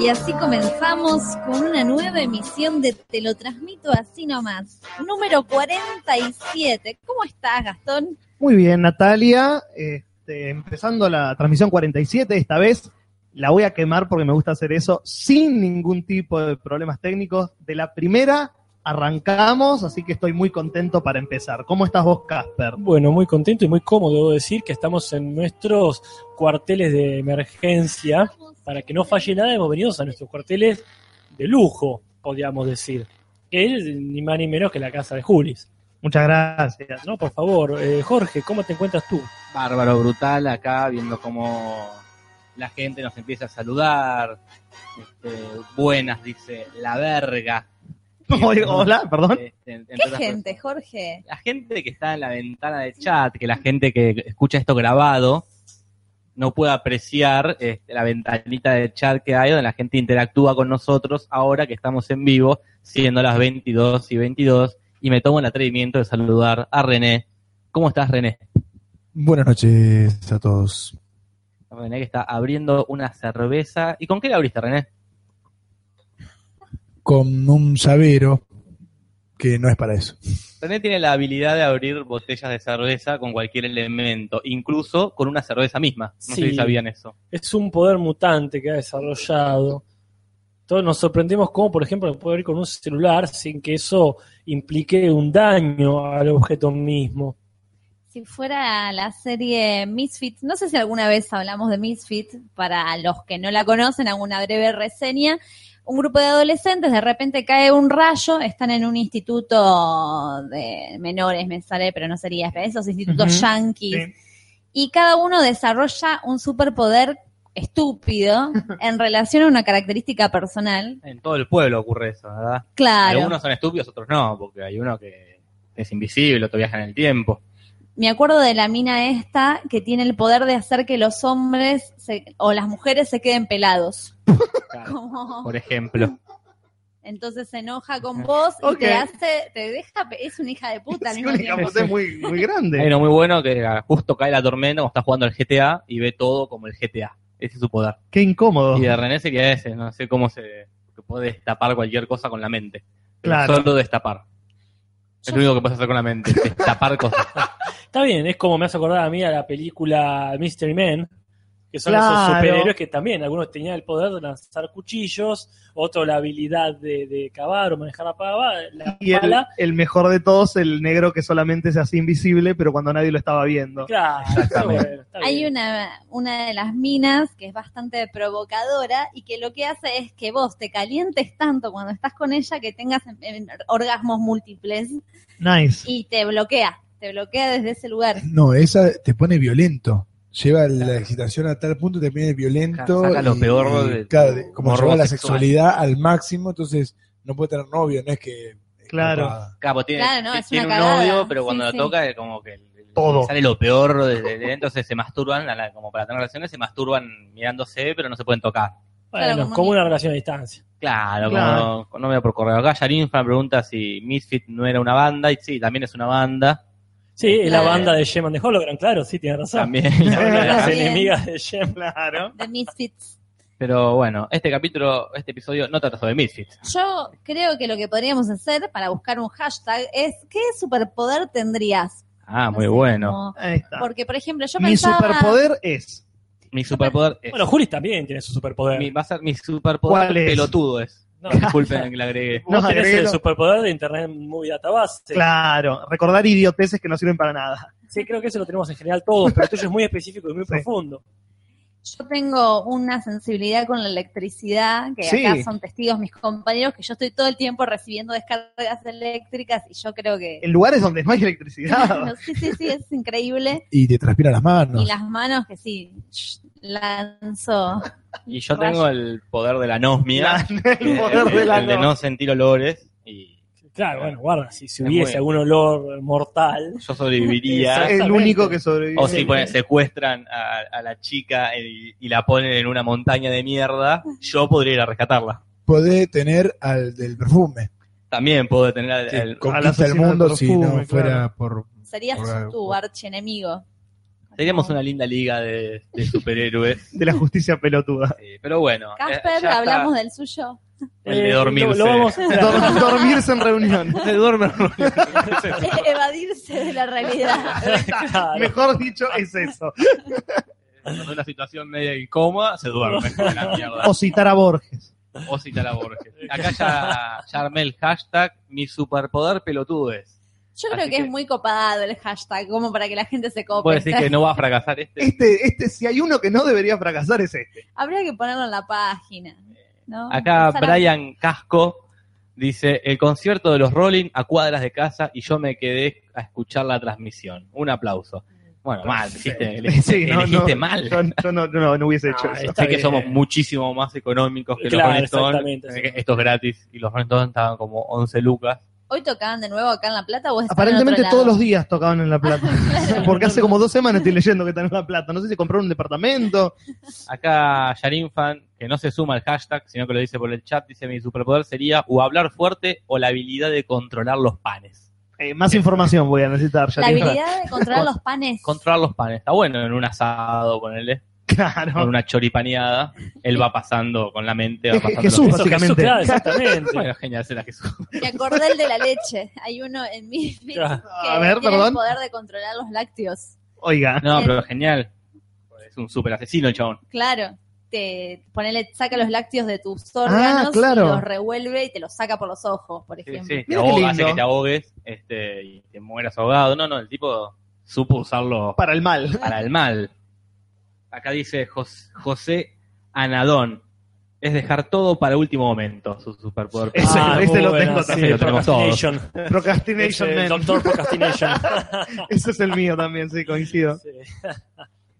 Y así comenzamos con una nueva emisión de Te lo transmito así nomás, número 47. ¿Cómo estás, Gastón? Muy bien, Natalia. Este, empezando la transmisión 47, esta vez la voy a quemar porque me gusta hacer eso sin ningún tipo de problemas técnicos. De la primera arrancamos, así que estoy muy contento para empezar. ¿Cómo estás vos, Casper? Bueno, muy contento y muy cómodo, debo decir que estamos en nuestros cuarteles de emergencia. Ah, Para que no falle nada, hemos venido a nuestros cuarteles de lujo, podríamos decir. Que es ni más ni menos que la casa de Julis. Muchas gracias. No, por favor, eh, Jorge, ¿cómo te encuentras tú? Bárbaro, brutal, acá viendo cómo la gente nos empieza a saludar. Este, buenas, dice, la verga. Oye, Hola, perdón. Este, entre ¿Qué otras gente, cosas. Jorge? La gente que está en la ventana de chat, que la gente que escucha esto grabado no puede apreciar este, la ventanita de chat que hay donde la gente interactúa con nosotros ahora que estamos en vivo, siendo las 22 y 22, y me tomo el atrevimiento de saludar a René. ¿Cómo estás, René? Buenas noches a todos. René que está abriendo una cerveza. ¿Y con qué la abriste, René? Con un llavero que no es para eso. René tiene la habilidad de abrir botellas de cerveza con cualquier elemento, incluso con una cerveza misma. No sé Sí. si sabían eso. Es un poder mutante que ha desarrollado. Todos nos sorprendemos cómo, por ejemplo, puede ir con un celular sin que eso implique un daño al objeto mismo. Si fuera la serie Misfit, no sé si alguna vez hablamos de Misfit, para los que no la conocen, hago una breve reseña. Un grupo de adolescentes, de repente cae un rayo, están en un instituto de menores, me sale, pero no sería, esos institutos Ujú, yanquis. Sí. y cada uno desarrolla un superpoder estúpido en relación a una característica personal. En todo el pueblo ocurre eso, ¿verdad? Claro. Algunos son estúpidos, otros no, porque hay uno que es invisible, otro viaja en el tiempo. Me acuerdo de la mina esta que tiene el poder de hacer que los hombres se- o las mujeres se queden pelados. Claro, Como- por ejemplo. Entonces se enoja con vos y Ok. te hace, te deja, pe- es una hija de puta. al Sí, mismo una tiempo. capota muy, muy Hay grande. uno muy bueno que justo cae la tormenta cuando está jugando al GTA y ve todo como el GTA. Ese es su poder. Qué incómodo. Y eh, de René sería ese, no sé cómo se que puede destapar cualquier cosa con la mente. Pero Claro. Solo destapar. Es Yo- lo único que puedes hacer con la mente, destapar cosas. Está bien, es como me hace acordar a mí a la película Mystery Men, que son esos Claro. superhéroes que también algunos tenían el poder de lanzar cuchillos, otros la habilidad de, de cavar o manejar la pava, la Y el, pala. el mejor de todos, el negro que solamente se hacía invisible, pero cuando nadie lo estaba viendo. Claro, está Exactamente. bueno, está Hay bien. una, una de las minas que es bastante provocadora y que lo que hace es que vos te calientes tanto cuando estás con ella que tengas em- em- orgasmos múltiples Nice. y te bloquea, te bloquea desde ese lugar. No, esa te pone violento. Lleva la excitación a tal punto que te pone violento. Saca lo y- peor y, de- claro, de- como morbo lleva la sexual. sexualidad al máximo, entonces no puede tener novio, no es ah, que. Claro. escapada. Capo, tiene, Claro, no, es tiene una un cagada. novio, pero cuando Sí, la sí. toca es como que el- Todo. sale lo peor desde dentro, entonces se masturban, la- la- como para tener relaciones, se masturban mirándose, pero no se pueden tocar. Bueno, Claro, como como un- una relación a distancia. Claro, Claro. Como, no me por correo. Acá Yarinfa pregunta si Misfit no era una banda, y sí, también es una banda. Sí, es la Claro. banda de Sheman de Hologram, claro, sí, tiene razón. También. Una de las También. enemigas de Sheman. Claro. De Misfits. pero bueno, este capítulo, este episodio no trata sobre Misfit. Yo creo que lo que podríamos hacer para buscar un hashtag es ¿qué superpoder tendrías? Ah, No muy sé, bueno. como- Ahí está. porque, por ejemplo, yo Mi pensaba... superpoder es. Mi superpoder es. Bueno, Juli también tiene su superpoder. mi- va a ser mi superpoder ¿Cuál es? pelotudo es. No, Disculpen que le agregué. vos No, tenés agregué el lo- superpoder de Internet Movie Database. Claro. Recordar idioteces que no sirven para nada. Sí, creo que eso lo tenemos en general todos, pero el tuyo es muy específico y muy Sí. profundo. Yo tengo una sensibilidad con la electricidad, que Sí. acá son testigos mis compañeros, que yo estoy todo el tiempo recibiendo descargas eléctricas y yo creo que... En lugares donde no hay electricidad. No, sí, sí, sí, es increíble. Y te transpira las manos. Y las manos que sí, sh- lanzo. Y yo tengo el poder de la anosmia. eh, La- el poder el- de la el de no sentir olores. Y Claro, bueno, guarda, si, si Es hubiese muy- algún olor mortal. yo sobreviviría. Exacto. El único que sobrevive. O si ponen- secuestran a, a la chica y, y la ponen en una montaña de mierda, yo podría ir a rescatarla. Podés tener al del perfume. También puedo tener al, Sí, al- conquista a la el sociedad mundo del si perfume, no claro. fuera por. Serías Por algo. tu archienemigo. Seríamos una linda liga de, de superhéroes. de la justicia pelotuda. Sí, pero bueno. eh, ya Casper, está. hablamos del suyo. El de Eh, dormirse. Lo, lo vamos a esperar. Dor- dormirse en reunión. Se duerme Rubén. Evadirse de la realidad. Claro. Mejor dicho, es eso. Cuando una situación media incómoda, se duerme. La mierda. O citar a Borges. O cita la Borges. Acá ya, ya armé el hashtag mi superpoder pelotudes. Yo creo Así que es que- muy copado el hashtag, como para que la gente se cope. ¿Puedo decir que no va a fracasar este? Este, este, si hay uno que no debería fracasar, es este. Habría que ponerlo en la página. ¿no? Acá Pensar a- Brian Casco dice, el concierto de los Rolling a cuadras de casa y yo me quedé a escuchar la transmisión. Un aplauso. Bueno, mal, hiciste, elegiste, Sí, no, Este, elegiste no, mal. Yo, yo no, no, no hubiese hecho Ah, eso. está Sé que bien. somos muchísimo más económicos que Claro, los Rolling exactamente, sí. Stones. Esto es gratis. Y los Rolling Stones estaban como 11 lucas. Hoy tocaban de nuevo acá en La Plata o están Aparentemente en otro todos lado? los días tocaban en La Plata. Porque hace como dos semanas estoy leyendo que están en La Plata. No sé si compraron un departamento. Acá Yarin Fan, que no se suma al hashtag, sino que lo dice por el chat, dice mi superpoder sería o hablar fuerte o la habilidad de controlar los panes. Eh, más información voy a necesitar. ya La tengo- habilidad de controlar los panes. Controlar los panes, está bueno en un asado, ponele, con Claro. una choripaneada, él va pasando con la mente, va Es que- pasando Jesús, los- Eso, básicamente. Jesús, claro, exactamente. Bueno, genial, será Jesús. Me acordé el de la leche. Hay uno en mi que Claro. A ver, tiene el perdón. poder de controlar los lácteos. Oiga. No, pero genial. Es un super asesino el chabón. Claro. Te ponele, saca los lácteos de tus órganos Ah, claro. y los revuelve y te los saca por los ojos, por Sí, ejemplo. sí, te Mira qué ahoga, lindo. hace que te ahogues este, y te mueras ahogado. No, no, el tipo supo usarlo Para el mal. para el mal. Acá dice Jos- José Anadón. Es dejar todo para último momento, su superpoder. Ese- Ah, ese muy lo buena, tengo sí, también, lo tenemos Procrastination. Procrastination Ese, Man. Doctor Procrastination. Ese es el mío también, sí, coincido. Sí.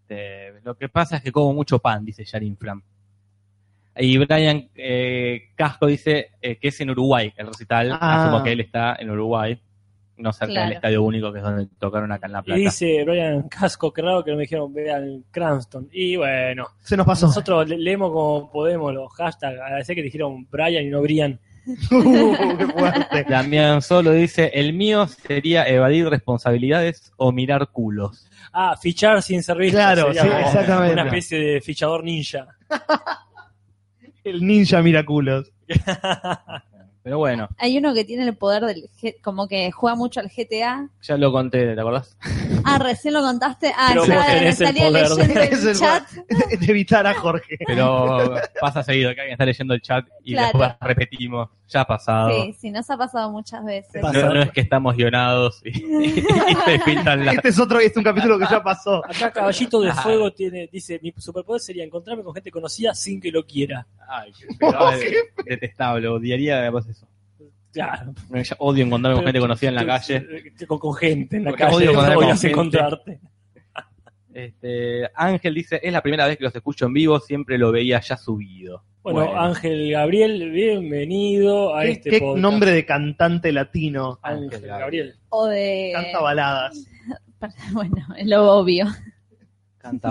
Este, lo que pasa es que como mucho pan, dice Yarin Flam. Y Brian eh, Casco dice eh, que es en Uruguay el recital. Ah. Asumo que él está en Uruguay, no cerca Claro. del Estadio Único, que es donde tocaron acá en La Y Plata. dice Brian Casco, qué raro que no me dijeron vean Cranston. Y bueno, Se nos pasó. nosotros le- leemos como podemos los hashtags. Agradecer que dijeron Brian y no Brian. Uh, qué fuerte. Damián Solo dice, el mío sería evadir responsabilidades o mirar culos. Ah, fichar sin servicio. Claro, Sería sí, como exactamente. Una especie de fichador ninja. El ninja miraculos. Pero bueno, Hay uno que tiene el poder del G- como que juega mucho al GTA. ya lo conté, ¿te acordás? Ah, recién lo contaste. Ah, Pero ya vos me tenés el salía poder. leyendo Es el el chat. De evitar a Jorge. Pero pasa seguido, que alguien está leyendo el chat y Claro. después repetimos, ya ha pasado. Sí, sí, nos ha pasado muchas veces. Pasa. No, no es que estamos guionados y, y se pintan las... Este es otro, este es un capítulo que ya pasó. Acá Caballito de Ah. Fuego tiene, dice, mi superpoder sería encontrarme con gente conocida sin que lo quiera. Ay, pero es detestable, odiaría además eso. Claro. No, ya Odio encontrarme Pero- con eh, gente conocida en la calle. Con, con gente en la Porque calle. odio No cuando hay con podías gente. encontrarte. Este, Ángel dice, es la primera vez que los escucho en vivo, siempre lo veía ya subido. Bueno, Bueno. Ángel Gabriel, bienvenido a ¿Qué, este qué podcast. nombre de cantante latino? Ángel Gabriel. O de. Canta baladas. Bueno, es lo obvio. Canta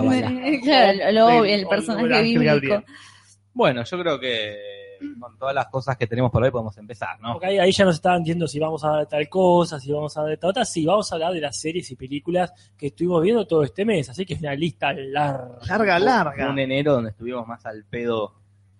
bala. Claro, lo obvio, O- el o personaje Ángel bíblico. Gabriel. Bueno, yo creo que con todas las cosas que tenemos por hoy podemos empezar, ¿no? Porque ahí, ahí ya nos estaban diciendo si vamos a hablar de tal cosa, si vamos a hablar de tal otra. Sí, vamos a hablar de las series y películas que estuvimos viendo todo este mes. Así que es una lista larga. Larga, larga. Un enero donde estuvimos más al pedo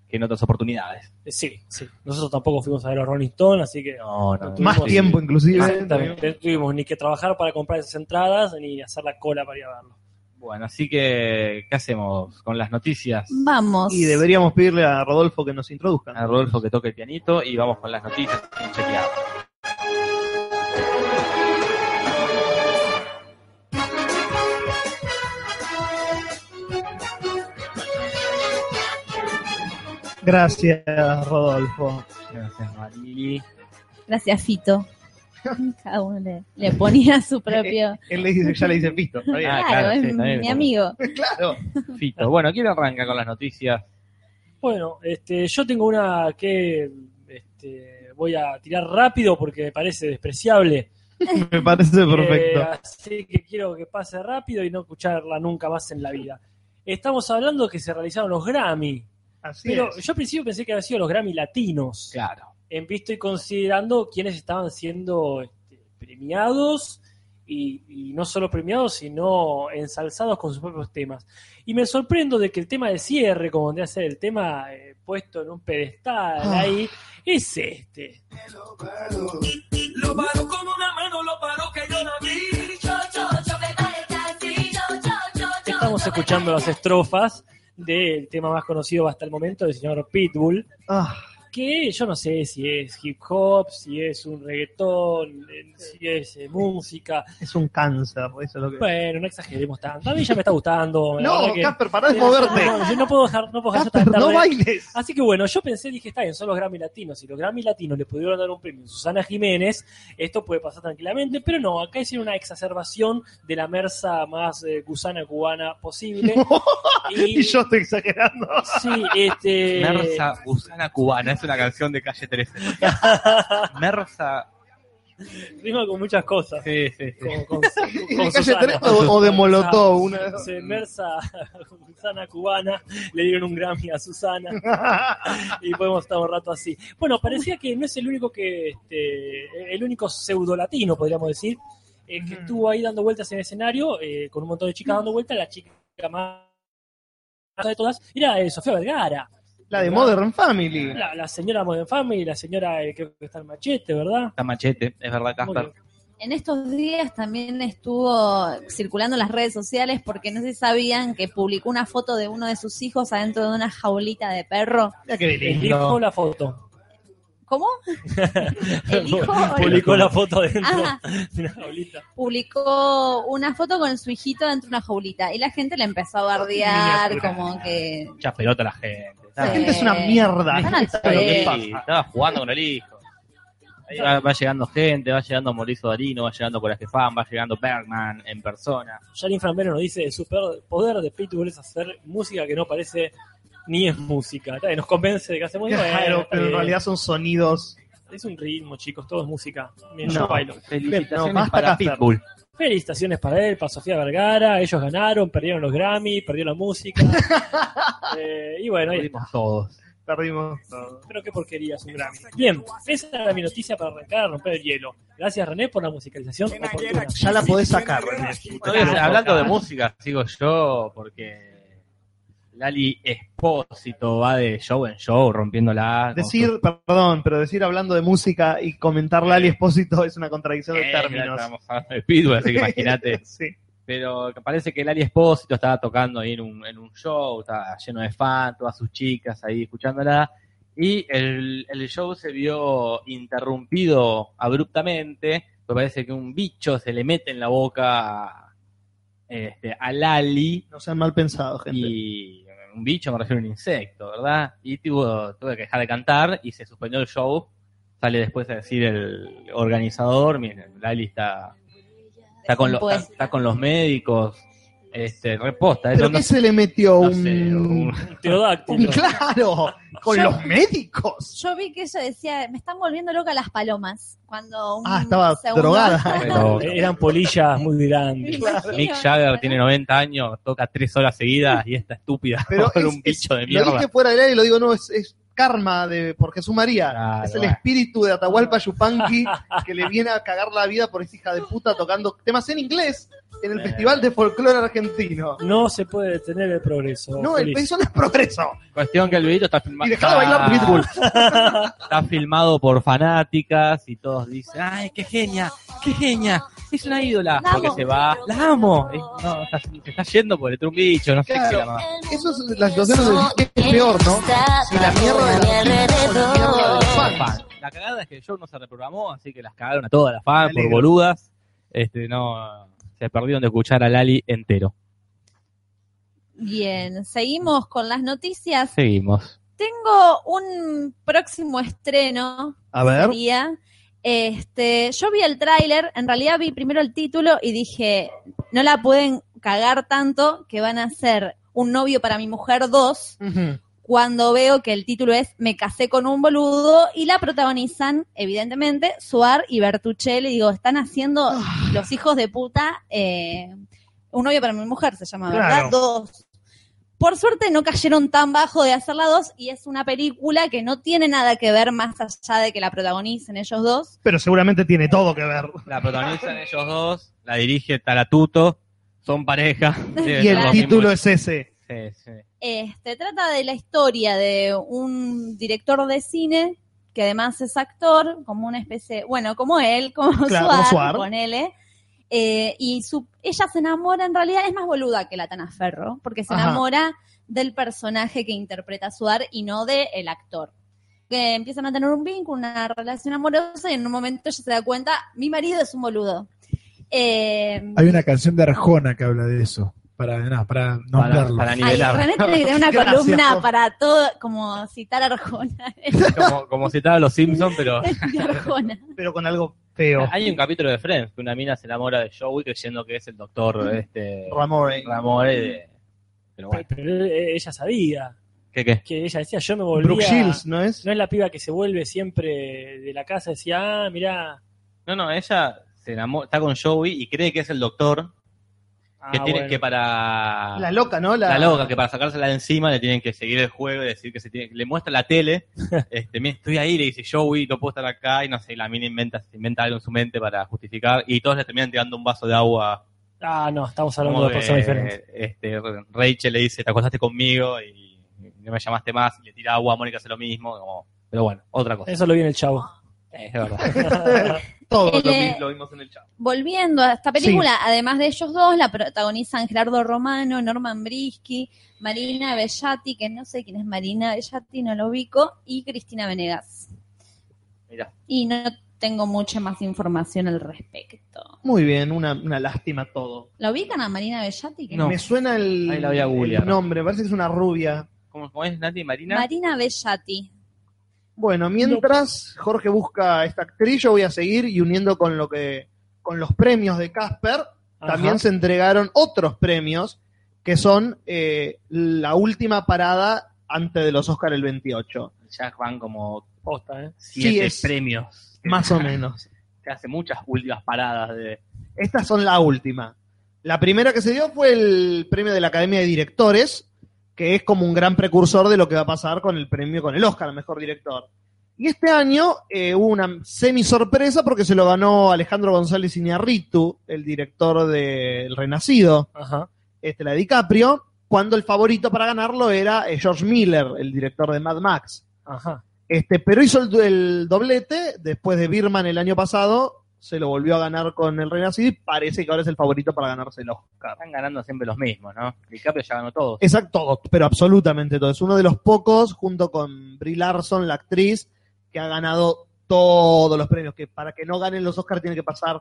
que en otras oportunidades. Sí, sí. Nosotros tampoco fuimos a ver los Rolling Stones, así que No, no. tuvimos- Más Sí. tiempo, inclusive. Exactamente. No tuvimos ni que trabajar para comprar esas entradas ni hacer la cola para ir a verlo. Bueno, así que, ¿qué hacemos con las noticias? Vamos. Y deberíamos pedirle a Rodolfo que nos introduzca. A Rodolfo que toque el pianito y vamos con las noticias en chequeado. Gracias, Rodolfo. Gracias, Marili. Gracias, Fito. Cada uno le, le ponía su propio. Él le dice, ya le dice pisto. Ah, está bien. Ah, claro, claro, es sí, está bien. mi amigo. Claro. Fito. Bueno, quiero arrancar con las noticias. Bueno, este, yo tengo una que este, voy a tirar rápido porque me parece despreciable. Me parece perfecto. Eh, así que quiero que pase rápido y no escucharla nunca más en la vida. Estamos hablando que se realizaron los Grammy, Así pero es. yo al principio pensé que habían sido los Grammy latinos. Claro. En visto y considerando quiénes estaban siendo este, premiados y, y no solo premiados, sino ensalzados con sus propios temas. Y me sorprendo de que el tema de cierre, como de hacer el tema eh, puesto en un pedestal Ah. ahí, es este. Lo paró con una mano, lo paró que yo la vi. Estamos escuchando las estrofas del tema más conocido hasta el momento del señor Pitbull, Ah, que yo no sé si es hip hop, si es un reggaetón, eh, si es eh, música. es un cáncer, eso es lo que. Bueno, no exageremos tanto. A mí ya me está gustando. la no, verdad que- Casper, pará de moverte. No, yo no puedo dejar, no puedo dejar Casper, tan no tarde. bailes. Así que bueno, yo pensé, dije, está bien, son los Grammy Latinos. Si los Grammy Latinos le pudieron dar un premio a Susana Jiménez, esto puede pasar tranquilamente, pero no, acá hicieron una exacerbación de la merza más eh, gusana cubana posible. Y yo estoy exagerando. Sí, Eh, este... Merza Gusana Cubana, es una canción de calle 13. Merza. Rima con muchas cosas. Sí, sí, sí. Con, con- ¿Y con de calle 13 Susana. o, o de Molotov? Una de esas. Se merza Susana cubana, le dieron un Grammy a Susana. y podemos estar un rato así. Bueno, parecía que no es el único que, este, el único pseudo latino, podríamos decir, eh, que Ujú. estuvo ahí dando vueltas en el escenario, eh, con un montón de chicas dando vueltas, la chica más de todas era eh, Sofía Vergara, La de Modern Family. la, la señora Modern Family, la señora eh, creo que está en Machete, ¿verdad? Está machete, es verdad, Casper. Muy bien. En estos días también estuvo circulando en las redes sociales porque no se sabían que publicó una foto de uno de sus hijos adentro de una jaulita de perro. Mira qué El lindo. hijo la foto. ¿Cómo? El hijo Publicó la foto dentro Ajá. de una bolita. publicó una foto con su hijito dentro de una jaulita y la gente le empezó a bardear Miniatura. como que Mucha pelota la gente. La Sí. gente es una mierda. Están al ¿Saben lo que pedo. pasa? Estaba jugando con el hijo. Ahí va, va llegando gente, va llegando Mauricio Darino, va llegando Coraje Fan, va llegando Bergman en persona. Janine Frambero Pues nos dice, su peor poder de Pitbull es hacer música que no parece ni es música. Está bien, Nos convence de que hacemos bueno, Claro, está pero en bien. realidad son sonidos. Es un ritmo, chicos, todo es música. Bien, No. yo bailo. Bien, no, basta Casper. Felicitaciones para él, para Sofía Vergara. Ellos ganaron, perdieron los Grammy, perdió la música. Eh, y bueno, ahí está. Perdimos todos. Perdimos todo. Pero qué porquería es un Grammy. Bien, esa era mi noticia para arrancar a romper el hielo. Gracias, René, por la musicalización oportuna. Ya la podés sacar, René. Entonces, hablando de música, sigo yo, porque Lali Espósito va de show en show, rompiéndola. con Decir, perdón, pero decir hablando de música y comentar Lali Espósito es una contradicción de Eh, mira, términos. estábamos hablando de Pitbull, así que imagínate. Sí. Pero que parece que Lali Espósito estaba tocando ahí en un, en un show, estaba lleno de fans, todas sus chicas ahí escuchándola. Y el, el show se vio interrumpido abruptamente, porque parece que un bicho se le mete en la boca este, a Lali. No sean mal pensados, gente. Y un bicho, me refiero a un insecto, ¿verdad? Y tuvo, tuve que dejar de cantar y se suspendió el show. Sale después a decir el organizador, miren, Lali está, está, con, los, está, está con los médicos, este, reposta. ¿Pero eso no- qué se le metió? no un... sé, un- Un un- Pterodáctilo. ¡Claro! ¡Con Yo- los médicos! yo vi que ella decía me están volviendo loca las palomas cuando un Ah, estaba segundo- drogada. Pero Eh, Eran polillas muy Me grandes. imagino, Mick Jagger ¿verdad? tiene 90 años, toca tres horas seguidas y está estúpida Pero por es- un bicho de es- mierda. Lo dije fuera del aire y lo digo, no, es, es karma de, por Jesús María. Claro, es el bueno. espíritu de Atahualpa Yupanqui que le viene a cagar la vida por esa hija de puta tocando temas en inglés en el Eh. Festival de Folclore Argentino. No se puede detener el Oh, progreso. No, el Feliz. peso no es progreso. Cuestión que el video está filmado. Y dejá de bailar Pitbull. Está filmado por fanáticas y todos dicen, ¡ay, qué genia! ¡Qué genia! Es una ídola. La Porque amo. se va, ¡la amo! Y No, está- se está yendo por el bicho, no sé Claro. qué la mamá. Eso es la situación de- es peor, ¿no? Si la mierda de la mierda de los fans. Fan. La cagada es que el show no se reprogramó, así que las cagaron a todas las fans Me por alegro. boludas. Este, no, se perdieron de escuchar a Lali entero. Bien, seguimos con las noticias. Seguimos. Tengo un próximo estreno A ver, día. Este, yo vi el tráiler, en realidad vi primero el título y dije, no la pueden cagar tanto que van a hacer un novio para mi mujer 2 Ujú. cuando veo que el título es Me casé con un boludo y la protagonizan, evidentemente, Suar y Bertuccelli. Digo, están haciendo los hijos de puta eh, un novio para mi mujer, se llama, ¿verdad? Claro. Dos. Por suerte no cayeron tan bajo de hacer la 2 y es una película que no tiene nada que ver más allá de que la protagonicen ellos dos. Pero seguramente tiene todo que ver. La protagonizan ellos dos, la dirige Taratuto, son pareja. debe Y ser el lo mismo. título es ese. Sí, sí. Este, trata de la historia de un director de cine que además es actor, como una especie, bueno, como él, como Claro, Suar, como Suar. ponele. Eh, y su, ella se enamora, en realidad es más boluda que la Tana Ferro, porque se Ajá. enamora del personaje que interpreta Suar y no del actor. Que empiezan a tener un vínculo, una relación amorosa, y en un momento ella se da cuenta, mi marido es un boludo. Eh, Hay una canción de Arjona que habla de eso, para, nada, para Para, nombrarlo. para ay, nivelar. René tiene una Gracias, columna por- para todo, como citar a Arjona. como, como citaba a los Simpsons, pero de Arjona. Pero con algo feo. hay un capítulo de Friends que una mina se enamora de Joey creyendo que es el doctor este Ramore. Ramore de- Pero Pero, bueno, pero ella sabía ¿qué qué? que ella decía, yo me volvía. Brooke Shields, ¿no es? No es la piba que se vuelve siempre de la casa, decía, ah, mirá. No, no, ella se enamora, está con Joey y cree que es el doctor Ah, que tiene bueno. que para La loca, ¿no? la loca que para sacársela de encima le tienen que seguir el juego y decir que se tiene, le muestra la tele, este, "Mira, estoy ahí, le dice Joey, no puedo estar acá, y no sé, la mina inventa, se inventa algo en su mente para justificar, y todos le terminan tirando un vaso de agua. Ah, no, estamos hablando Como de personas de, diferentes. este, Rachel le dice, te acostaste conmigo y no me llamaste más, y le tira agua, Mónica hace lo mismo, como- pero bueno, otra cosa. Eso lo vi en el chavo. Eh, es verdad. Todo. El, lo, eh, vi- lo vimos en el chat. Volviendo a esta película, además de ellos dos, la protagonizan Gerardo Romano, Norman Brisky, Marina Bellati, que no sé quién es Marina Bellati, no lo ubico, y Cristina Venegas. Mirá. Y no tengo mucha más información al respecto. Muy bien, una, una lástima todo. ¿La ubican a Marina Bellati? que No. Me suena el, Ahí la voy a el googlear. nombre, parece que es una rubia. ¿Cómo, cómo es Nati Marina? Marina Bellati. Bueno, mientras Jorge busca a esta actriz, yo voy a seguir y uniendo con lo que con los premios de Casper, Ajá. también se entregaron otros premios que son eh, la última parada antes de los Oscar el 28, ya van como Posta, ¿eh? siete es- premios. más o menos. Se hace muchas últimas paradas de Estas son la última. La primera que se dio fue el premio de la Academia de Directores, que es como un gran precursor de lo que va a pasar con el premio con el Oscar al mejor director. Y este año eh, hubo una semi sorpresa porque se lo ganó Alejandro González Iñárritu, el director de El Renacido, Ajá. este, la de DiCaprio, cuando el favorito para ganarlo era eh, George Miller, el director de Mad Max. Ajá. Este, pero hizo el, du- el doblete después de Birman el año pasado, se lo volvió a ganar con el Renacido y parece que ahora es el favorito para ganarse el Oscar. están ganando siempre los mismos, ¿no? DiCaprio ya ganó todos. Exacto, todo, pero absolutamente todo. Es uno de los pocos, junto con Brie Larson, la actriz, que ha ganado todos los premios, que para que no ganen los Oscars tiene que pasar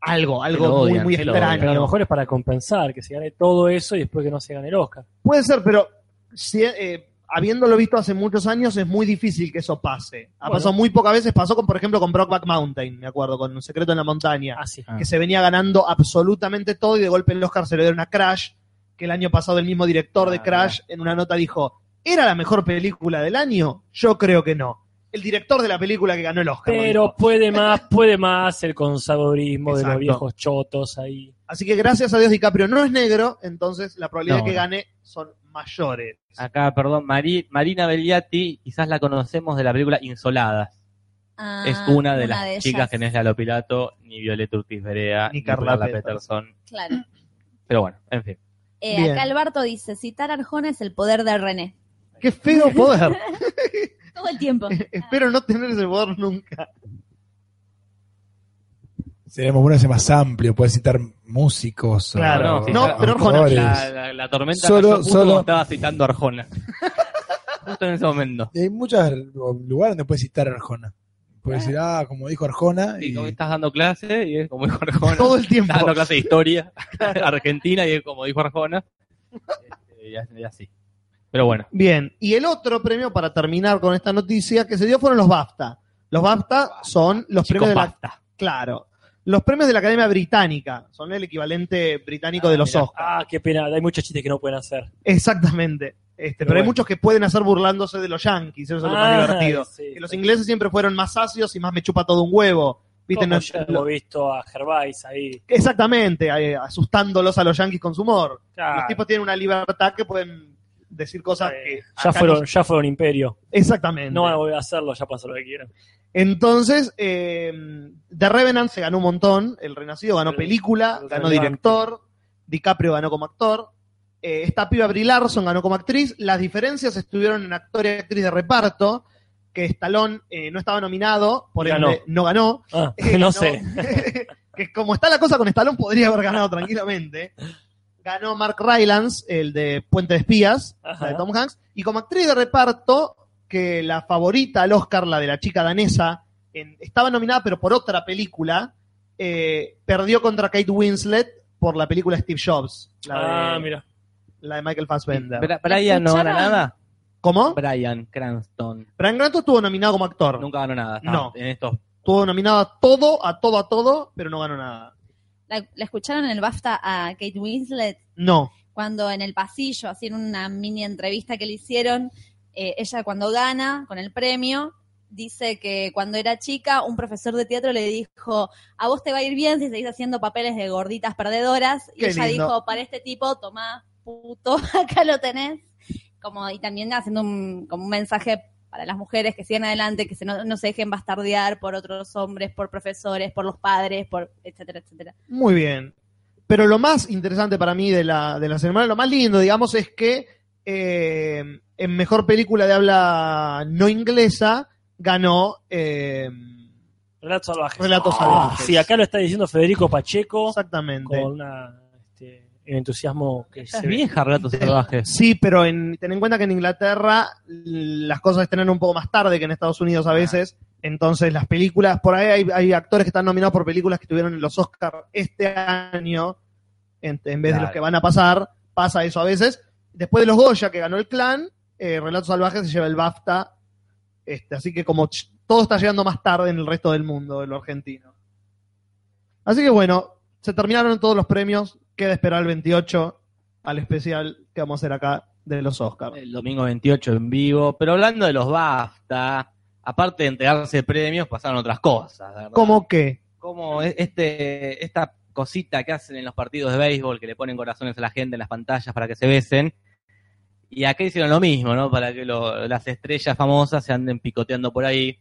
algo, lo algo muy, odian, muy que lo Pero a lo extraño. mejor es para compensar, que se gane todo eso y después que no se gane el Oscar. Puede ser, pero si, eh, habiéndolo visto hace muchos años, es muy difícil que eso pase. Ha Bueno. pasado muy pocas veces, pasó con, por ejemplo, con Brockback Mountain, me acuerdo, con Un Secreto en la Montaña. Ah, sí. que se venía ganando absolutamente todo y de golpe el Oscar se lo dieron a Crash, que el año pasado el mismo director de Ah, Crash en una nota dijo, ¿era la mejor película del año? Yo creo que no. El director de la película que ganó el Oscar. lo Pero dijo. puede más, puede más el consadorismo de Exacto. los viejos chotos ahí. Así que gracias a Dios DiCaprio no es negro, entonces la probabilidad No, de que no. Ah, gane son mayores. Acá, perdón, Mari- Marina Belliati, quizás la conocemos de la película Insoladas. Ah, es una de las chicas ellas. que no es Lalo Pilato, ni Violeta Ortiz Berea, Ni ni, Carla Carla, Peterson. Peterson. Claro. Pero bueno, en fin. Eh, Bien. acá Alberto dice, citar a Arjona es el poder de René. Qué feo poder. Todo el tiempo. Espero no tener ese poder nunca. Seríamos bueno hacer más amplio, puedes citar músicos. o Claro, no, sí, claro. pero Arjona, autores. La, la- la tormenta Solo- cayó justo solo- cuando estaba citando a Arjona. justo en ese momento. Y hay muchos lugares donde puedes citar a Arjona. Puedes decir, ah, como dijo Arjona. Y y- como estás dando clase, y es como dijo Arjona. Todo el tiempo. Estás dando clase de historia argentina, y es como dijo Arjona. Este, Y así- y así. Pero bueno. Bien, y el otro premio para terminar con esta noticia que se dio fueron los BAFTA. Los BAFTA son los premios de la Psicopata. Claro. Los premios de la Academia Británica son el equivalente británico de los mirá. Oscars. Ah, qué pena, hay muchos chistes que no pueden hacer. Exactamente. Este, pero, hay bueno. muchos que pueden hacer burlándose de los yankees, eso es lo más Ah, divertido. sí, que los sí. ingleses siempre fueron más ácidos y más me chupa todo un huevo. ¿Viste? Como No- ya lo- hemos visto a Gervais ahí. exactamente, eh, asustándolos a los yankees con su humor. Claro. Los tipos tienen una libertad que pueden decir cosas que. eh, Ya acá fueron, no- ya fueron imperio. Exactamente. No eh. van a volver a hacerlo, ya pasó lo que quieran. Entonces, eh, The Revenant se ganó un montón. El Renacido ganó El- película, el ganó Revenant. director. DiCaprio ganó como actor. eh, esta piba Brie Larson ganó como actriz. Las diferencias estuvieron en actor y actriz de reparto, que Stallone eh, no estaba nominado, por Ganó. ende no ganó. Ah, Eh, no sé. que como está la cosa con Stallone, podría haber ganado tranquilamente. Ganó Mark Rylance, el de Puente de Espías, Ajá. la de Tom Hanks. Y como actriz de reparto, que la favorita al Oscar, la de la chica danesa, en- estaba nominada pero por otra película, eh, perdió contra Kate Winslet por la película Steve Jobs, la, Ah, de, mira. la de Michael Fassbender. Bra- Brian no gana ¿Escucharon? nada. ¿Cómo? Brian Cranston. Brian Granton estuvo nominado como actor. Nunca ganó nada. Está No. En estos. Estuvo nominado a todo, a todo, a todo, pero no ganó nada. ¿La, la escucharon en el BAFTA a Kate Winslet No. cuando en el pasillo, así en una mini entrevista que le hicieron, eh, ella cuando gana con el premio, dice que cuando era chica un profesor de teatro le dijo, a vos te va a ir bien si seguís haciendo papeles de gorditas perdedoras, y Qué ella lindo. dijo, para este tipo, tomá, puto, acá lo tenés. Como, y también haciendo un, como un mensaje para las mujeres que sigan adelante, que se no, no se dejen bastardear por otros hombres, por profesores, por los padres, por etcétera, etcétera. Muy bien. Pero lo más interesante para mí de la, de la ceremonia, lo más lindo, digamos, es que eh, en mejor película de habla no inglesa ganó eh, Relatos salvajes. Relatos Ah, Salvajes. sí, acá lo está diciendo Federico Pacheco Exactamente. con una, este, un entusiasmo que Ella se es ve. vieja, Relatos Salvajes. Sí, pero en, ten en cuenta que en Inglaterra las cosas estrenan un poco más tarde que en Estados Unidos a veces. Entonces las películas, por ahí hay, hay actores que están nominados por películas que estuvieron en los Oscars este año, en, en vez de Claro. los que van a pasar, pasa eso a veces. Después de los Goya que ganó el clan, eh, Relatos Salvajes se lleva el BAFTA. Este, así que como ch- todo está llegando más tarde en el resto del mundo, en lo argentino. Así que bueno, se terminaron todos los premios, queda esperar el 28 al especial que vamos a hacer acá de los Oscars. El domingo 28 en vivo. Pero hablando de los BAFTA, aparte de entregarse premios, pasaron otras cosas. ¿verdad? ¿Cómo que? como e- este, esta cosita que hacen en los partidos de béisbol, que le ponen corazones a la gente en las pantallas para que se besen. Y acá hicieron lo mismo, ¿no? Para que lo- las estrellas famosas se anden picoteando por ahí.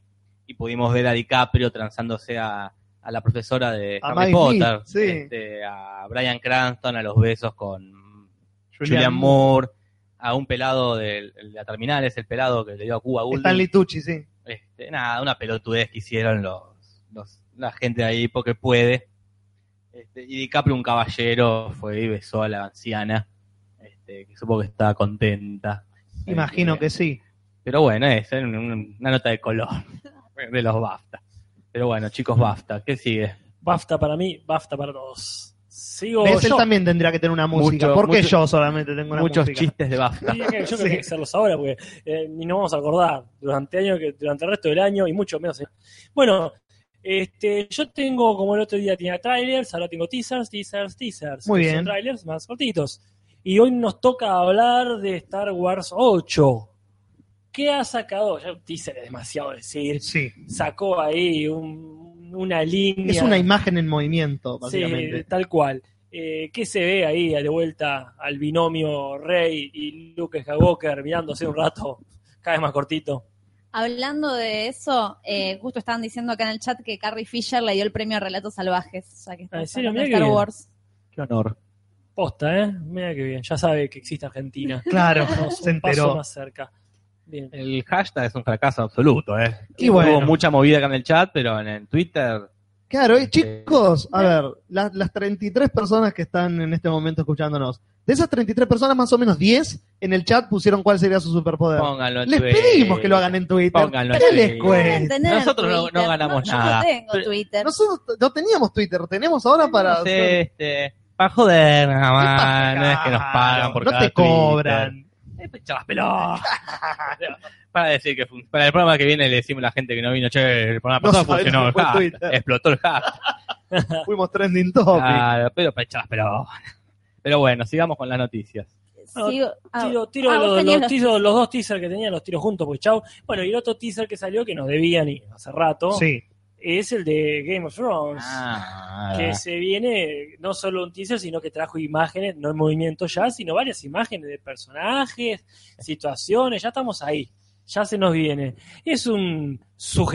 Y pudimos ver a DiCaprio transándose a, a la profesora de A Harry Maggie Potter, Smith, sí. este, a Brian Cranston, a los besos con Julian Julianne Moore, a un pelado de, de la terminal, es el pelado que le dio a Cuba Gooding. Stanley Tucci, sí. Este, nada, una pelotudez que hicieron los, los- la gente de ahí porque puede. Este, y DiCaprio, un caballero, fue y besó a la anciana, este, que supongo que estaba contenta. Imagino Este, que sí. Pero bueno, es eh, un- un- una nota de color de los BAFTA. Pero bueno, chicos, BAFTA, ¿qué sigue? Bafta para mí, bafta para todos. Sigo ¿Ves? Él yo. también tendría que tener una música. Mucho- ¿Por qué mucho- yo solamente tengo una Muchos música? chistes de BAFTA. Y que- Yo creo que Sí. hay que hacerlos ahora porque eh, ni nos vamos a acordar durante año que durante el resto del año y mucho menos. eh. Bueno, este, yo tengo como el otro día tenía trailers, ahora tengo teasers, teasers, teasers. Muy que bien. Son trailers más cortitos. Y hoy nos toca hablar de Star Wars 8. ¿Qué ha sacado? Ya teaser es demasiado decir. Sí. Sacó ahí un- una línea. Es una imagen en movimiento, Sí, básicamente. tal cual. Eh, ¿Qué se ve ahí de vuelta al binomio Rey y Luke Skywalker mirándose un rato? Cada vez más cortito. Hablando de eso, eh, justo estaban diciendo acá en el chat que Carrie Fisher le dio el premio a Relatos Salvajes, ya que está Ah, ¿en serio? hablando de Mirá qué Star bien. Wars. Qué honor. Posta, ¿eh? Mira qué bien. Ya sabe que existe Argentina. Claro, Estamos se un paso enteró. más cerca. Bien. El hashtag es un fracaso absoluto, ¿eh? Y Hubo bueno, mucha movida acá en el chat, pero en el Twitter claro, y chicos, a ver, las, las 33 personas que están en este momento escuchándonos, de esas 33 personas, más o menos 10 en el chat pusieron cuál sería su superpoder. pónganlo en Les Twitter. pedimos que lo hagan en Twitter. Pónganlo en ¿Qué les Twitter. cuesta? Deben tener Eh, Nosotros no- Twitter. no ganamos yo nada. no tengo Pero- Twitter. Nosotros no teníamos Twitter, tenemos ahora para. No sé, este, para joder, nada más. No es que nos pagan por No cada te cobran. Twitter. Eh, pues, echar las pelotas. para decir que fun- para el programa que viene le decimos a la gente que no vino, che, el programa No pasado sabemos funcionó qué el fue hashtag, Twitter. explotó el hashtag. Fuimos trending topic. Claro, pero para echar las pelotas. Pero bueno, sigamos con las noticias. Sigo- ah, Tiro, tiro ah, vos los, tenías los teaser- los dos teasers que tenían, los tiro juntos, pues chau. Bueno, y el otro teaser que salió que nos debían y hace rato. Sí. es el de Game of Thrones. Ah, que se viene no solo un teaser, sino que trajo imágenes, no en movimiento ya, sino varias imágenes de personajes, situaciones, ya estamos ahí, ya se nos viene. Es un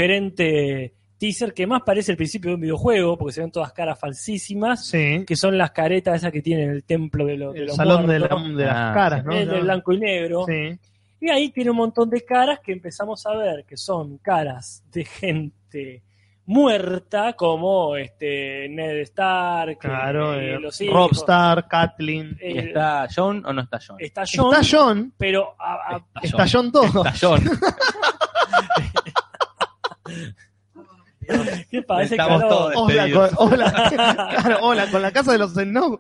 sugerente teaser que más parece el principio de un videojuego, porque se ven todas caras falsísimas, Sí. que son las caretas esas que tienen en el templo de, lo- de El los salón de, muertos, la- de las Ah, caras, ¿no? el de blanco y negro. Sí. Y ahí tiene un montón de caras que empezamos a ver, que son caras de gente muerta, como este Ned Stark, Claro, eh, eh, los hijos, Robb Stark, Kathleen. eh, ¿Y está John o no está John? está John, Está John, pero a- a- está John todo. Está John. ¿qué parece que Estamos ahora- todos. Hola, Despedido. con, hola, claro, hola, con la casa de los Snow.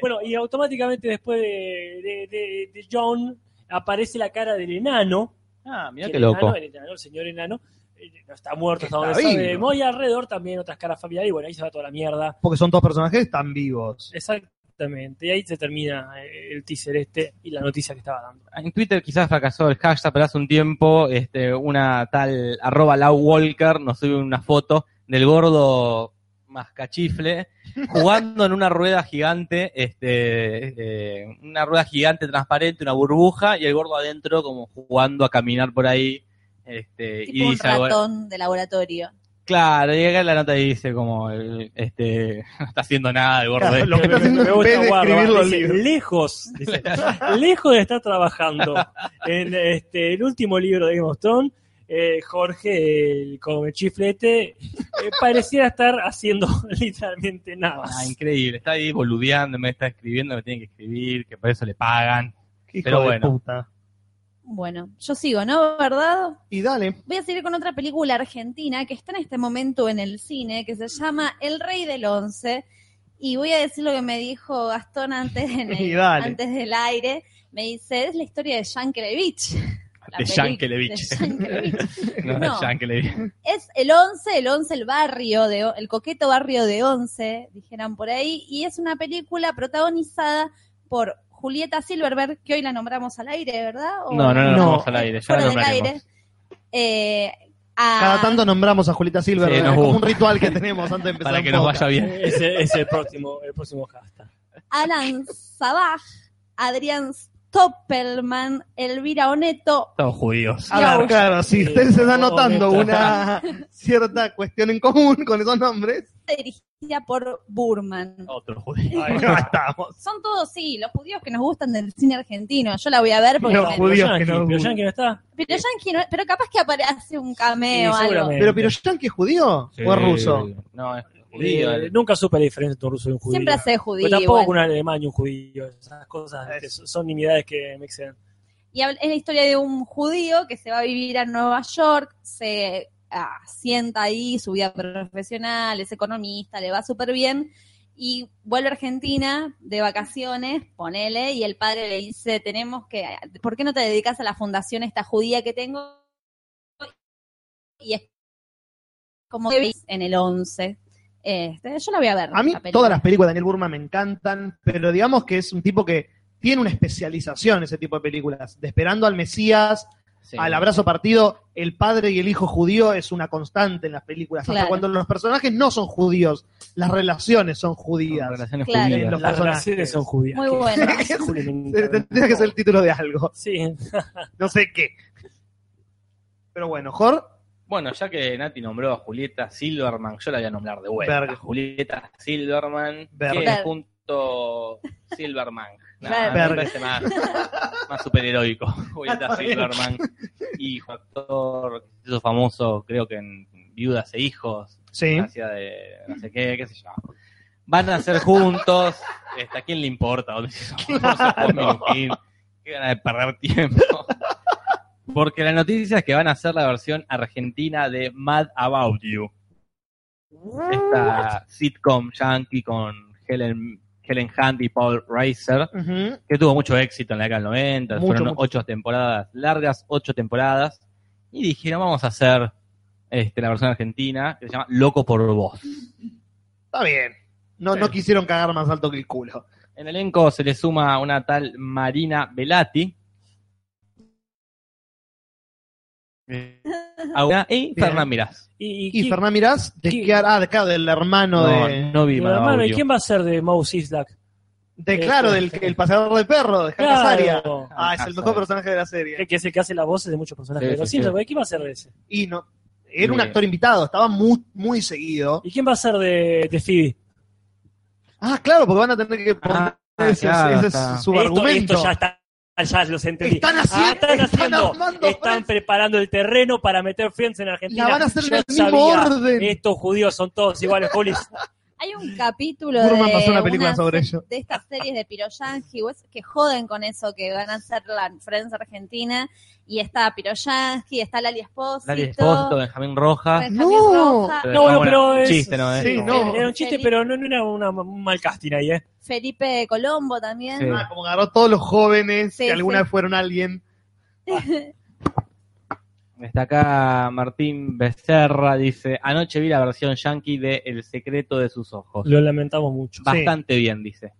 Bueno, y automáticamente después de, de- de- de John aparece la cara del enano. Ah, mira que qué el loco. enano, el enano, el señor enano, eh, no está muerto, está Está donde vivo. sabemos, y alrededor también otras caras familiares, y bueno, ahí se va toda la mierda. Porque son dos personajes que están vivos. Exactamente, y ahí se termina eh, el teaser este y la noticia que estaba dando. En Twitter quizás fracasó el hashtag, pero hace un tiempo este, una tal arroba Lau Walker nos sube una foto del gordo mascachifle jugando en una rueda gigante, este, eh, una rueda gigante transparente, una burbuja, y el gordo adentro como jugando a caminar por ahí. Este, y Tipo un dice algo- ratón de laboratorio. Claro, y acá la nota dice como, el- este, no está haciendo nada el gordo. Claro, este. lo que está haciendo Me en gusta vez de Guardo, escribirlo al dice, libro. lejos, dice, lejos de estar trabajando. En este, el último libro de Game of Thrones, eh, Jorge el, con el chiflete eh, pareciera estar haciendo literalmente nada Ah, más. increíble, está ahí boludeando, me está escribiendo, me tiene que escribir, que por eso le pagan. Hijo Pero de bueno. puta. Bueno, yo sigo, ¿no? ¿Verdad? Y dale. Voy a seguir con otra película argentina que está en este momento en el cine, que se llama El Rey del Once. Y voy a decir lo que me dijo Gastón antes, en el- Y dale. antes del aire. Me dice, es la historia de Yankelevich. La De peli- Yankelevich. de Yankelevich. No, No. Yankelevich. es el Once, el Once, el barrio, de, el coqueto barrio de Once, dijeran por ahí. Y es una película protagonizada por Julieta Silverberg, que hoy la nombramos al aire, ¿verdad? ¿O- Eh, No, no, no, No. vamos al aire, ya fuera lo del nombraremos. aire. Eh, a- Cada tanto nombramos a Julita Silver. Sí, es nos como gusta. un ritual que tenemos antes de empezar. Para el que nos podcast. vaya bien. Ese es el próximo, el próximo hashtag. Alan Sabaj, Adrián Stoppelman, Elvira Oneto. Todos judíos. Ah. A ver, claro, si ustedes se están notando Honesta. una cierta cuestión en común con esos nombres, dirigida por Burman. Oh. Otros judíos. ahí no estamos. Son todos, sí, los judíos que nos gustan del cine argentino. Yo la voy a ver porque... Los me- judíos. Pero que no- Yankee, pero Yankee no está. Pero, Yankee no- pero capaz que aparece un cameo Sí, algo. seguramente. Pero Piroshanki es judío o es ruso. No, es judío. Eh, nunca supe la diferencia entre un ruso y un judío. Siempre hace Pero judío. tampoco igual. un alemán y un judío. Esas cosas este, son- son nimiedades que me exceden. Y habla- es la historia de un judío que se va a vivir a Nueva York, se asienta ahí, su vida profesional, es economista, le va súper bien, y vuelve a Argentina de vacaciones, ponele, y el padre le dice, tenemos que, ¿por qué no te dedicas a la fundación esta judía que tengo? Y es como que veis en el 11. Este, yo la voy a ver. A mí la película. todas las películas de Daniel Burman me encantan, pero digamos que es un tipo que tiene una especialización en ese tipo de películas. De Esperando al Mesías, Este, al abrazo partido, el padre y el hijo judío es una constante en las películas. Hasta Claro. cuando los personajes no son judíos, las relaciones son Con judías. relaciones Claro. judías. Los Las personajes. relaciones son judías. Muy buena. Juli, me Eh, encanta. Tendría que ser el título de algo, Sí, no sé qué. Pero bueno, Jor, Bueno, ya que Nati nombró a Julieta Silverman, yo la voy a nombrar de vuelta. Verga. Julieta Silverman, Verga. que Verga. junto Silverman. Nah, Verga. me parece más, más superheroico. Julieta Está bien. Silverman, hijo, actor, que se hizo famoso, creo que en Viudas e Hijos, sí, hacía de no sé qué, qué sé yo. Van a ser juntos, este, ¿a quién le importa? ¿Dónde se hizo famoso Juan Minujín? Qué gana de perder tiempo. Porque la noticia es que van a hacer la versión argentina de Mad About You. Esta sitcom yankee con Helen, Helen Hunt y Paul Reiser, ujú, que tuvo mucho éxito en la década del 90. Mucho, fueron mucho. ocho temporadas largas, ocho temporadas. Y dijeron, vamos a hacer este, la versión argentina, que se llama Loco por Vos. está bien. No, no quisieron cagar más alto que el culo. En el elenco se le suma una tal Marina Velati. Agustina Bien. y Fernán Mirás. Y, Y qui- Fernán Mirás, de ¿Qué? qué- ah, de acá, del hermano No, de. no vi y bueno, hermano, ¿y Mauro. quién va a ser de Mouse Islack? de claro, del el paseador de perros, de Hanna Azaria. Claro. Ah, es el mejor personaje de la serie. Que es el que hace las voces de muchos personajes. Sí, Pero sí, sí, sí. ¿quién va a ser de ese? Y no. Era un Bien. actor invitado, estaba muy, muy seguido. ¿Y quién va a ser de, de Phoebe? Ah, claro, porque van a tener que poner Ah, ese, claro, ese está. es su esto, argumento. esto ya está. Ya los entendí. Están haciendo- Ah, están, están haciendo- armando están Friends. preparando el terreno para meter Friends en Argentina. La van a hacer Yo en el mismo sabía, orden. Estos judíos son todos iguales, Polis. Hay un capítulo Burman de pasó una película sobre se- ello. de estas series de Piroyansky o es- que joden con eso que van a hacer la Friends Argentina y está Piroyansky, está Lali Espósito, Lali Espósito, Benjamín Rojas. Benjamín No. Rojas, Pues, No, bueno, pero es- Chiste, ¿no? eh? Sí, no. Era un chiste, pero no, no era una- un mal casting ahí, ¿eh? Felipe Colombo también. Sí. Ah, como agarró todos los jóvenes Sí, que alguna sí. vez fueron alguien. Está acá Martín Becerra, dice, anoche vi la versión yankee de El secreto de sus ojos. Lo lamentamos mucho. Bastante bien, dice.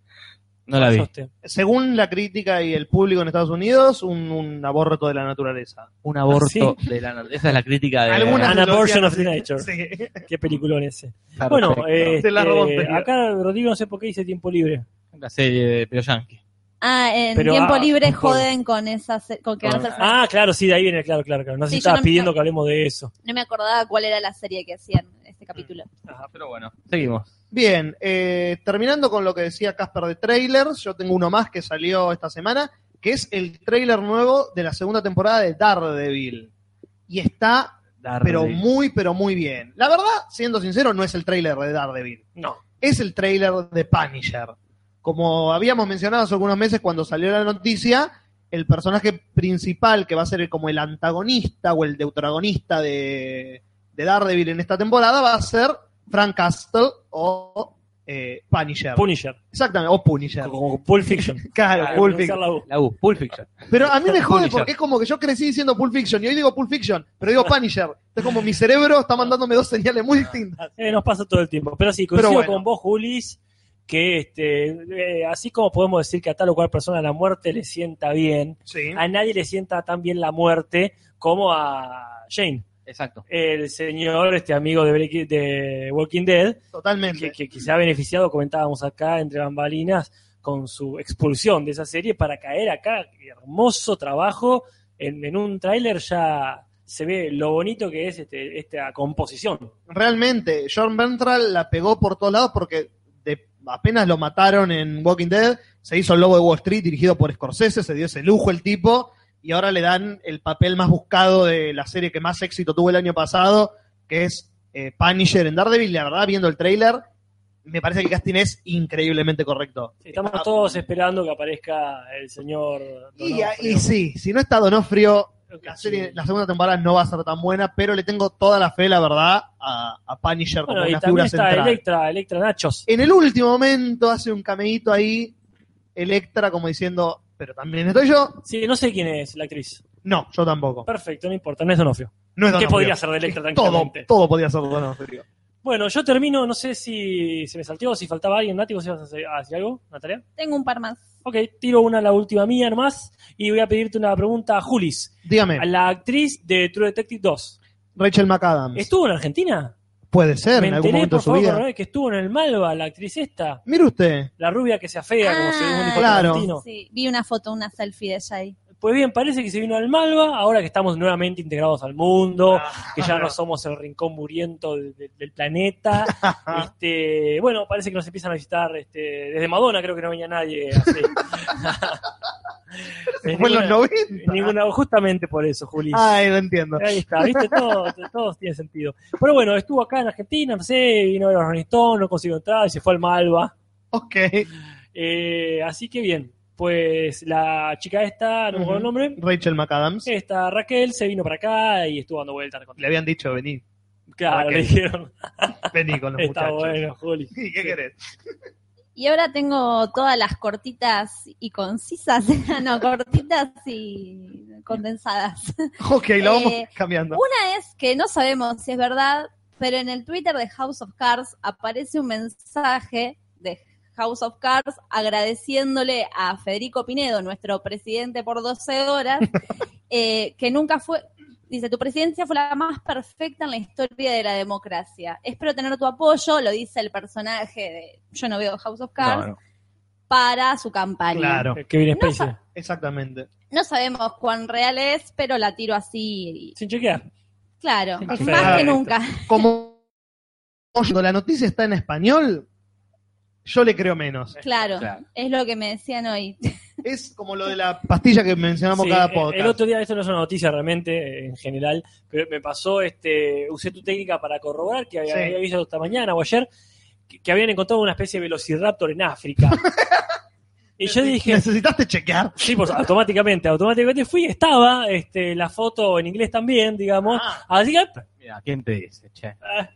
No la vi. Soste. Según la crítica y el público en Estados Unidos, un, un aborto de la naturaleza. Un aborto Ah, de la naturaleza. Esa es la crítica de... Algunas Eh, An lo hacían abortion of así. the nature. Sí. Qué peliculón ese. Perfecto. Bueno, este, Te la robó entera. acá Rodrigo no sé por qué dice tiempo libre. La serie de Pero Yankee. Ah, en Pero, tiempo ah, libre un poco. joden con esas con que van a hacer Friends. Ah, claro, sí, de ahí viene, claro, claro. claro. No sé si Sí, yo estabas no- pidiendo que hablemos de eso. No me acordaba cuál era la serie que hacían este capítulo. Ajá, pero bueno, seguimos. Bien, eh, terminando con lo que decía Casper de trailers, yo tengo uno más que salió esta semana, que es el trailer nuevo de la segunda temporada de Daredevil. Y está, Darle. pero muy, pero muy bien. La verdad, siendo sincero, no es el trailer de Daredevil. No. Es el trailer de Punisher. Como habíamos mencionado hace algunos meses cuando salió la noticia, el personaje principal que va a ser como el antagonista o el deutragonista de, de Daredevil en esta temporada va a ser Frank Castle o eh, Punisher. Punisher. Exactamente, o Punisher. Como Pulp Fiction. Claro, Para Pulp pronunciar Fiction. la U. La U, Pulp Fiction. Pero a mí me jode Punisher. porque es como que yo crecí diciendo Pulp Fiction y hoy digo Pulp Fiction, pero digo Punisher. Es como mi cerebro está mandándome dos señales muy distintas. Eh, nos pasa todo el tiempo. Pero sí, coincido Pero bueno. con vos, Julis, que este, eh, así como podemos decir que a tal o cual persona la muerte le sienta bien, Sí. a nadie le sienta tan bien la muerte como a Jane, Exacto. el señor, este amigo de, Breaking- de Walking Dead, que, Totalmente. que, que se ha beneficiado, comentábamos acá, entre bambalinas, con su expulsión de esa serie para caer acá. Hermoso trabajo. En, en un tráiler ya se ve lo bonito que es este, esta composición. Realmente, John Ventral la pegó por todos lados porque de- apenas lo mataron en Walking Dead, se hizo el Lobo de Wall Street dirigido por Scorsese, se dio ese lujo el tipo y ahora le dan el papel más buscado de la serie que más éxito tuvo el año pasado, que es eh, Punisher en Daredevil. La verdad, viendo el tráiler, me parece que el casting es increíblemente correcto. Estamos Está- todos esperando que aparezca el señor. Ah. Y, Donofrio. y sí, si no está Donofrio, la, serie, la segunda temporada no va a ser tan buena, pero le tengo toda la fe, la verdad, a, a Punisher como Bueno, y una también figura está central. Electra, Electra Nachos. En el último momento hace un cameíto ahí, Electra, como diciendo, pero también estoy yo. Sí, no sé quién es la actriz. No, yo tampoco. Perfecto, no importa, no es Donofrio. No es ¿Qué Donofrio. podría ser de Electra Todo, tranquilamente? todo podría ser Donofrio. Bueno, yo termino, no sé si se me salteó o si faltaba alguien. Nati, ¿vos ibas a hacer, a hacer algo, Natalia? Tengo un par más. Ok, tiro una, la última mía nomás. Y voy a pedirte una pregunta a Julis, a Dígame, la actriz de True Detective 2. Rachel McAdams. ¿Estuvo en Argentina? Puede ser me en algún enteré, momento de por su favor, por vida. primera vez que estuvo en el Malva, la actriz esta. Mire usted, La rubia que se afea, como Ah, según dijo claro. Tarantino. Sí, vi una foto, una selfie de ella ahí. Pues bien, parece que se vino al Malva, ahora que estamos nuevamente integrados al mundo, que Ah. ya no somos el rincón muriento de- de- del planeta. este, bueno, parece que nos empiezan a visitar este, desde Madonna, creo que no venía nadie así. En fue en los ninguna- 90. ninguna- justamente por eso, Juli. Ay, lo entiendo. Ahí está, viste, todo, todo tiene sentido. Pero bueno, estuvo acá en Argentina, no sé, vino a ver a los Rolling Stones, no consiguió entrar, y se fue al Malva. Ok. Eh, así que bien, pues la chica esta, no me acuerdo el Ujú. nombre, Rachel McAdams. esta Raquel se vino para acá y estuvo dando vueltas. Le habían dicho, vení, Claro, Raquel. le dijeron, vení con los está muchachos. bueno, Juli. ¿Y qué querés? Y ahora tengo todas las cortitas y concisas, no, cortitas y condensadas. Ok, lo vamos Eh, cambiando. Una es que no sabemos si es verdad, pero en el Twitter de House of Cards aparece un mensaje de House of Cards agradeciéndole a Federico Pinedo, nuestro presidente por 12 horas, eh, que nunca fue, Dice, tu presidencia fue la más perfecta en la historia de la democracia. Espero tener tu apoyo, lo dice el personaje de Yo no veo House of Cards, No, no. para su campaña. Claro, Kevin No Spacey. exactamente. No sabemos cuán real es, pero la tiro así. Sin chequear. Claro, Perfecto. más que nunca. Como cuando la noticia está en español, yo le creo menos. Claro, Claro. es lo que me decían hoy. Es como lo de la pastilla que mencionamos Sí, cada eh, podcast. El otro día, esto no es una noticia realmente, eh, en general, pero me pasó, este, usé tu técnica para corroborar que había, Sí. había visto esta mañana o ayer que, que habían encontrado una especie de velociraptor en África. y yo dije, Necesitaste chequear. sí, pues automáticamente, automáticamente fui, estaba, este, la foto en inglés también, digamos. Ah. Así que, Mira, ¿quién te dice? Che. ah,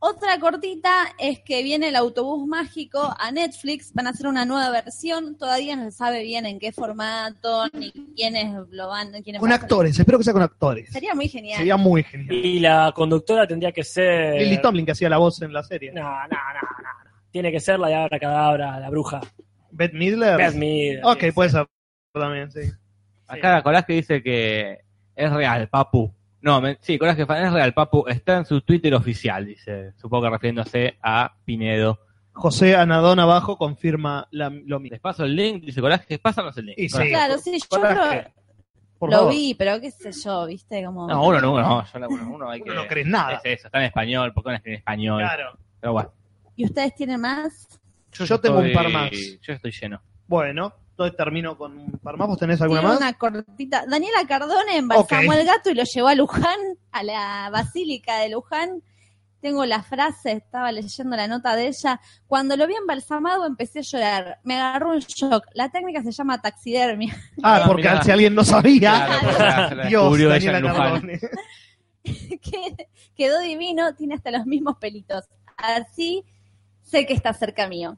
Otra cortita es que viene el autobús mágico a Netflix, van a hacer una nueva versión, todavía no se sabe bien en qué formato, ni quiénes lo van, quiénes Con van a- actores, espero que sea con actores. Sería muy genial. Sería muy genial. y la conductora tendría que ser. Lily Tomlin que hacía la voz en la serie. eh, No, no, no, no, no. Tiene que ser la de Abra Cadabra, la bruja. Beth Midler. Beth Midler. ok, pues, puede ser también, sí. Acá Coraje dice que es real, papu. No, me- sí, Coraje Fan es real, papu. Está en su Twitter oficial, dice. Supongo que refiriéndose a Pinedo. José Anadón abajo confirma la- lo mismo. Les paso el link, dice Coraje, pásanos el link. Y sí. Coraje. claro, sí, yo Coraje, lo, Por lo favor. vi, pero qué sé yo, viste, como... No, uno no, no, yo no, uno, uno hay que... Uno no crees nada. Es eso, está en español, ¿por qué no está en español? Claro. Pero bueno. ¿Y ustedes tienen más? Yo, ya tengo un estoy- par más. Yo estoy lleno. Bueno, entonces termino con un par más. ¿Vos tenés alguna Tiene más? una cortita. Daniela Cardone embalsamó Ok. al gato y lo llevó a Luján, a la Basílica de Luján. Tengo la frase, estaba leyendo la nota de ella. Cuando lo vi embalsamado empecé a llorar. Me agarró un shock. La técnica se llama taxidermia. Ah, Ah, porque mirá. si alguien no sabía. Claro, pues, ya se la Dios, descubrió ella Daniela en Luján. Cardone. que quedó divino, tiene hasta los mismos pelitos. Así sé que está cerca mío.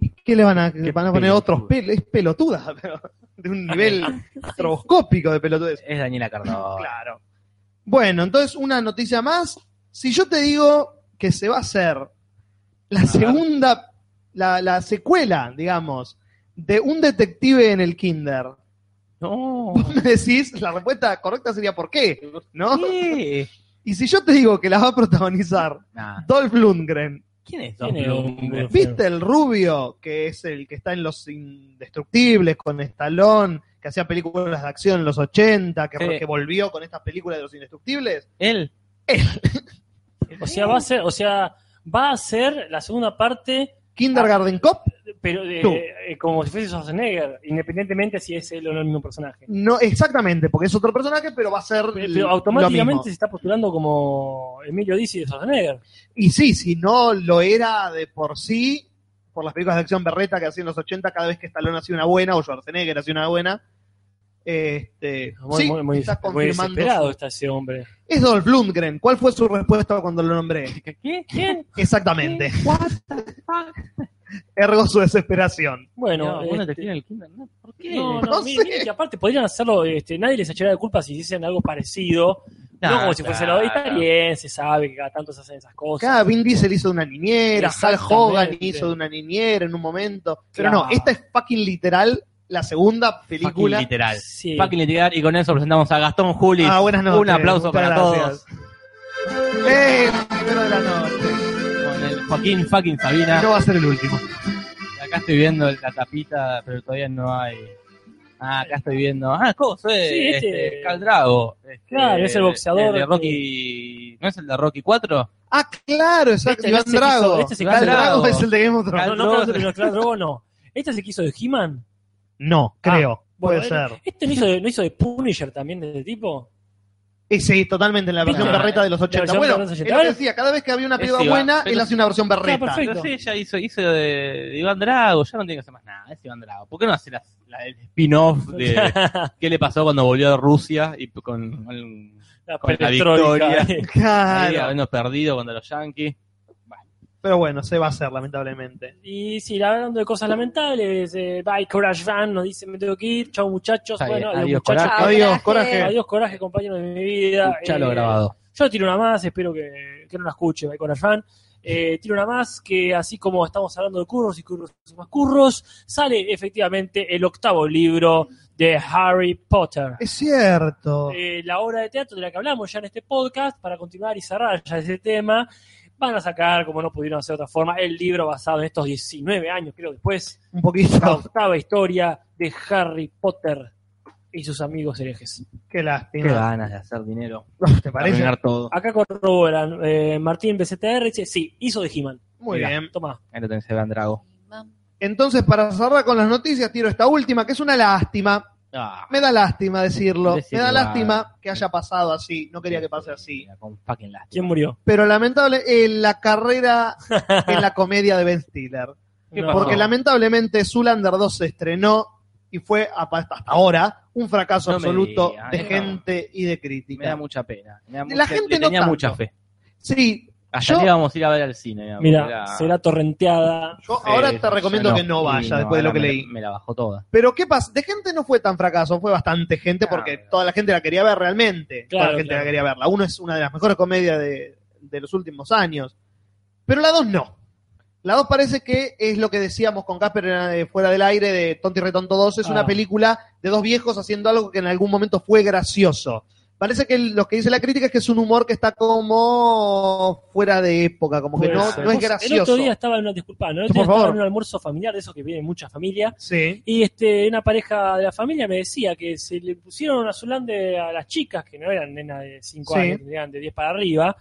¿Y qué le van a, van a poner pelotuda. otros pelos? Es pelotuda, pero de un nivel troscópico de pelotudez. Es Daniela Cardona. Claro. Bueno, entonces una noticia más. Si yo te digo que se va a hacer la segunda, la, la secuela, digamos, de un detective en el kinder, No. vos me decís, la respuesta correcta sería ¿por qué? ¿No? ¿Qué? Y si yo te digo que la va a protagonizar Nah. Dolph Lundgren, ¿Quién es Tiene Don un- Blum? ¿viste el rubio que es el que está en Los Indestructibles con Stallone, que hacía películas de acción en los 80, que, Sí. que volvió con estas películas de Los Indestructibles? Ah. Él. O sea, va a ser, o sea, va a ser la segunda parte, Kindergarten Cop pero de- Tú. eh, como si fuese Schwarzenegger, independientemente si es él o no el mismo personaje. No, exactamente, porque es otro personaje, pero va a ser. Pero, el- pero lo automáticamente mismo. se está postulando como Emilio Dizzy de Schwarzenegger. Y sí, si no lo era de por sí, por las películas de acción berreta que hacían en los 80, cada vez que Stallone hacía una buena o Schwarzenegger hacía una buena. Este, Muy, sí, muy, muy- está muy confirmando. desesperado está ese hombre. Es Dolph Lundgren. ¿Cuál fue su respuesta cuando lo nombré? ¿Qué? ¿Quién? Exactamente. Ergo su desesperación. Bueno, No, uno este, te tiene el kinder, ¿no? ¿Por qué? no, no, No miren- sé. miren que aparte podrían hacerlo, este, nadie les echará la culpa si dicen algo parecido, no como si fuese la está bien, se sabe que cada tanto se hacen esas cosas. Acá Vin Diesel hizo de una niñera, Hal Hogan Exactamente. hizo de una niñera en un momento. Pero Claro. no, esta es fucking literal la segunda Película. película Literal. Sí. Fucking literal. Y con eso presentamos a Gastón Julis. Ah, buenas noches. Un Muchas aplauso para gracias. todos. ¡Eh! Primero de la noche. Con el Joaquín fucking Sabina. Y No va a ser el último. Acá estoy viendo la tapita, pero todavía no hay. Ah, acá estoy viendo. Ah, ¿cómo es? Sí, este- este, Khal Drago. Este, Claro, es el boxeador. el de Rocky. ¿No es el de Rocky 4? Ah, claro, exacto. Este no Iván se quiso- Drago. este se Iván quiso- Drago es el de Game of Ah, Thrones. no, no, claro, no, claro, luego no. ¿Este se quiso de He-Man? Ah, No, creo. Puede Bueno, ser. ¿Este no hizo, de, no hizo de Punisher también de este tipo? Y sí, totalmente, en la versión Ah, berreta de los la 80. versión Bueno, de los él 80. lo decía, cada vez que había una película Ese Iván, buena, pero- él hace una versión Ah, berreta. perfecto. Pero sí, ella hizo, hizo de, de Iván Drago, ya no tiene que hacer más nada, es Iván Drago. ¿Por qué no hace la, la- el spin-off de qué le pasó cuando volvió a Rusia y p- con, con- La Con la perestroika. ahí Claro. habiendo perdido contra los Yankees? Pero bueno, se va a hacer, lamentablemente. Y sí, hablando de cosas lamentables, eh, bye Courage Van nos dice, me tengo que ir, chao muchachos. Está bien, Bueno, adiós, adiós, muchachos. Coraje. Adiós, Coraje. coraje. Adiós, coraje, compañero de mi vida. Ya lo Eh, grabado. Yo tiro una más, espero que, que no la escuche, bye Courage Van. Eh, tiro una más que así como estamos hablando de curros y curros y más curros, sale efectivamente el octavo libro de Harry Potter. Es cierto. Eh, la obra de teatro de la que hablamos ya en este podcast, para continuar y cerrar ya ese tema, van a sacar, como no pudieron hacer de otra forma, el libro basado en estos 19 años, creo después, Un la poquito. octava historia de Harry Potter y sus amigos herejes. Qué Eh, Qué lástima. ganas de hacer dinero. ¿Te parece? Arruinar todo. Acá corroboran eh, Martín BCTR, dice, sí, hizo de He-Man. Muy Mirá. bien. Toma. Ahí lo tenés, Evan Drago. Entonces, para cerrar con las noticias, tiro esta última, que es una lástima. Ah, Me da lástima decirlo. Decilo, Me da ah. lástima que haya pasado así. No quería que pase así. mira, Con fucking lástima. ¿Quién murió? Pero lamentable, eh, la carrera en la comedia de Ben Stiller. ¿Qué No. pasó? Porque lamentablemente Zulander 2 se estrenó y fue a- hasta hasta ahora un fracaso No me absoluto digas, de no. gente y de Me da crítica. mucha pena. Me La da mucha- gente le no tenía tanto. mucha fe. Sí, Hasta Yo- le íbamos a ir a ver al cine. digamos, Mira, era- será torrenteada. yo Sí, ahora te ya recomiendo que no Sí, vaya después de lo ahora que me la- leí. Me la bajó toda. Pero ¿qué pasa? De gente no fue tan fracaso, fue bastante gente Claro. porque toda la gente la quería ver realmente. toda Claro, la gente claro. la quería verla. Uno es una de las mejores comedias de, de los últimos años. Pero la dos no. La dos parece que es lo que decíamos con Casper eh, fuera del aire de Tonto y Retonto 2. Es Ah. una película de dos viejos haciendo algo que en algún momento fue gracioso. Parece que el- lo que dice la crítica es que es un humor que está como fuera de época, como que Puede no, ser. no es Vos, El gracioso. otro día estaba en una, disculpa, ¿no? El Sí, otro día por estaba favor. en un almuerzo familiar, de esos que vienen mucha familia, Sí. y este, una pareja de la familia me decía que se le pusieron a Zulande a las chicas, que no eran nenas de 5 Sí. años, tendrían de 10 para arriba,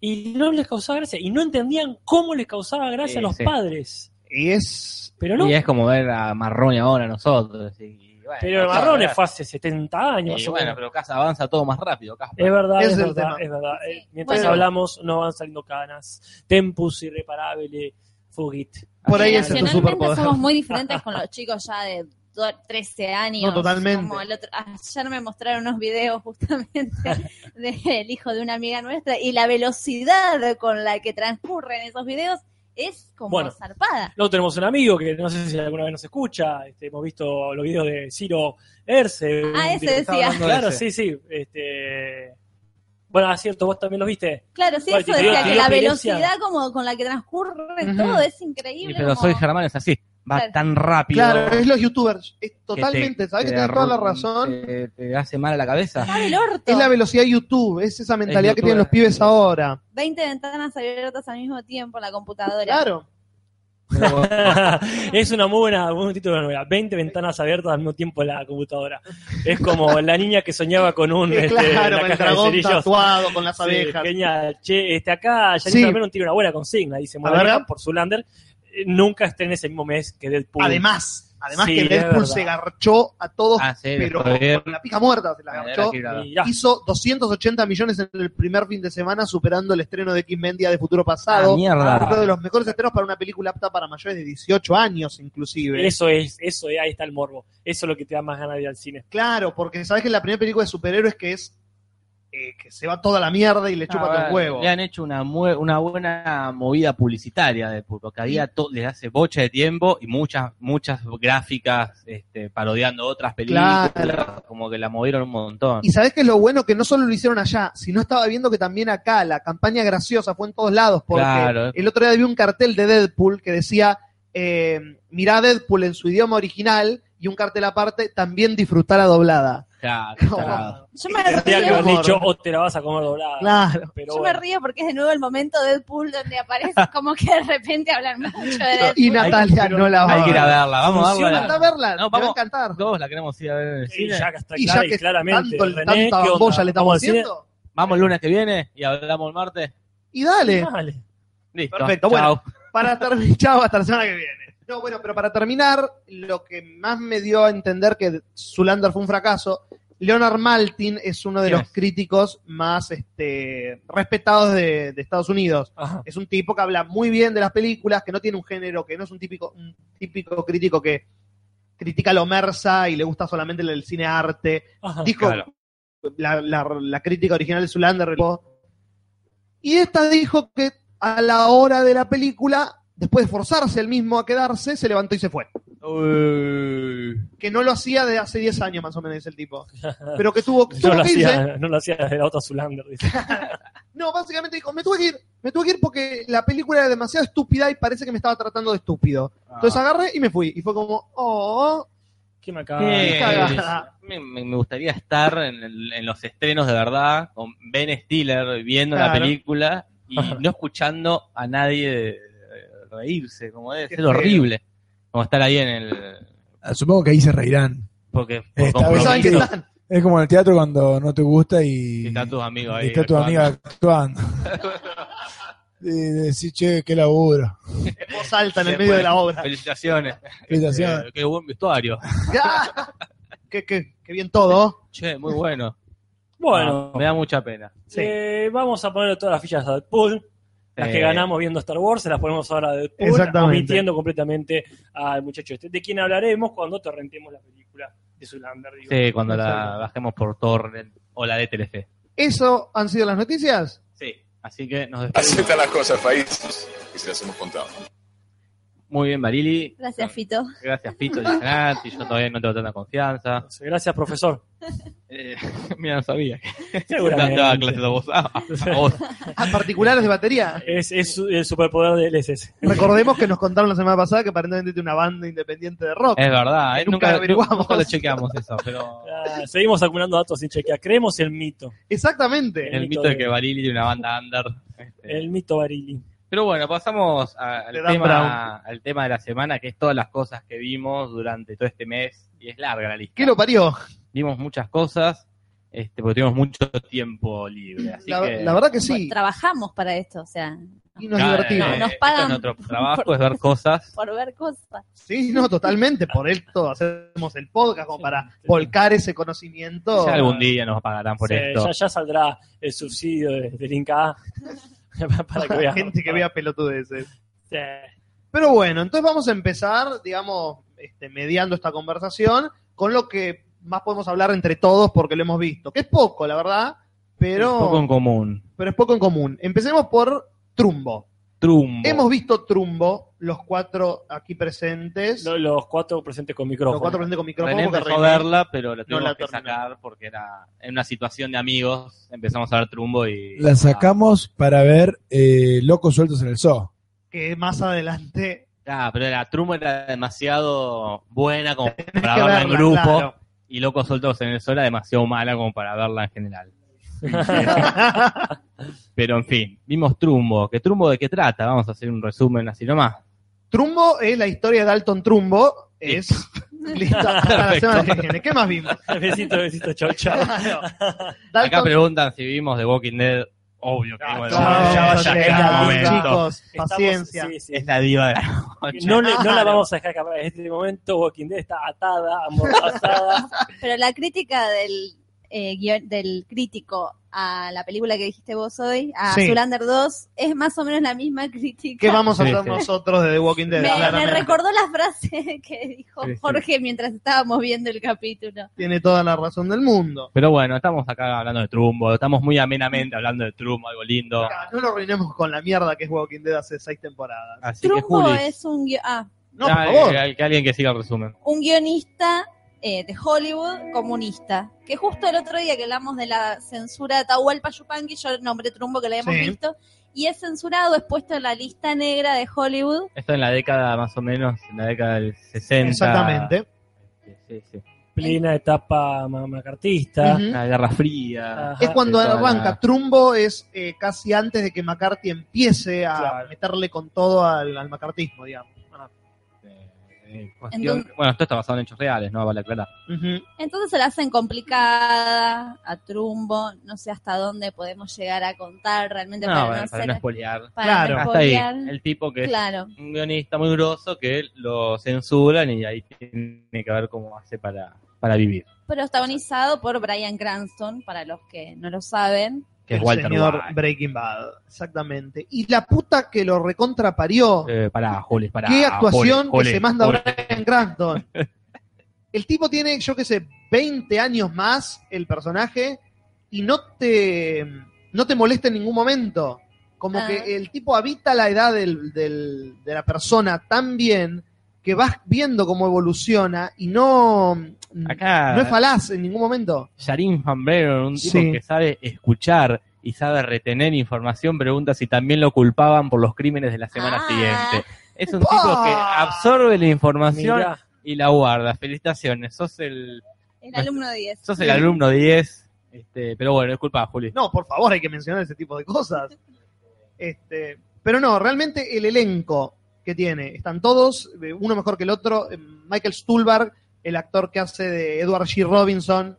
y no les causaba gracia, y no entendían cómo les causaba gracia Sí, a los sí. padres. Y es Pero no, Y es como ver a Marrone ahora nosotros. y- y bueno, pero el pasó, Marrones ¿verdad? fue hace 70 años. más Y o bueno, menos. pero Casa avanza todo más rápido. Cas. Es verdad, Ese es es, el verdad, tema. es verdad. Sí. Eh, Mientras Bueno. hablamos, no van saliendo canas. Tempus irreparable, fugit. Por ahí es tu Generacionalmente superpoder. somos muy diferentes con los chicos ya de do- 13 años. No, totalmente. Como el otro- ayer me mostraron unos videos justamente del hijo de una amiga nuestra y la velocidad con la que transcurren esos videos es como Bueno. zarpada. Luego tenemos un amigo que no sé si alguna vez nos escucha. Este, hemos visto los videos de Ciro Erce. un Ah, ese director- decía. Claro, sí, sí. Este... Bueno, es cierto, vos también los viste. Claro, sí, Bueno, eso te dio- decía te que dio la epilepsia. velocidad como con la que transcurre Ujú. todo es Y increíble. pero como- soy Germán, es así. Va Claro. tan rápido. Claro, es que los youtubers. Es te- totalmente, sabes que te tienes toda la arru- razón. Te, te hace mal a la cabeza. Sabe el orto. Es la velocidad de YouTube, es esa mentalidad que YouTube, tienen los eh. pibes ahora. 20 ventanas abiertas al mismo tiempo en la computadora. Claro. Pero- es una muy buena, muy buen título de novela. 20 ventanas abiertas al mismo tiempo en la computadora. Es como la niña que soñaba con un. Eh, este, claro, la con el caja de dragón cerillos. tatuado, con las Sí, abejas. genial. Che, este, acá Janine Sí. Romero tiene una buena consigna, dice A ver, Moraleja ¿eh? por Zulander. eh, Nunca estrenes el mismo mes que Deadpool. además, además Sí, que es Deadpool verdad. se garchó a todos, Ah, sí, pero joder. con la pija muerta se la Era garchó. equilibrado. Mirá, Hizo 280 millones en el primer fin de semana, superando el estreno de X-Men Día de Futuro Pasado. Ah, mierda. uno de los mejores estrenos para una película apta para mayores de 18 años, inclusive. eso es, eso es, ahí está el morbo. Eso es lo que te da más ganas de ir al cine. Claro, porque sabes que la primera película de superhéroes que es eh, que se va toda la mierda y le chupa todo Ah, el huevo. Le han hecho una, mue- una buena movida publicitaria de Deadpool, porque había to- desde hace bocha de tiempo y muchas muchas gráficas este, parodiando otras películas, Claro. como que la movieron un montón. Y sabes que es lo bueno que no solo lo hicieron allá, sino estaba viendo que también acá la campaña graciosa fue en todos lados, porque Claro. el otro día vi un cartel de Deadpool que decía, eh, mirá Deadpool en su idioma original y un cartel aparte, también disfrutar a doblada. Claro, Como- tarado. Yo me Tendría que río haber Morbo. dicho, o te la vas a comer doblada. Claro. Pero Yo me bueno. río porque es de nuevo el momento de Deadpool donde aparece como que de repente hablan mucho de Deadpool. Y Natalia pero no la va Hay a que ir a ver. verla, vamos a Funciona. Anda verla. a verla, No, te vamos. va a encantar. Todos la queremos ir a ver en el Y cine. ya que está Y clara ya y que claramente. tanto, René, tanta ¿qué onda? bamboya le estamos ¿Vamos al cine? haciendo. Vamos el lunes que viene y hablamos el martes. Y dale. Dale. Listo. Perfecto, bueno. para terminar, chao, hasta la semana que viene. No, bueno, pero para terminar, lo que más me dio a entender que Zulander fue un fracaso, Leonard Maltin es uno de ¿Quién los críticos más este, respetados de, de Estados Unidos. Ajá. Es un tipo que habla muy bien de las películas, que no tiene un género, que no es un típico, un típico crítico que critica lo mersa y le gusta solamente el, el cine arte. Ajá. Dijo Ah, claro. la, la- la crítica original de Zulander. Y esta dijo que a la hora de la película, después de forzarse el mismo a quedarse, se levantó y se fue. Uy. Que no lo hacía desde hace 10 años más o menos el tipo. Pero que tuvo, No tuvo lo, que irse. hacía, no lo hacía de la otra Zulander. dice. No, básicamente dijo, me tuve que ir, Me tuve que ir porque la película era demasiado estúpida y parece que me estaba tratando de estúpido. Ah. Entonces agarré y me fui. Y fue como, oh, ¿Qué me Eh, cagada. me, me- me gustaría estar en, el- en los estrenos de verdad, con Ben Stiller viendo la Claro. película y no escuchando a nadie eh, reírse, como debe Qué ser feo. horrible. Como estar ahí en el. Ah, Supongo que ahí se reirán. Porque por Esta no vez saben que compromiso, Pero- están. Es como en el teatro cuando no te gusta y, está tu amigo y ahí. está tu amiga actuando. y decir, che, qué laburo. Vos salta en el Se medio fue. de la obra. Felicitaciones. Qué situación. Eh, qué buen vestuario. ¡Ah! qué, qué- qué bien todo. Che, muy bueno. Bueno, Ah, me da mucha pena. eh, vamos a poner todas las fichas a Deadpool. Las que Eh, ganamos viendo Star Wars se las ponemos ahora a Deadpool, Exactamente. omitiendo completamente al muchacho este, de quien hablaremos cuando torrentemos la película de Zulander. Digo. Sí, cuando la bajemos por Torrent o la de Telefe. ¿Eso han sido las noticias? Sí. Así que nos Así despedimos. están las cosas, países, y se las hemos contado. Muy bien, Barili. Gracias, Fito. Gracias, Pito y Zanatti. Yo todavía no tengo tanta confianza. Gracias, profesor. Eh, mira, no sabía. que Seguramente. Daba clases a vos. Ah, a vos. ¿A ah, particulares de batería? Es, es su- el superpoder del SS. Recordemos que nos contaron la semana pasada que aparentemente tiene una banda independiente de rock. Es verdad. eh, Nunca Nunca, averiguamos. nunca lo chequeamos eso, pero Ah, seguimos acumulando datos sin chequear. Creemos el mito. Exactamente. el mito de que Barili tiene una banda under. este, El mito Barili. Pero bueno, pasamos a- De al, Dan tema, al tema de la semana, que es todas las cosas que vimos durante todo este mes. Y es larga la lista. ¿Qué lo parió? Vimos muchas cosas, este, porque tuvimos mucho tiempo libre. Así La, que, la verdad que sí. Trabajamos para esto, o sea, Y nos nada, divertimos. eh, No, nos esto pagan. es nuestro trabajo es ver cosas. por ver cosas. Sí, no, totalmente. Por esto hacemos el podcast como para volcar ese conocimiento. Ya algún día nos pagarán por Sí, esto. Ya, ya saldrá el subsidio de- del Inca para que a la vean. gente que vea pelotudeces. Sí. Pero bueno, entonces vamos a empezar, digamos, este, mediando esta conversación con lo que más podemos hablar entre todos porque lo hemos visto. Que es poco, la verdad, pero Un poco en común. pero es poco en común. Empecemos por Trumbo. Trumbo. Hemos visto Trumbo, los cuatro aquí presentes. Lo- Los cuatro presentes con los micrófono. cuatro presentes con micrófono. René porque empezó a René- verla, pero la tuvimos la que terminó. sacar porque era en una situación de amigos. Empezamos a ver Trumbo y. La sacamos para ver eh, Locos Sueltos en el Zoo. que más adelante Ah, pero la Trumbo era demasiado buena como para que verla en verla, grupo. claro. Y Locos Soltos en el Sol era demasiado mala como para verla en general. pero en fin, vimos Trumbo. ¿Qué Trumbo de qué trata? Vamos a hacer un resumen así nomás. Trumbo es la historia de Dalton Trumbo. Es listo hasta la Perfecto. semana que viene. ¿Qué más vimos? besito, besito, chau, chau. Claro. Acá Dalton- preguntan si vimos The Walking Dead. Obvio que Ah, vimos The Claro, Walking Dead. ya vamos a va a llegar, llegar el momento. chicos, Estamos- paciencia. sí, sí. Es la diva de la noche. No, le- no la Claro. vamos a dejar escapar. En este momento Walking Dead está atada, amordazada. Pero la crítica del eh, guion- del crítico a la película que dijiste vos hoy, a Sí. Zulander 2, es más o menos la misma crítica. ¿Qué vamos a Sí, hacer sí. nosotros de The Walking me, Dead? me Claramente. recordó la frase que dijo Sí, sí. Jorge mientras estábamos viendo el capítulo. Tiene toda la razón del mundo. Pero bueno, estamos acá hablando de Trumbo. Estamos muy amenamente hablando de Trumbo, algo lindo. Ah, No lo arruinemos con la mierda que es Walking Dead hace seis temporadas. Así que Trumbo Juli. es un, guio- ah, No, por ah, favor. eh, que alguien que siga el resumen. un guionista eh, de Hollywood comunista, que justo el otro día que hablamos de la censura de Atahualpa Yupanqui, yo nombré Trumbo que la habíamos Sí. visto, y es censurado, es puesto en la lista negra de Hollywood. Esto en la década más o menos, en la década del 60. Exactamente. Sí, sí. Plena etapa ma- macartista. Ujú. La Guerra Fría. Ah. Ajá. Es cuando Toda la- arranca. Trumbo es eh, casi antes de que McCarthy empiece a Claro. meterle con todo al, al McCarthyismo, digamos. eh, eh, cuestión- Entonces- bueno, esto está basado en hechos reales, ¿no? Vale aclarar. Ujú. Entonces se la hacen complicada a Trumbo, no sé hasta dónde podemos llegar a contar realmente No, para, bueno, no para hacer- no spoilear. para Claro. no Hasta ahí, spoilear. el tipo que Claro. es un guionista muy grosso que lo censuran y ahí tiene que ver cómo hace para, para vivir. Protagonizado por Brian Cranston, para los que no lo saben. Que es El Walter señor White. Breaking Bad. Exactamente. Y la puta que lo recontra parió. Eh, pará, Juli, pará. Qué actuación Juli, Juli, que se manda Juli. Brian Cranston. El tipo tiene, yo qué sé, 20 años más el personaje y no te, no te molesta en ningún momento. Como Ah. que el tipo habita la edad del- del- de la persona tan bien que vas viendo cómo evoluciona y no, no Acá, es falaz en ningún momento. Yarin Van Breren, un tipo Sí. que sabe escuchar y sabe retener información, pregunta si también lo culpaban por los crímenes de la semana Ah. siguiente. Es un tipo que absorbe la información Mirá. y la guarda. Felicitaciones, sos el, El alumno 10. sos el alumno 10. Este, pero bueno, disculpa, Juli. No, por favor, hay que mencionar ese tipo de cosas. Este, pero no, realmente el elenco que tiene, están todos, eh, uno mejor que el otro. eh, Michael Stuhlbarg, el actor que hace de Edward G. Robinson,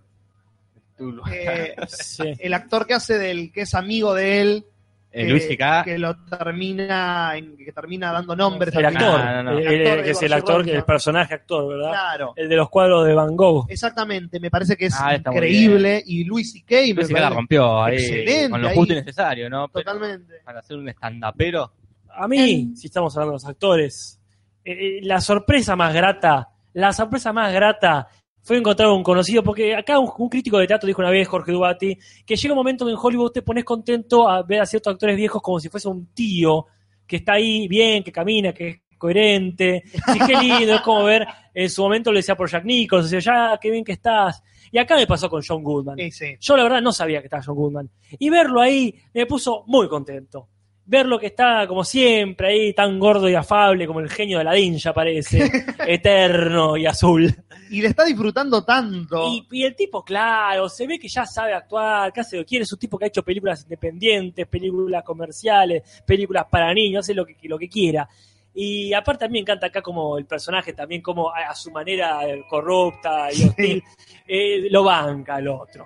eh, Sí. el actor que hace del que es amigo de él, Eh, que- Luis Sica, que lo termina, en- que termina dando nombres. El al final. actor, No, no, no. el- el- Actor que es Edward el actor, Robinson. el personaje actor, ¿verdad? Claro. El de los cuadros de Van Gogh. Exactamente, me parece que es Ah, está muy increíble. Y Luis C.K. me Luis Sica la parece- rompió ahí, excelente, con lo justo y ahí. necesario, ¿no? Pero Totalmente. para ser un estandapero, A mí, si estamos hablando de los actores, eh, eh, la sorpresa más grata, la sorpresa más grata fue encontrar un conocido, porque acá un, un crítico de teatro dijo una vez, Jorge Dubati, que llega un momento en que en Hollywood te pones contento a ver a ciertos actores viejos como si fuese un tío que está ahí bien, que camina, que es coherente. Sí, qué lindo, es como ver, en su momento lo decía por Jack Nicholson, decía, ya, qué bien que estás. Y acá me pasó con John Goodman. Eh, sí. Yo la verdad no sabía que estaba John Goodman. Y verlo ahí me puso muy contento. Verlo que está como siempre ahí, tan gordo y afable, como el genio de la ya parece, eterno y azul. Y le está disfrutando tanto. Y, y el tipo, claro, se ve que ya sabe actuar, que hace lo que quiere, es un tipo que ha hecho películas independientes, películas comerciales, películas para niños, hace lo que, lo que quiera. Y aparte a mí me encanta acá como el personaje también, como a, a su manera eh, corrupta y hostil, eh, lo banca al otro.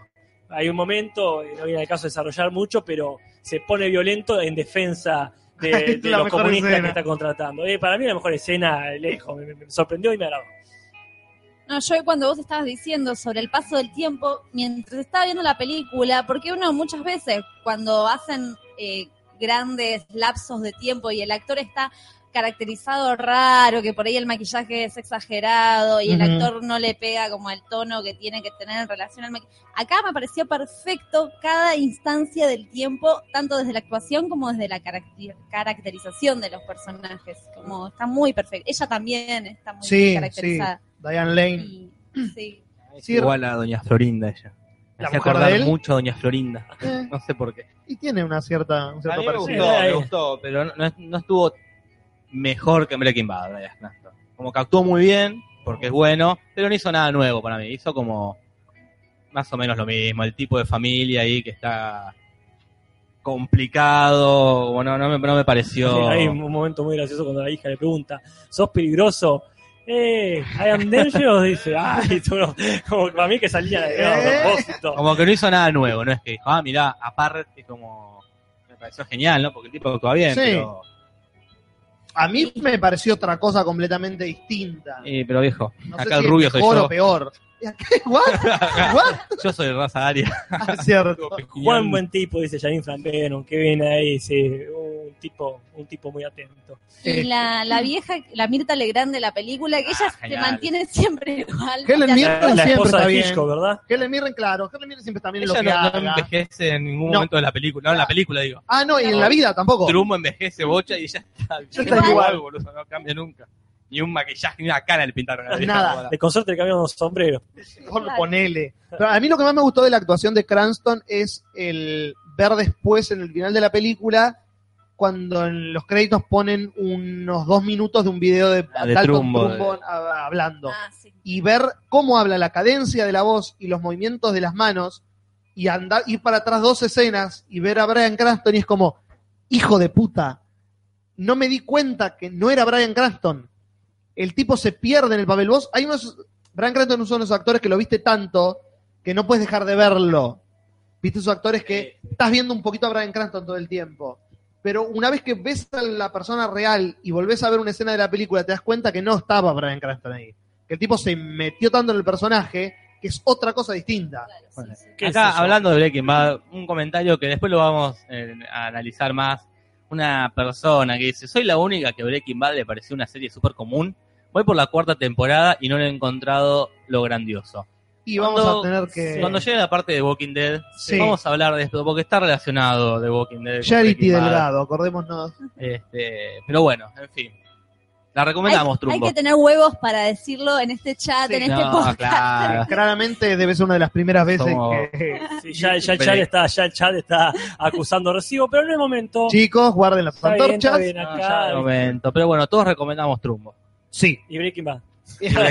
Hay un momento, eh, no viene al caso de desarrollar mucho, pero se pone violento en defensa de, de La los mejor comunistas escena. que está contratando. Eh, para mí la mejor escena, eh, lejos, me, me- me sorprendió y me agradó. No, yo cuando vos estabas diciendo sobre el paso del tiempo, mientras estaba viendo la película, porque uno muchas veces cuando hacen eh, grandes lapsos de tiempo y el actor está caracterizado raro, que por ahí el maquillaje es exagerado y el Ujú. actor no le pega como el tono que tiene que tener en relación al maquillaje. Acá me pareció perfecto cada instancia del tiempo, tanto desde la actuación como desde la caracter- caracterización de los personajes. Como está muy perfecto. Ella también está muy Sí, bien caracterizada. sí. Diane Lane. Y- sí. es Sí, igual a Doña Florinda ella. Me ¿La hacía mujer de acordar él? mucho a Doña Florinda. Eh, No sé por qué. y tiene una cierta, un A cierto mí me gustó, parecido. me gustó, pero no, no- no estuvo mejor que en Breaking Bad, Brian Cranston. Como que actuó muy bien, porque es bueno, pero no hizo nada nuevo para mí. Hizo como más o menos lo mismo, el tipo de familia ahí que está complicado, como no, no, me, no me pareció... Hay un momento muy gracioso cuando la hija le pregunta, ¿sos peligroso? Eh, I am dangerous, dice, ay, tú no- como que para mí que salía de Eh. a propósito. Como que no hizo nada nuevo, no es que dijo, ah, mirá, aparte como... Me pareció genial, ¿no? Porque el tipo actuó bien, Sí. pero... A mí me pareció otra cosa completamente distinta. eh, pero viejo, No sé acá el si es rubio soy mejor o yo. peor. ¿Y acá- ¿What? ¿What? Yo soy de raza aria. Ah, es cierto. Juan buen tipo, dice Janine Frambenon, que viene ahí, sí, un tipo, un tipo muy atento. Y Eh, la, la vieja, la Mirta Legrand de la película, que ella se Ah, genial. mantiene siempre igual. Mirta Helen Mirren La, la siempre esposa está de bien. Hitchcock, ¿verdad? Helen Mirren, claro. Helen Mirren siempre está bien en lo Ella que no, no haga. envejece en ningún No. momento de la película. No, en la película digo. Ah, no, y en la vida tampoco. Trumo envejece bocha y ella está, está igual. igual, boludo. No cambia nunca. Ni un maquillaje, ni una cara le pintaron a la vieja, Nada. boludo. De consorte le cambiaron los sombreros. Por- Ponele. Pero a mí lo que más me gustó de la actuación de Cranston es el ver después en el final de la película cuando en los créditos ponen unos dos minutos de un video de, Ah, de Dalton Trumbo, Trumbo ah, hablando. Ah, sí. y ver cómo habla la cadencia de la voz y los movimientos de las manos y andar, ir para atrás dos escenas y ver a Brian Cranston y es como, hijo de puta, no me di cuenta que no era Brian Cranston. El tipo se pierde en el papel. Vos, hay unos, Brian Cranston es uno de esos actores que lo viste tanto que no puedes dejar de verlo. Viste esos actores que estás viendo un poquito a Brian Cranston todo el tiempo. Pero una vez que ves a la persona real y volvés a ver una escena de la película, te das cuenta que no estaba Brian Cranston ahí que el tipo se metió tanto en el personaje que es otra cosa distinta. Claro, sí, Bueno. sí. ¿Qué es Acá, eso? hablando de Breaking Bad, un comentario que después lo vamos eh, a analizar más. Una persona que dice, soy la única que Breaking Bad le pareció una serie súper común. Voy por la cuarta temporada y no le he encontrado lo grandioso. Y vamos Cuando- a tener que. Cuando llegue la parte de Walking Dead, Sí. vamos a hablar de esto, porque está relacionado de Walking Dead. con Charity Breaking Bad. Delgado, acordémonos. Este, pero bueno, en fin. La recomendamos, hay, hay Trumbo. que tener huevos para decirlo en este chat, Sí. en este No, podcast. claro. Claramente debe ser una de las primeras veces Somos- que... Sí, ya, ya el chat está, ya el chat está acusando recibo, pero en el momento. Chicos, guarden las está bien, está antorchas. bien, No, acá, Ah, ya de momento. Pero bueno, todos recomendamos Trumbo. Sí. Y Breaking Bad.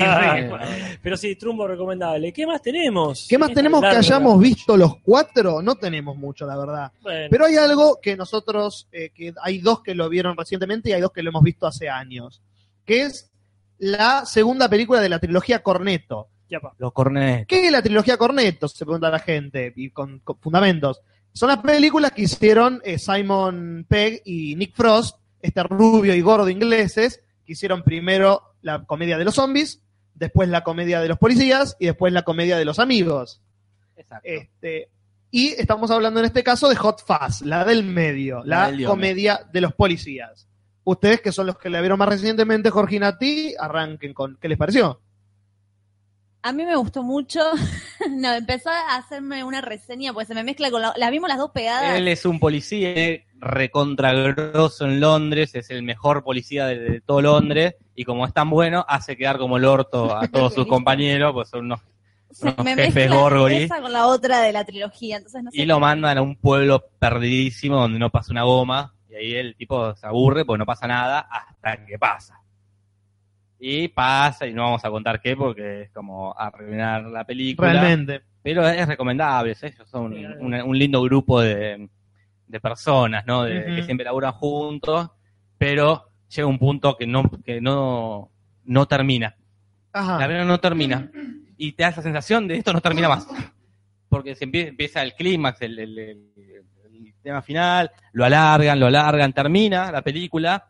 Eh, Pero sí, Trumbo recomendable. ¿Qué más tenemos? ¿Qué más tenemos que Larga. hayamos visto los cuatro? No tenemos mucho, la verdad. Bueno, Pero hay algo que nosotros, eh, que hay dos que lo vieron recientemente y hay dos que lo hemos visto hace años, que es la segunda película de la trilogía Cornetto. ya pa. Los cornetos. ¿Qué es la trilogía Cornetto? Se pregunta la gente, y con, con fundamentos. Son las películas que hicieron eh, Simon Pegg y Nick Frost, este rubio y gordo ingleses, que hicieron primero la comedia de los zombies, después la comedia de los policías y después la comedia de los amigos. Exacto. Este, y estamos hablando en este caso de Hot Fuzz, la del medio, La la, del diome. comedia de los policías. Ustedes que son los que la vieron más recientemente, Jorgina, a ti, arranquen con qué les pareció. A mí me gustó mucho. no, empezó a hacerme una reseña, pues se me mezcla con la, las vimos las dos pegadas. Él es un policía eh, recontragroso en Londres, es el mejor policía de, de todo Londres, y como es tan bueno, hace quedar como el orto a todos sus compañeros, pues son unos- se unos me jefes mezcla gorgori. esa con la otra de la trilogía, entonces no sé. y lo mandan a un pueblo perdidísimo donde no pasa una goma, y ahí el tipo se aburre porque no pasa nada hasta que pasa. Y pasa, y no vamos a contar qué porque es como arruinar la película. Realmente. Pero es recomendable, ¿sí? ellos son Sí, claro. un, un lindo grupo de, de personas, ¿no? De, Ujú. Que siempre laburan juntos, pero llega un punto que no, que no, no termina. Ajá. La verdad no termina. Y te da esa sensación de esto no termina más. Porque se empie- empieza el clímax, el, el- el- el tema final, lo alargan, lo alargan, termina la película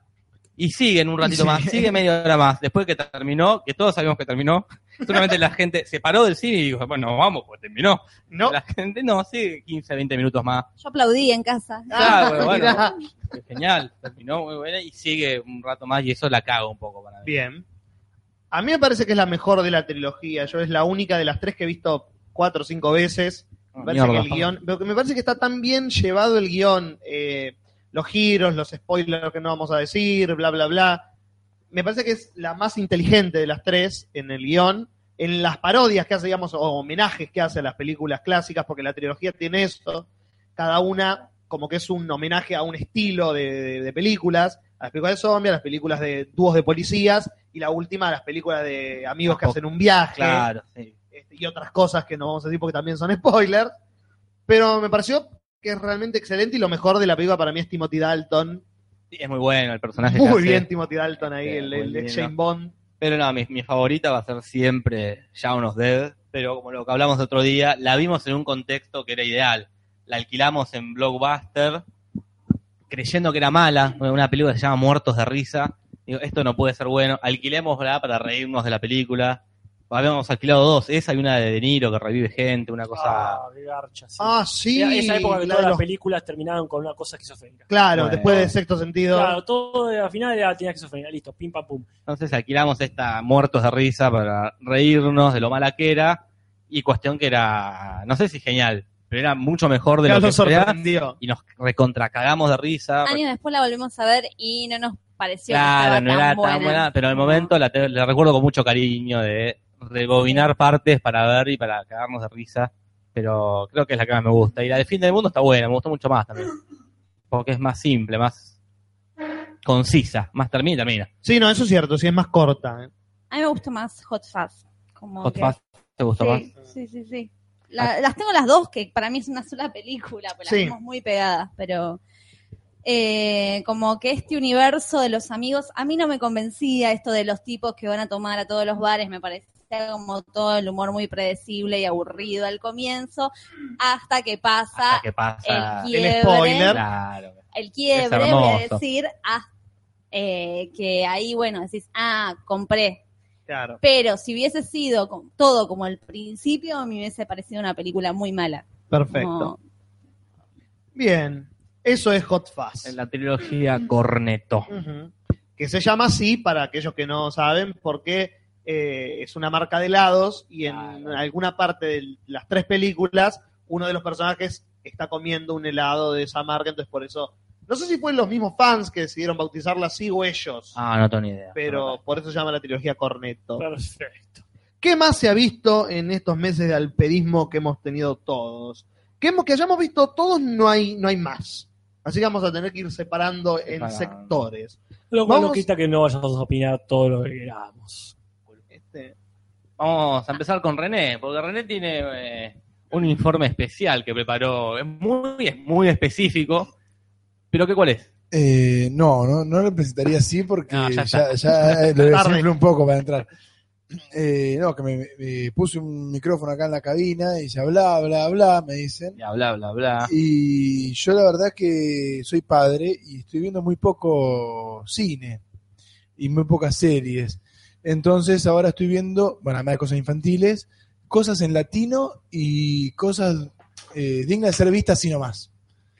y siguen un ratito Sí. más, sigue media hora más. Después que terminó, que todos sabíamos que terminó, solamente la gente se paró del cine y dijo, bueno, vamos, pues terminó. No. La gente no, sigue 15, 20 minutos más. Yo aplaudí en casa. Ah, bueno, Mirá. bueno, genial, terminó muy buena y sigue un rato más y eso la caga un poco para mí. Bien. A mí me parece que es la mejor de la trilogía. Yo es la única de las tres que he visto cuatro o cinco veces. Me parece que Mierda. el guión, pero que me parece que está tan bien llevado el guión, eh, los giros, los spoilers que no vamos a decir, bla, bla, bla. Me parece que es la más inteligente de las tres en el guión, en las parodias que hace, digamos, o homenajes que hace a las películas clásicas, porque la trilogía tiene eso, cada una como que es un homenaje a un estilo de, de- de películas, a las películas de zombies, a las películas de dúos de policías, y la última a las películas de amigos que Tampoco. hacen un viaje Claro, sí. este, y otras cosas que no vamos a decir porque también son spoilers. Pero me pareció que es realmente excelente y lo mejor de la película para mí es Timothy Dalton. Sí, es muy bueno el personaje. que Muy hace. bien Timothy Dalton ahí, Este, el, muy el de bien, James ¿no? Bond. Pero no, mi, mi favorita va a ser siempre Shaun of Dead. Pero como lo que hablamos el otro día, la vimos en un contexto que era ideal. La alquilamos en Blockbuster, creyendo que era mala. Una película que se llama Muertos de Risa. Digo, esto no puede ser bueno. Alquilémosla para reírnos de la película. Habíamos alquilado dos. Esa y una de De Niro que revive gente, una cosa. Ah, qué garcha, sí. Ah, sí. Era esa época la que todas de las los- películas terminaban con una cosa esquizofrénica. Claro, Bueno. después de Sexto Sentido. Claro, todo al final era, tenía esquizofrenia, listo, pim pam pum. Entonces alquilamos esta Muertos de Risa para reírnos de lo mala que era. Y cuestión que era, no sé si genial, pero era mucho mejor de lo Carlos que esperaba. sorprendió. y nos recontracagamos de risa. Años después la volvimos a ver y no nos pareció Claro, que Ah, estaba no era tan buena, pero en el momento la, te- la recuerdo con mucho cariño de rebobinar partes para ver y para cagarnos de risa. Pero creo que es la que más me gusta. Y la de Fin del Mundo está buena, me gustó mucho más también. Porque es más simple, más concisa, más termina y termina. Sí, no, eso es cierto, sí, es más corta. ¿eh? A mí me gustó más Hot Fuzz. Como Hot que- Fuzz, Ah. ¿Te gustó más? sí, sí, sí, sí. La- las tengo las dos, que para mí es una sola película, pero las Sí. vimos muy pegadas, pero eh, como que este universo de los amigos, a mí no me convencía esto de los tipos que van a tomar a todos los bares, me parecía como todo el humor muy predecible y aburrido al comienzo, hasta que pasa Hasta que pasa. el el quiebre, spoiler. Claro. el quiebre, Es hermoso. voy a decir, ah, eh, que ahí, bueno, decís, ah, compré, Claro. pero si hubiese sido con- todo como el principio, me hubiese parecido una película muy mala. Perfecto. Como- Bien, eso es Hot Fuzz. En la trilogía Corneto. Ujú. que se llama así para aquellos que no saben, porque eh, es una marca de helados y en Claro. alguna parte de las tres películas uno de los personajes está comiendo un helado de esa marca, entonces por eso No sé si fueron los mismos fans que decidieron bautizarla así o ellos, Ah, no tengo ni idea. pero por eso se llama la trilogía Cornetto. Perfecto. ¿Qué más se ha visto en estos meses de alperismo que hemos tenido todos? Que, hemos, que hayamos visto todos no hay, no hay más. Así que vamos a tener que ir separando en Separando. sectores. Lo cual no Vamos- quita que no vayamos a opinar todo lo que queramos. Este, Vamos a empezar con René, porque René tiene eh, un informe especial que preparó. Es muy, es muy específico. ¿Pero qué cuál es? Eh, no, no, no lo presentaría así porque No, ya ya, está. ya, eh, lo Tarde. desinflé un poco para entrar. Eh, no, que me, me puse un micrófono acá en la cabina y ya bla, bla, bla, me dicen. Ya, bla, bla, bla. Y yo la verdad que soy padre y estoy viendo muy poco cine y muy pocas series. Entonces ahora estoy viendo, bueno, además de cosas infantiles, cosas en latino y cosas eh, dignas de ser vistas así nomás.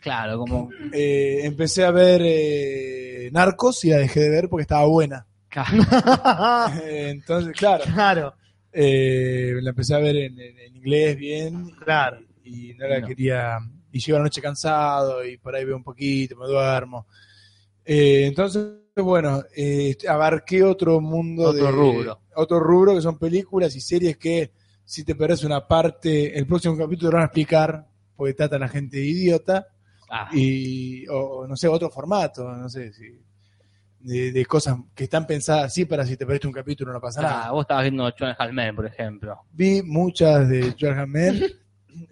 Claro, como. Eh, empecé a ver eh, Narcos y la dejé de ver porque estaba buena. Eh, Entonces, claro, claro, eh, la empecé a ver en, en- en inglés bien. Claro. Y, y no la No. quería. Y llego la noche cansado y por ahí veo un poquito, me duermo. Eh, entonces, bueno, eh, abarqué otro mundo. Otro de- rubro. Otro rubro que son películas y series que, si te perdés una parte, el próximo capítulo lo van a explicar porque tratan a gente de idiota Ah, y o, o, no sé, otro formato, no sé si de, de cosas que están pensadas así para si te perdiste un capítulo no pasa ah, nada. vos estabas viendo John Halman, por ejemplo. Vi muchas de George Hamel,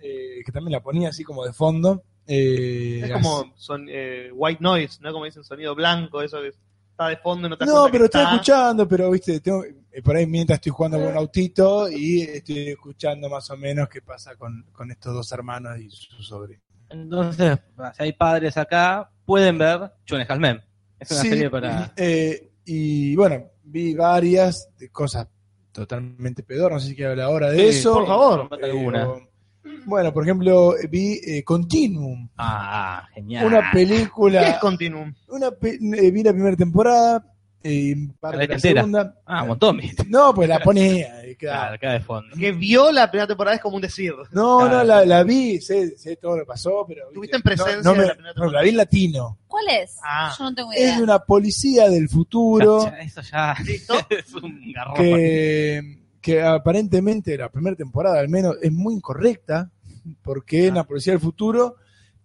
que también la ponía así como de fondo. eh, es así- como son, eh, white noise, ¿no? Como dicen sonido blanco, eso que está de fondo y no te das No, cuenta que pero estoy está. escuchando, pero viste, tengo, eh, por ahí mientras estoy jugando con un autito y estoy escuchando más o menos qué pasa con, con estos dos hermanos y su sobrino. Entonces, si hay padres acá, pueden ver John Halman. Es una Sí, serie para. eh, y bueno, vi varias de cosas totalmente peor, no sé si quiero hablar ahora de Sí, eso. Eh, por favor. Mata alguna. o- bueno, por ejemplo, vi eh, Continuum, Ah, genial. una ¿Qué es película. Continuum? Una pe- eh, vi la primera temporada, eh, un par La de la entera. segunda. Ah, un montón, viste. No, pues la ponía. eh, Claro, claro. acá de fondo. Que vio la primera temporada es como un decir. No, Claro. no, la, la vi, sé, sé todo lo que pasó, pero. Tuviste viste, en presencia No, no me- de la primera no, la vi en latino. ¿Cuál es? Ah. Yo no tengo idea. Es de una policía del futuro. Ya, Eso ya ¿Listo? es un garrón. que, que aparentemente la primera temporada al menos es muy incorrecta, porque es la policía del futuro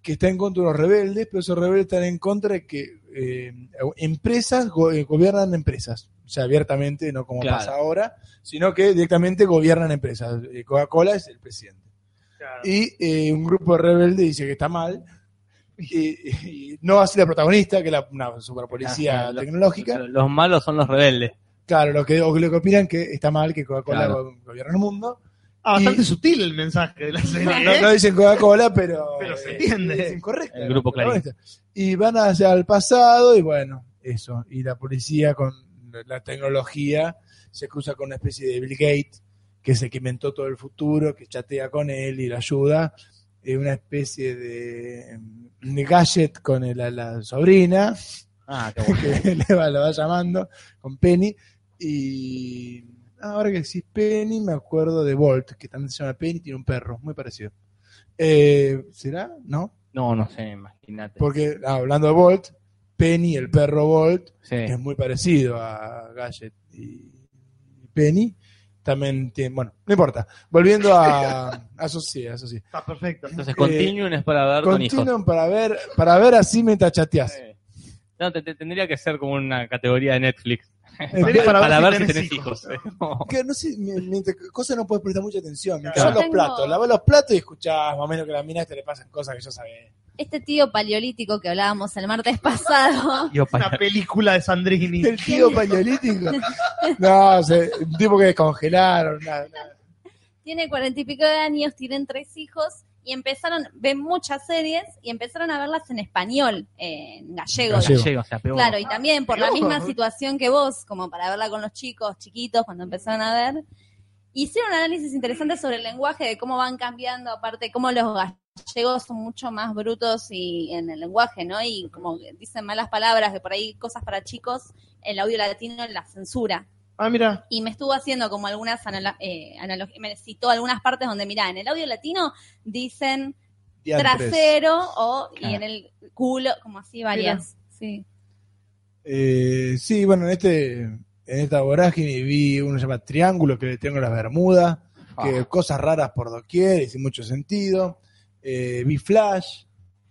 que está en contra de los rebeldes, pero esos rebeldes están en contra de que eh, empresas go- eh, gobiernan empresas, o sea, abiertamente, no como Claro. pasa ahora, sino que directamente gobiernan empresas. Eh, Coca-Cola es el presidente. Y eh, un grupo de rebeldes dice que está mal. Y, y no hace la protagonista, que es la- una super policía Ajá, lo- tecnológica. Los, los malos son los rebeldes. Claro, lo que, o lo que opinan que está mal que Coca-Cola Claro. go- gobierna el mundo. Ah, bastante Y- sutil el mensaje de la serie. No, ¿eh? no dicen Coca-Cola, pero, Pero se eh, entiende. Es incorrecto. El grupo Pero Clarín. bueno, Y van hacia el pasado y bueno, eso. Y la policía con la tecnología se cruza con una especie de Bill Gates, que es el que inventó todo el futuro, que chatea con él y le ayuda. Eh, una especie de, mm, de gadget con el- la- la sobrina Ah, qué bueno. que le va, lo va llamando con Penny. Y ahora que decís Penny, me acuerdo de Bolt, que también se llama Penny, tiene un perro, muy parecido. Eh, ¿Será? ¿No? No, no sé, imagínate. Porque ah, hablando de Bolt, Penny, el perro Bolt, Sí. es muy parecido a Gadget y y Penny. También tiene, bueno, no importa. Volviendo a, a eso sí, a eso sí. Está perfecto. Entonces, Continuum es para ver con hijos. Continuum para ver, para ver así mientras chateas. Sí. No, te- te- tendría que ser como una categoría de Netflix. Sería Para, ver, si tenés tenés hijos. ¿eh? No. Que no sé, mi- mientras- cosas no puedes prestar mucha atención. Claro. Lavas Yo los tengo- platos, lavas los platos y escuchás más o menos que a la mina te le pasan cosas que ya sabés. Este tío paleolítico que hablábamos el martes pasado. Yo, Una para- película de Sandrini. El tío paleolítico. No, se- un tipo que descongelaron. nada, nada. tiene cuarenta y pico de años, tienen tres hijos y empezaron, ven muchas series y empezaron a verlas en español, en gallego. Gallego. Llega, o sea, peor. Claro, y también por la Pero- misma situación que vos, como para verla con los chicos chiquitos cuando empezaron a ver. Hicieron un análisis interesante sobre el lenguaje, de cómo van cambiando, aparte, cómo los gallegos son mucho más brutos y en el lenguaje, ¿no? Y como dicen malas palabras, que por ahí cosas para chicos, el audio latino la censura Ah, mira. y me estuvo haciendo como eh, algunas analogías, me citó algunas partes donde, mirá, en el audio latino dicen diantres. trasero o y Claro. en el culo, como así varias. Sí. Eh, sí, bueno, en este, en esta vorágine vi uno que se llama Triángulo, que le tengo las Bermudas, que Ah. cosas raras por doquier, y sin mucho sentido. Eh, vi Flash.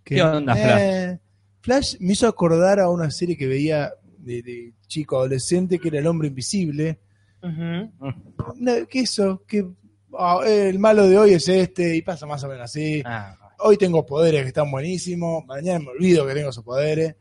Que, ¿Qué onda, eh, Flash me hizo acordar a una serie que veía de, de chico adolescente, que era El Hombre Invisible. No, ¿Qué eso? Que ah, el malo de hoy es este, y pasa más o menos así Ah, hoy tengo poderes que están buenísimos, mañana me olvido que tengo esos poderes.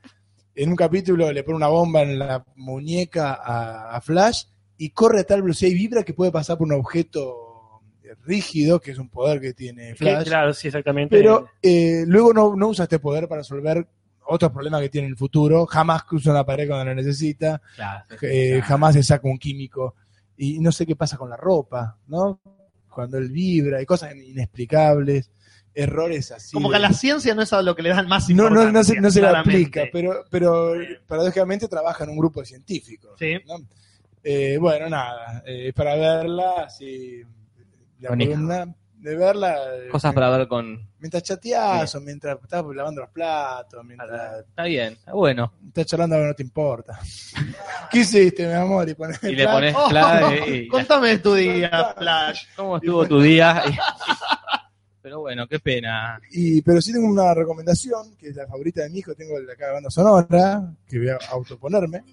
En un capítulo le pone una bomba en la muñeca a, a Flash y corre a tal velocidad y vibra que puede pasar por un objeto rígido, que es un poder que tiene Flash. Claro, sí, exactamente. Pero eh, luego no, no usa este poder para resolver otros problemas que tiene en el futuro. Jamás cruza una pared cuando la necesita. claro, sí, eh, claro. Jamás se saca un químico. Y no sé qué pasa con la ropa, ¿no? Cuando él vibra, hay cosas inexplicables, errores así. Como de- que a la ciencia no es a lo que le dan más no, no, no se, no se la claramente. aplica, pero, pero paradójicamente trabaja en un grupo de científicos. Sí. ¿no? Eh, bueno, nada, eh, para verla, sí, la Bonito. columna de verla, eh, Cosas para ver con. mientras chateás o mientras estás lavando los platos, mientras Está bien, está bueno. estás charlando que no te importa. ¿Qué hiciste, mi amor? Y pones Y le pones Oh, clave y- y- contame de tu día, Flash. ¿Cómo estuvo tu día? Pero bueno, qué pena. Y, pero sí tengo una recomendación, que es la favorita de mi hijo, tengo la acá de banda sonora, que voy a autoponerme,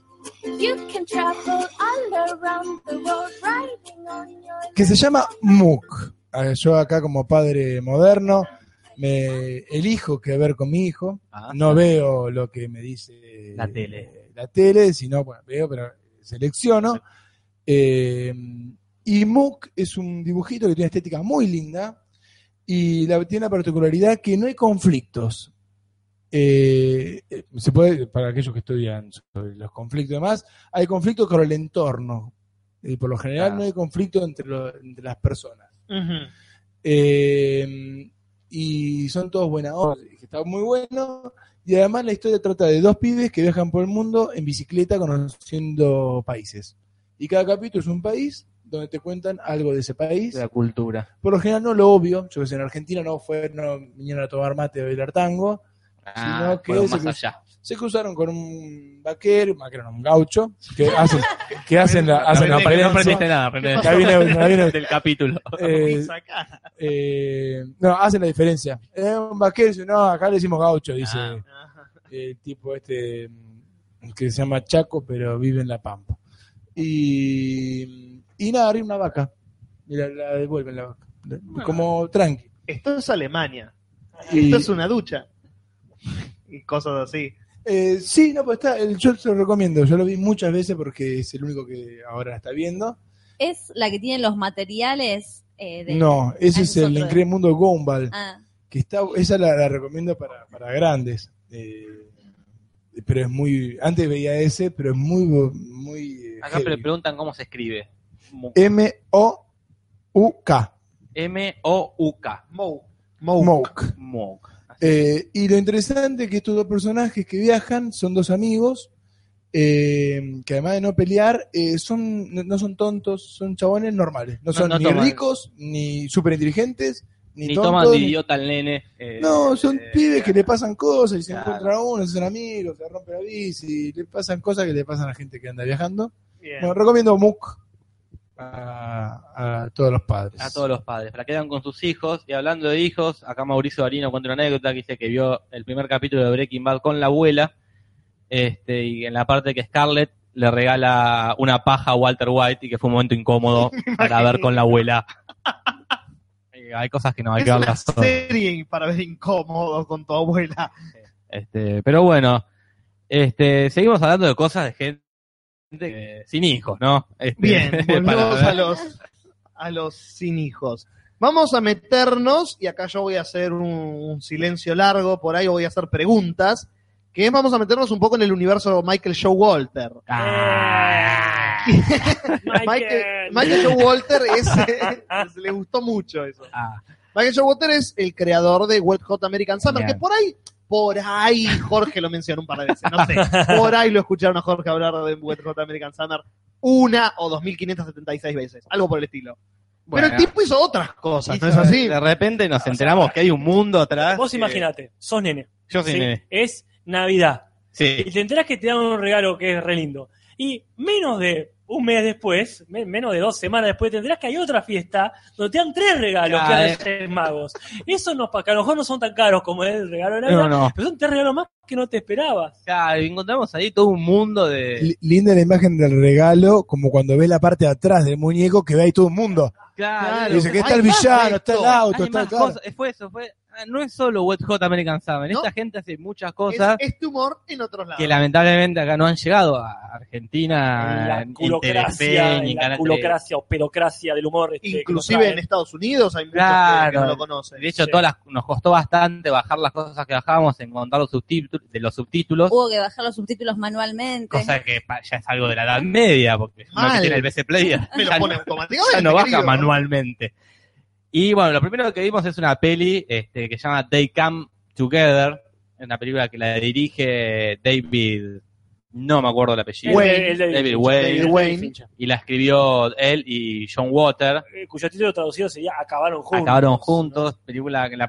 You can travel all around the world riding on your que se llama MOOC. Ah, Yo acá como padre moderno me elijo qué ver con mi hijo, Ah, no veo lo que me dice La tele. la tele, sino, bueno, veo, pero selecciono. Eh, y MOOC es un dibujito que tiene una estética muy linda y la, tiene la particularidad que no hay conflictos. Eh, eh, se puede, para aquellos que estudian sobre los conflictos y demás, hay conflictos con el entorno. Y por lo general Ah. no hay conflicto entre, lo- entre las personas. Ujú. Eh, y son todos buena onda, que está muy bueno. Y además la historia trata de dos pibes que viajan por el mundo en bicicleta conociendo países. Y cada capítulo es un país donde te cuentan algo de ese país. de la cultura. Por lo general no lo obvio, yo que sé, en Argentina no fue, no vinieron a tomar mate o bailar tango. Ah, que fueron eso más que- allá. Se cruzaron con un vaquero, vaquero no, un gaucho, que hacen, que hacen la, hacen la Aprendí- no aprendiste apariencia. nada, aprendiste Ya viene- ya viene- del capítulo. eh, Sacá. eh, no, hacen la diferencia. Eh, un vaquero dice, no, acá le decimos gaucho, dice Ah. Ajá. el tipo este mm, que se llama Chaco, pero vive en La Pampa. Y, y nada, arriba una vaca. Y la, la devuelven la vaca. Como tranqui. Esto es Alemania. Y, Esto es una ducha. Y cosas así. eh, sí, no, pues está, el, yo se lo recomiendo. Yo lo vi muchas veces porque es el único que ahora la está viendo. ¿Es la que tiene los materiales eh, de.? No, ese Ah, es es el otro. increíble mundo Gumball. Ah, que está, esa la, la recomiendo para, para grandes. eh, pero es muy, antes veía ese, pero es muy, muy. eh, Acá heavy. le preguntan cómo se escribe. Mu- Eh. M-O-U-K. M-O-U-K. Ah, Mou. Moke. Mouk. Eh, y lo interesante es que estos dos personajes que viajan son dos amigos, eh, que además de no pelear, eh, son, no, no son tontos, son chabones normales. No- No son no ni toman. ricos, ni súper inteligentes, ni, Ni tontos. toman de ni- idiota al nene. eh, No, son eh, pibes que le pasan cosas y se Claro. encuentran a uno, se hacen amigos, se rompe la bici, le pasan cosas que le pasan a gente que anda viajando. Bien. Bueno, recomiendo MOOC a, a todos los padres. A todos los padres, para que vean con sus hijos. Y hablando de hijos, acá Mauricio Barino cuenta una anécdota que dice que vio el primer capítulo de Breaking Bad con la abuela. Este, y en la parte que Scarlett le regala una paja a Walter White y que fue un momento incómodo para ver con la abuela. Eh, hay cosas que no hay Es que una verlas. todas. serie para ver incómodo con tu abuela. Este, pero bueno, este, seguimos hablando de cosas de gente que- sin hijos, ¿no? Este, Bien, para volvemos ver. a los, a los sin hijos. Vamos a meternos, y acá yo voy a hacer un, un silencio largo, por ahí voy a hacer preguntas, que es vamos a meternos un poco en el universo Michael Showalter. Ah. Michael, Michael Showalter es, es- le gustó mucho eso. Ah. Michael Showalter es el creador de Wet Hot American Summer, Bien. que por ahí, por ahí Jorge lo mencionó un par de veces, no sé, por ahí lo escucharon a Jorge hablar de Wet Hot American Summer una o 2.576 veces, algo por el estilo. Bueno. Pero el tipo hizo otras cosas, Hizo- ¿no es así? De repente nos enteramos que hay un mundo atrás. Vos que- imaginate, sos nene. Yo soy ¿sí? nene. Es Navidad. Y Sí. te enterás que te dan un regalo que es re lindo. Y menos de un mes después, me- menos de dos semanas después, te enterás que hay otra fiesta donde te dan tres regalos Ah, que eh. a Reyes Magos. Eso no, pa- que a lo mejor no son tan caros como es el regalo de Navidad, No, no. pero son tres regalos más que no te esperabas. Claro, y encontramos ahí todo un mundo de. L- Linda la imagen del regalo, como cuando ves la parte de atrás del muñeco que ve ahí todo el mundo. Claro. Dice que está el Hay más villano, de está el esto. auto, Hay está más claro. cosas. Fue eso, fue. ah, No es solo Wet Hot American Summer. No. Esta gente hace muchas Es, cosas es tu humor en otros lados. que lamentablemente acá no han llegado a Argentina, la culocracia, Telefe, ni la Canal tres. culocracia o pedocracia del humor. este, que nos Inclusive traen. en Estados Unidos hay muchos que- que, Claro. no lo conocen. De hecho, Sí. todas las- nos costó bastante bajar las cosas que bajábamos, encontrar los subtítulos, de los subtítulos, Hubo que bajar los subtítulos manualmente. cosa que pa- ya es algo de la edad media, porque no Mal. que tiene el PC Player. Me lo ya pone no- automáticamente. ya no baja querido. manualmente. Y bueno, lo primero que vimos es una peli este, que se llama They Come Together, es una película que la dirige David, no me acuerdo el apellido, Wayne. El de- David Wayne, David Wayne. Fincher. y la escribió él y John Water, Eh, cuyo título traducido sería Acabaron juntos. acabaron juntos, película que la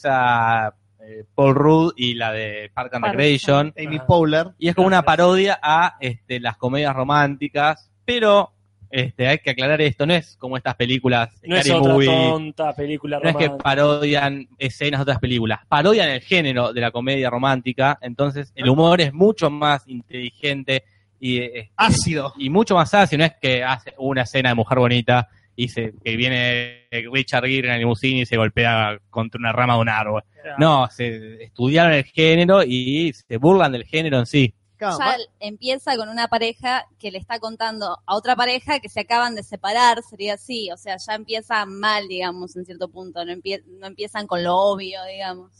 protagoniza eh, Paul Rudd y la de Park and Park. Recreation, Amy Ajá. Powler. y es como una Gracias. parodia a este, las comedias románticas, pero este, hay que aclarar esto, no es como estas películas No es Scary otra Movie, tonta película no es que romántica. parodian escenas de otras películas, parodian el género de la comedia romántica, entonces el humor es mucho más inteligente y, eh, Ácido. y mucho más ácido, no es que hace una escena de mujer bonita y se, que viene Richard Gere en el limusina y se golpea contra una rama de un árbol. No, se estudiaron el género y se burlan del género en sí. Claro, ya empieza con una pareja que le está contando a otra pareja que se acaban de separar, sería así, o sea, ya empieza mal, digamos, en cierto punto, no, empie- no empiezan con lo obvio, digamos.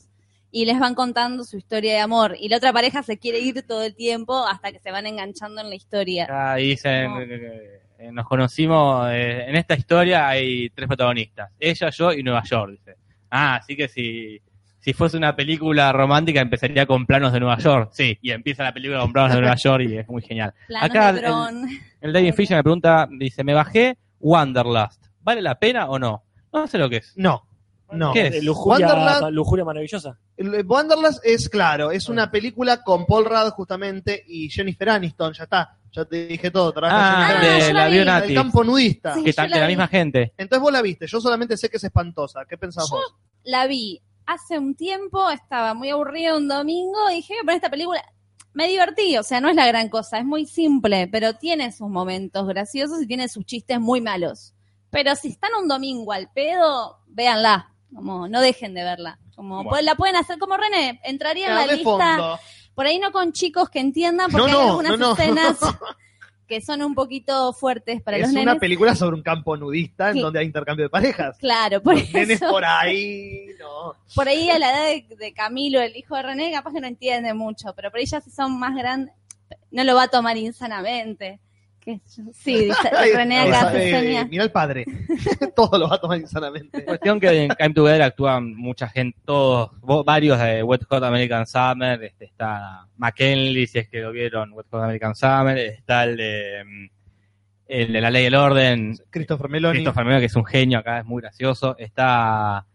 Y les van contando su historia de amor. Y la otra pareja se quiere ir todo el tiempo hasta que se van enganchando en la historia. Ah, y dicen, No. eh, eh, nos conocimos, eh, en esta historia hay tres protagonistas, ella, yo y Nueva York, dice. Ah, así que si, si fuese una película romántica empezaría con planos de Nueva York, sí, y empieza la película con planos de Nueva York y es muy genial. Planos Acá de el- Bron. El David Fisher me pregunta, dice, me bajé Wanderlust, ¿vale la pena o no? No sé lo que es. No. No. ¿Qué? Eh, es? lujuria, Wonderland- lujuria maravillosa. El- eh, Wanderlust es claro, es una película con Paul Rudd justamente y Jennifer Aniston, ya está. Ya te dije todo, trabaja Ah, en yo de la la vi. el Bionatis, campo nudista. Sí. que yo la también la vi. misma gente. Entonces vos la viste, yo solamente sé que es espantosa. ¿Qué pensás Yo- vos? la vi hace un tiempo, estaba muy aburrida un domingo y dije, pero esta película me divertí, o sea, no es la gran cosa, es muy simple, pero tiene sus momentos graciosos y tiene sus chistes muy malos. Pero si están un domingo al pedo, véanla, como no dejen de verla. Como Bueno. pues, la pueden hacer como René, entraría en la Queda de lista, fondo. por ahí no con chicos que entiendan, porque No, hay no, algunas no, no. escenas que son un poquito fuertes para es los una nenes. película sobre un campo nudista en Sí. donde hay intercambio de parejas. Claro, por Los nenes eso. por ahí, no. por ahí a la edad de, de Camilo, el hijo de René, capaz que no entiende mucho, pero por ahí ya si son más grandes, no lo va a tomar insanamente. ¿Qué sé yo? Sí, dice- Ay, René eh, acá hace eh, señas. Mira el padre. Todo lo va a tomar insanamente. Cuestión que en Time Together actúan mucha gente, todos, vo- varios de Wet Hot American Summer, este, está McKinley, si es que lo vieron, Wet Hot American Summer, está el de, mm, el de La Ley y el Orden, Christopher Meloni. Christopher Meloni, que es un genio acá, es muy gracioso, está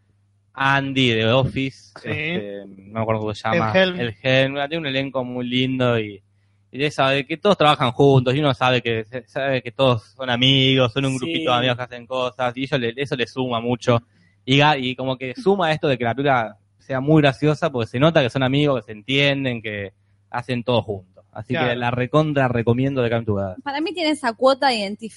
Andy de Office, Sí. este, no me acuerdo cómo se llama, El Helm. Helm, ah, tiene un elenco muy lindo y... Y de saber que todos trabajan juntos y uno sabe que sabe que todos son amigos, son un Sí. grupito de amigos que hacen cosas y eso le, eso le suma mucho. Y, ga- y como que suma esto de que la película sea muy graciosa porque se nota que son amigos, que se entienden, que hacen todo juntos. Así que Claro. la recontra recomiendo de Come Together. Para mí tiene esa cuota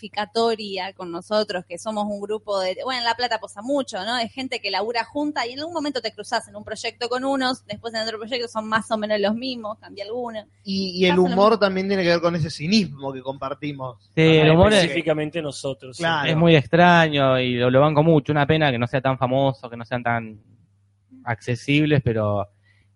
identificatoria con nosotros, que somos un grupo de, bueno, en La Plata pasa mucho, ¿no? De gente que labura junta y en algún momento te cruzas en un proyecto con unos, después en otro proyecto son más o menos los mismos, cambia alguno. Y, y el Pasa lo humor mismo. también tiene que ver con ese cinismo que compartimos. Sí, el humor es- específicamente nosotros. sí. Claro. Es muy extraño y lo, lo banco mucho. Una pena que no sea tan famoso, que no sean tan accesibles, pero.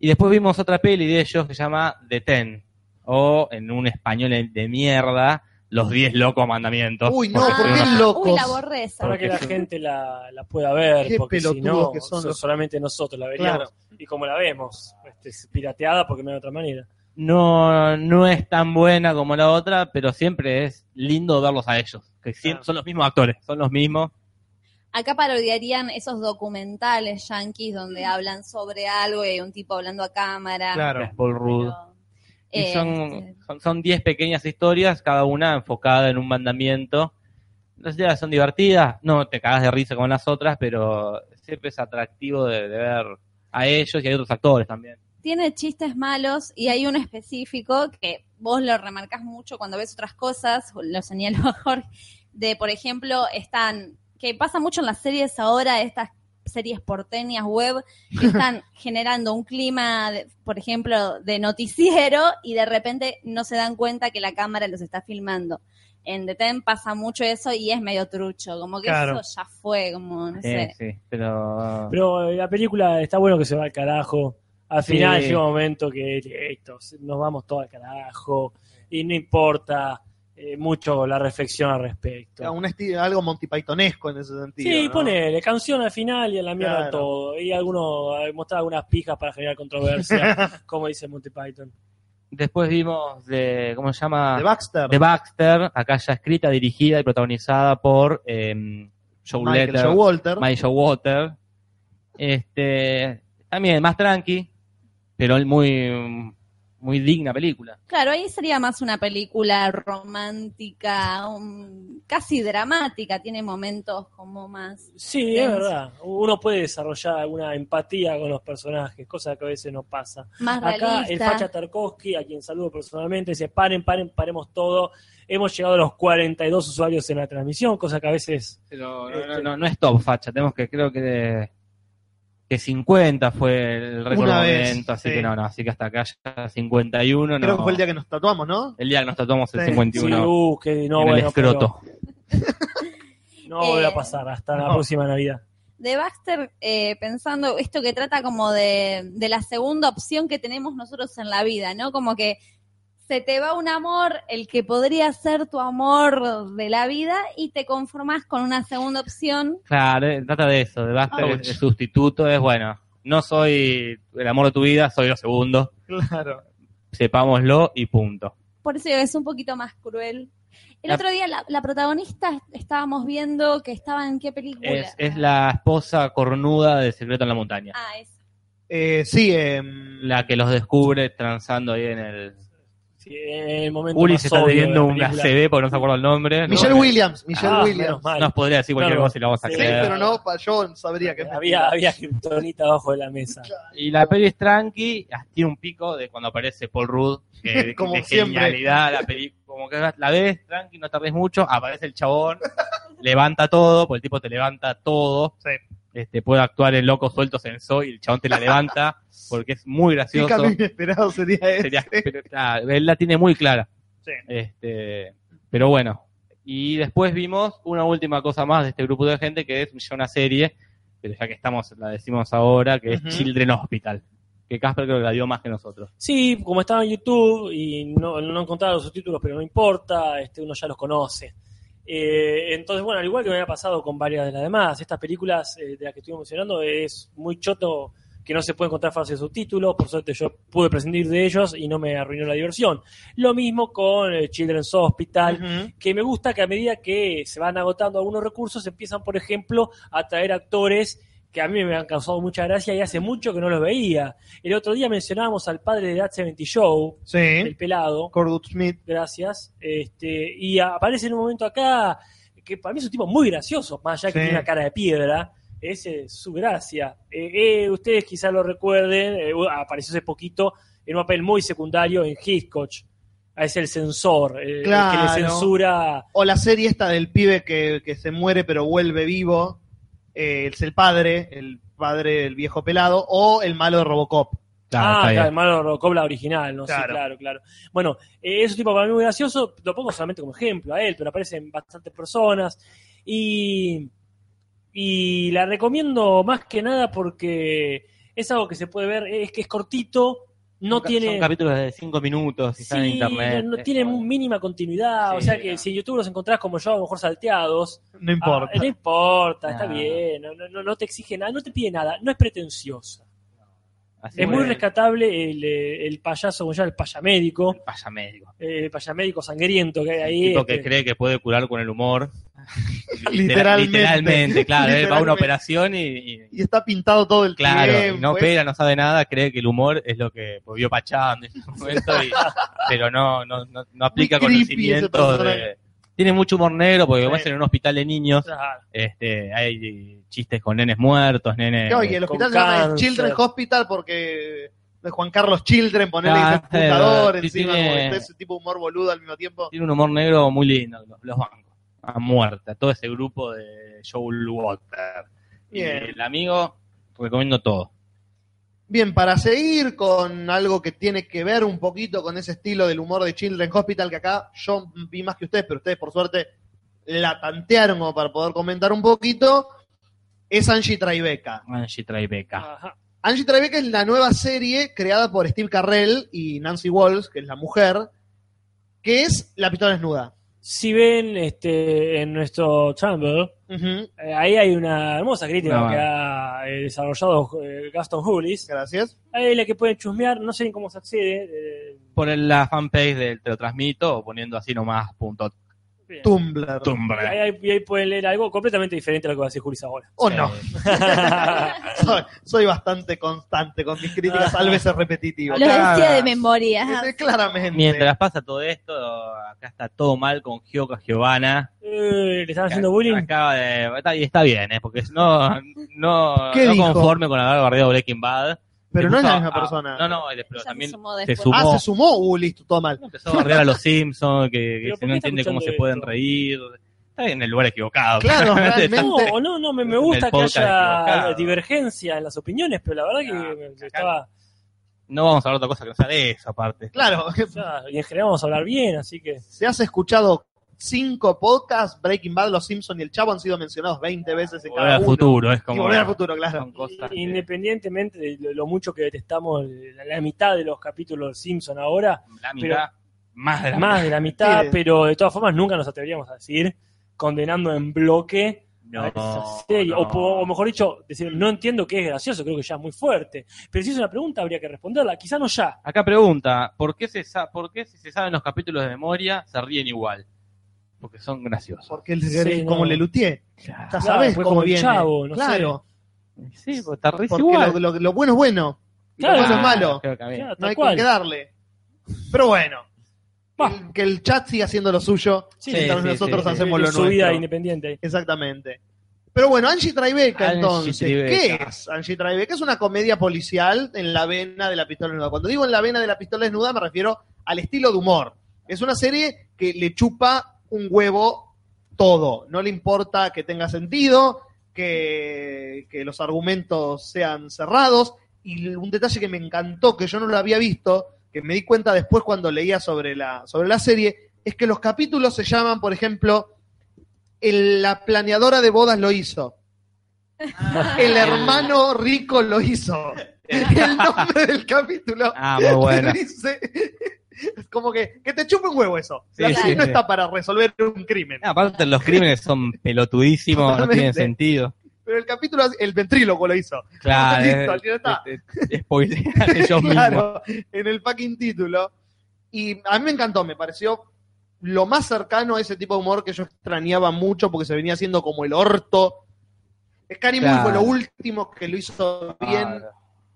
Y después vimos otra peli de ellos que se llama The Ten, o en un español de mierda, Los Diez Locos Mandamientos. Uy, no, Porque ¿por qué uno- locos? Ah, Uy, la borré esa. Para que la Porque- gente la, la pueda ver, Qué porque si pelotudos no, que son so- los- solamente nosotros la veríamos. Claro. Y como la vemos, este, es pirateada porque no hay otra manera. no, no es tan buena como la otra, pero siempre es lindo verlos a ellos, que siem- Claro. son los mismos actores, son los mismos. Acá parodiarían esos documentales yanquis Mm. donde hablan sobre algo y hay un tipo hablando a cámara. Claro. Es Paul Rudd. Pero, Y eh, son, son, son 10 pequeñas historias, cada una enfocada en un mandamiento. Las ideas son divertidas, no te cagas de risa con las otras, pero siempre es atractivo de, de ver a ellos y hay otros actores también. tiene chistes malos y hay uno específico que vos lo remarcás mucho cuando ves otras cosas, lo señaló a Jorge, de por ejemplo, están, que pasa mucho en las series ahora, estas series porteñas web, que están generando un clima, de- por ejemplo, de noticiero y de repente no se dan cuenta que la cámara los está filmando. En The Ten pasa mucho eso y es medio trucho, como que Claro. eso ya fue, como no Eh, sé. sí, pero... Pero eh, la película está bueno que se va al carajo. Al Sí. final llega un momento que esto, nos vamos todo al carajo y no importa eh, mucho la reflexión al respecto. Un esti- algo montipytonesco en ese sentido. Sí, ¿no? ponele, canción al final y a la mierda Claro. todo. Y alguno eh, mostrar algunas pijas para generar controversia, como dice Monty Python. Después vimos de, ¿cómo se llama? De Baxter. Ah, de Baxter, acá ya escrita, dirigida y protagonizada por eh, Joe Michael Letter, Joe Walter. Mike Joe Water. Este, también más tranqui, pero muy, muy digna película. Claro, ahí sería más una película romántica, un- casi dramática, tiene momentos como más... Sí, es verdad. Uno puede desarrollar alguna empatía con los personajes, cosa que a veces no pasa. Más Acá el realista. Facha Tarkovsky, a quien saludo personalmente, dice, paren, paren, paremos todo. Hemos llegado a los 42 usuarios en la transmisión, cosa que a veces... Pero Eh, no, no, no, no es top facha, tenemos que, creo que, que 50 fue el récord Una de vez, momento, así sí. que no, no, así que hasta acá ya 51, Creo no. que fue el día que nos tatuamos, ¿no? El día que nos tatuamos el Sí. Sí, 51 uh, que no, en el bueno, escroto. pero no volverá Eh, a pasar hasta la no. próxima Navidad. De Baxter, eh, pensando esto que trata como de, de la segunda opción que tenemos nosotros en la vida, ¿no? Como que se te va un amor, el que podría ser tu amor de la vida, y te conformás con una segunda opción. Claro, eh, trata de eso, de Buster, Ouch. el, el sustituto es bueno. No soy el amor de tu vida, soy lo segundo. Claro. Sepámoslo y punto. Por eso es un poquito más cruel. El La- otro día la, la protagonista estábamos viendo que estaba en qué película. Es, es la esposa cornuda de Secreto en la Montaña, Ah, es Eh, sí, eh, la que los descubre transando ahí en el. Sí, en el momento Uli más se está obvio de la bebiendo una película. CB porque no se acuerda el nombre. Michelle No, Williams. Michelle Ah, Williams. menos mal. Nos podría decir cualquier Claro. cosa y la vamos a Sí, Sí, creer. pero no, pa- yo sabría que es Había, mentira. había kriptonita abajo de la mesa. Y la peli es tranqui, tiene un pico de cuando aparece Paul Rudd, que Como de siempre. genialidad, la peli, como que la ves tranqui, no tardes mucho, aparece el chabón, levanta todo, porque el tipo te levanta todo, Sí. este, puede actuar en loco sueltos en Soy, y el chabón te la levanta, porque es muy Qué gracioso. camino inesperado sería este. ese. Sería- pero, claro, él la tiene muy clara. Sí. Este, pero bueno. Y después vimos una última cosa más de este grupo de gente que es ya una serie, pero ya que estamos, la decimos ahora, que Ujú. es Children Hospital. Que Casper creo que la dio más que nosotros. Sí, como estaba en YouTube y no, no encontraba los subtítulos, pero no importa, este, uno ya los conoce. Eh, entonces, bueno, al igual que me había pasado con varias de las demás, estas películas eh, de las que estoy mencionando es muy choto que no se puede encontrar fácil subtítulos, por suerte yo pude prescindir de ellos y no me arruinó la diversión. Lo mismo con eh, Children's Hospital, Ujú. que me gusta que a medida que se van agotando algunos recursos, empiezan, por ejemplo, a traer actores que a mí me han causado mucha gracia y hace mucho que no los veía. El otro día mencionábamos al padre de That 70 Show, el Sí. pelado, Cordwood Smith. gracias, este, y a- aparece en un momento acá, que para mí es un tipo muy gracioso, más allá que Sí. tiene una cara de piedra, ese es su gracia. Eh, eh, ustedes quizás lo recuerden, eh, apareció hace poquito en un papel muy secundario en Hitchcock, Ah, es el censor, eh, el Claro. que le censura... O la serie esta del pibe que, que se muere pero vuelve vivo. Eh, es el padre, el padre del viejo pelado. O el malo de Robocop. ah, claro, hermano Robocop, la original, no sé, Claro. claro, claro. Bueno, eh, es un tipo para mí muy gracioso, lo pongo solamente como ejemplo a él, pero aparecen bastantes personas y, y la recomiendo más que nada porque es algo que se puede ver, es que es cortito, no Son ca- tiene... Son capítulos de 5 minutos, si están en Sí, internet. no, no es tiene como- mínima continuidad, Sí, o sea que no. si en YouTube los encontrás como yo, a lo mejor salteados, No ah, importa. no importa, está No. bien, no, no, no- no te exige nada, no te pide nada, no es pretenciosa. Así Es muy que- rescatable el, eh, el payaso, como ya el payamédico, Vaya médico. eh, el payamédico sangriento que hay ahí. El tipo que este, cree que puede curar con el humor. Literal- Literalmente. Literalmente, claro. Él va a Literalmente. una operación y, y- Y está pintado todo el claro, tiempo. y no ¿eh? opera, no sabe nada, cree que el humor es lo que pues, vio Pachán en ese momento, y- pero no, no, no, no aplica Muy creepy conocimiento ese personaje. de... Tiene mucho humor negro porque Sí. vas en un hospital de niños, ah, este, hay chistes con nenes muertos, nenes... No, y el con hospital se llama el cáncer. Children's Hospital porque de Juan Carlos Children, ponerle Claro, ese computador sí, encima, tiene- como que está ese tipo de humor boludo al mismo tiempo. Tiene un humor negro muy lindo, los, los bancos. A muerta, todo ese grupo de Joel Water. Y Bien. el amigo, recomiendo todo. Bien, para seguir con algo que tiene que ver un poquito con ese estilo del humor de Children's Hospital, que acá yo vi más que ustedes, pero ustedes por suerte la tantearon como para poder comentar un poquito, es Angie Tribeca. Angie Tribeca. ajá. Angie Tribeca es la nueva serie creada por Steve Carrell y Nancy Walls, que es la mujer, que es La pistola desnuda. Si ven este, en nuestro Tumblr, Ujú, eh, ahí hay una hermosa crítica No. que ha eh, desarrollado eh, Gaston Hulis. Gracias. Ahí la que pueden chusmear, no sé ni cómo se accede. eh, Por el- la fanpage del Te lo transmito, o poniendo así nomás punto bien. Tumblr. tumbre. Ahí, ahí- ahí pueden leer algo completamente diferente a lo que va a decir Julis ahora. ¿O Oh, no? Eh, Soy, soy bastante constante con mis críticas, a veces repetitivo. Los Claro. decía de memoria. Eh, Claramente. Mientras pasa todo esto, acá está todo mal con Gioca Giovanna. Eh, ¿Le están haciendo bullying? Acaba de- está, y está bien, eh, porque no, no, ¿Qué no dijo? conforme con haber bardeado Breaking Bad. Pero no es la Empezó misma a- persona. No, no, él- pero Ella se también sumó se después. sumó. Ah, se sumó. Uh, listo, todo mal. Empezó a bardear a los Simpsons, que, que Pero, se ¿por no qué está entiende cómo se escuchando pueden esto? reír. Está en el lugar equivocado. Claro, claramente. realmente. No, no, no, me, me En gusta que el podcast haya equivocado. divergencia en las opiniones, pero la verdad que Ah, me- me acá- estaba. No vamos a hablar de otra cosa que no sea de eso, aparte. Claro, ya, y en general vamos a hablar bien, así que. se has escuchado cinco podcasts, Breaking Bad, Los Simpsons y El Chavo han sido mencionados 20 veces en Volver cada al uno. futuro, es Y como. volver al futuro, claro. Son cosas que- Independientemente de lo, lo mucho que detestamos la, la mitad de los capítulos de Simpson ahora, la mitad, más de la más de la mitad, Sí. pero de todas formas nunca nos atreveríamos a decir condenando en bloque No, a esa serie. O, po- o mejor dicho, decir, no entiendo qué es gracioso, creo que ya es muy fuerte. Pero si es una pregunta, habría que responderla. Quizá no ya. Acá pregunta, ¿por qué, se sa- ¿por qué si se saben los capítulos de memoria se ríen igual? Porque son graciosos. Porque el, Sí, el- no. como le lutié. Ya Claro, sabes fue cómo como el viene. Chavo, no claro, Sí, porque te ríes porque igual. lo, lo- lo bueno es bueno. y Claro. Lo malo es malo. creo que a mí. Claro, No tal hay con cual. qué darle. Pero bueno. Va. el- que el chat siga haciendo lo suyo Sí, mientras sí, nosotros sí, sí. hacemos lo su vida nuestro. independiente. Exactamente. Pero bueno, Angie Tribeca, Angie entonces. ¿Qué Tribeca. es Angie Tribeca? Es una comedia policial en la vena de la pistola desnuda. Cuando digo en la vena de la pistola desnuda, me refiero al estilo de humor. Es una serie que le chupa un huevo todo. No le importa que tenga sentido, que, que los argumentos sean cerrados. Y un detalle que me encantó, que yo no lo había visto, que me di cuenta después cuando leía sobre la, sobre la serie, es que los capítulos se llaman, por ejemplo, el- la planeadora de bodas lo hizo. El hermano rico lo hizo. El nombre del capítulo Ah, muy bueno. te dice. Es como que, que te chupe un huevo eso. Sí, la serie sí, no sí. está para resolver un crimen. Aparte, los crímenes son pelotudísimos, no tienen Totalmente. sentido. Pero el capítulo, el ventríloco lo hizo. Claro, Listo, al tiro está. es- este, es- es spoilear ellos mismos. claro, en el fucking título. Y a mí me encantó, me pareció lo más cercano a ese tipo de humor que yo extrañaba mucho porque se venía haciendo como el orto. Scary Movie Claro. fue lo último que lo hizo bien. Claro.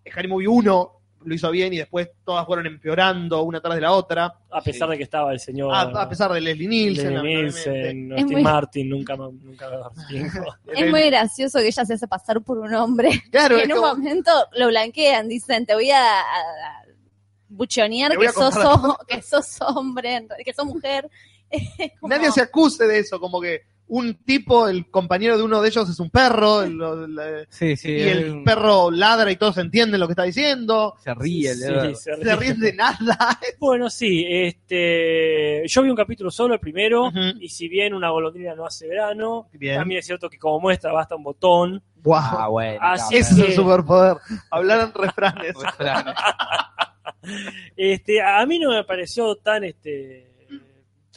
Scary Movie 1 lo hizo bien y después todas fueron empeorando una tras de la otra. A pesar Sí. de que estaba el señor. A, a pesar de Leslie Nielsen, Leslie lamentablemente. Nielsen, Es Steve muy- Martin, nunca, ma- nunca va a dar tiempo. Es muy gracioso que ella se hace pasar por un hombre. Claro, que es en un como- momento lo blanquean, dicen, te voy a, a- a buchonear Te voy que a sos, comprar ho- que sos hombre, en re- que sos mujer. Es como- nadie se acuse de eso, como que un tipo, el compañero de uno de ellos es un perro, el- el- Sí, sí. y es el un- perro ladra y todos entienden lo que está diciendo. se ríe. Sí, de verdad. sí, Se se ríe. ríen de nada. Bueno, sí, este, yo vi un capítulo solo, el primero, Ujú. y si bien una golondrina no hace verano, Bien. también es cierto que como muestra basta un botón. Wow. Ah, bueno. Así Ese es el Sí. superpoder. Hablar en refranes. claro. Este, a mí no me pareció tan, este,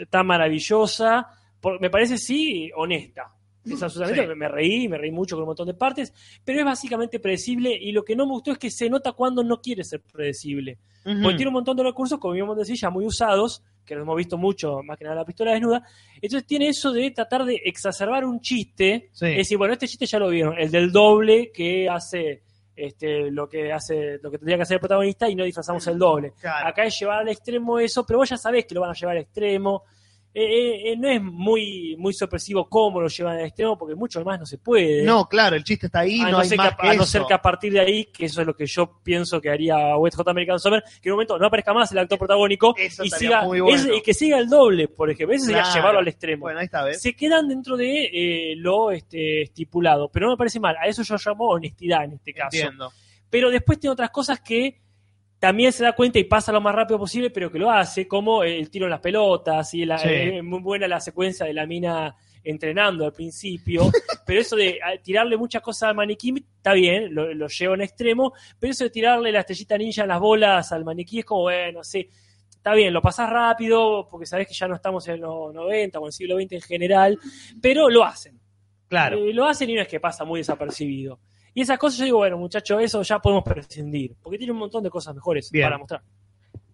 tan maravillosa, por- me parece sí honesta. desastrosamente, Sí. me- me reí, me reí mucho con un montón de partes, pero es básicamente predecible y lo que no me gustó es que se nota cuando no quiere ser predecible. Porque tiene un montón de recursos, como bien vos decís, ya muy usados, que los hemos visto mucho, más que nada la pistola desnuda. Entonces tiene eso de tratar de exacerbar un chiste. Sí. Es decir, bueno, este chiste ya lo vieron, el del doble que hace este, lo que hace, lo que tendría que hacer el protagonista y no disfrazamos el doble. Claro. Acá es llevar al extremo eso, pero vos ya sabés que lo van a llevar al extremo. Eh, eh, eh, no es muy, muy sorpresivo cómo lo llevan al extremo, porque mucho más no se puede. No, claro, el chiste está ahí, A no, Ah, no, hay ser que, más a- a no eso. ser que a partir de ahí, que eso es lo que yo pienso que haría West Hot American Summer, que en un momento no aparezca más el actor protagónico Eso y, estaría siga, muy bueno. ese- y que siga el doble, por ejemplo. Ese sería Claro. llevarlo al extremo. Bueno, ahí está, ¿ves? Se quedan dentro de eh, lo este, estipulado, pero no me parece mal. A eso yo llamo honestidad en este caso. Entiendo. Pero después tiene otras cosas que también se da cuenta y pasa lo más rápido posible, pero que lo hace, como el tiro en las pelotas y la, Sí. eh, muy buena la secuencia de la mina entrenando al principio, pero eso de ah, tirarle muchas cosas al maniquí, está bien, lo, lo lleva en extremo, pero eso de tirarle la estrellita ninja en las bolas al maniquí es como, bueno, sí, está bien, lo pasás rápido, porque sabés que ya no estamos en los 90 o en el siglo XX en general, pero lo hacen. Claro. Eh, lo hacen y no es que pasa muy desapercibido. Y esas cosas yo digo, bueno, muchachos, eso ya podemos prescindir, porque tiene un montón de cosas mejores Bien. para mostrar.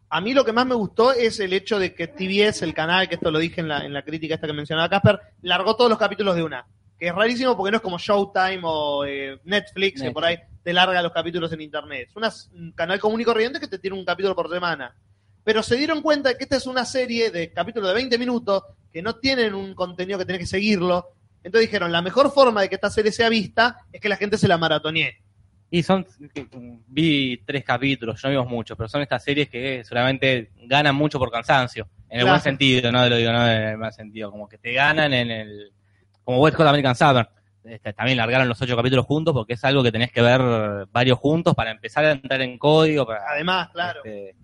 A mí lo que más me gustó es el hecho de que TBS, el canal, que esto lo dije en la, en la crítica esta que mencionaba Casper, largó todos los capítulos de una. Que es rarísimo porque no es como Showtime o eh, Netflix, que Netflix. por ahí te larga los capítulos en internet. Es una- un canal común y corriente que te tiene un capítulo por semana. Pero se dieron cuenta de que esta es una serie de capítulos de 20 minutos que no tienen un contenido que tenés que seguirlo. Entonces dijeron, la mejor forma de que esta serie sea vista es que la gente se la maratonee. Y son, vi tres capítulos, no vimos mucho, pero son estas series que seguramente ganan mucho por cansancio, en el Claro. buen sentido, no lo digo no en el mal sentido, como que te ganan en el, como West Coast American Summer, Este, también largaron los ocho capítulos juntos porque es algo que tenés que ver varios juntos para empezar a entrar en código, para, Además, claro. este,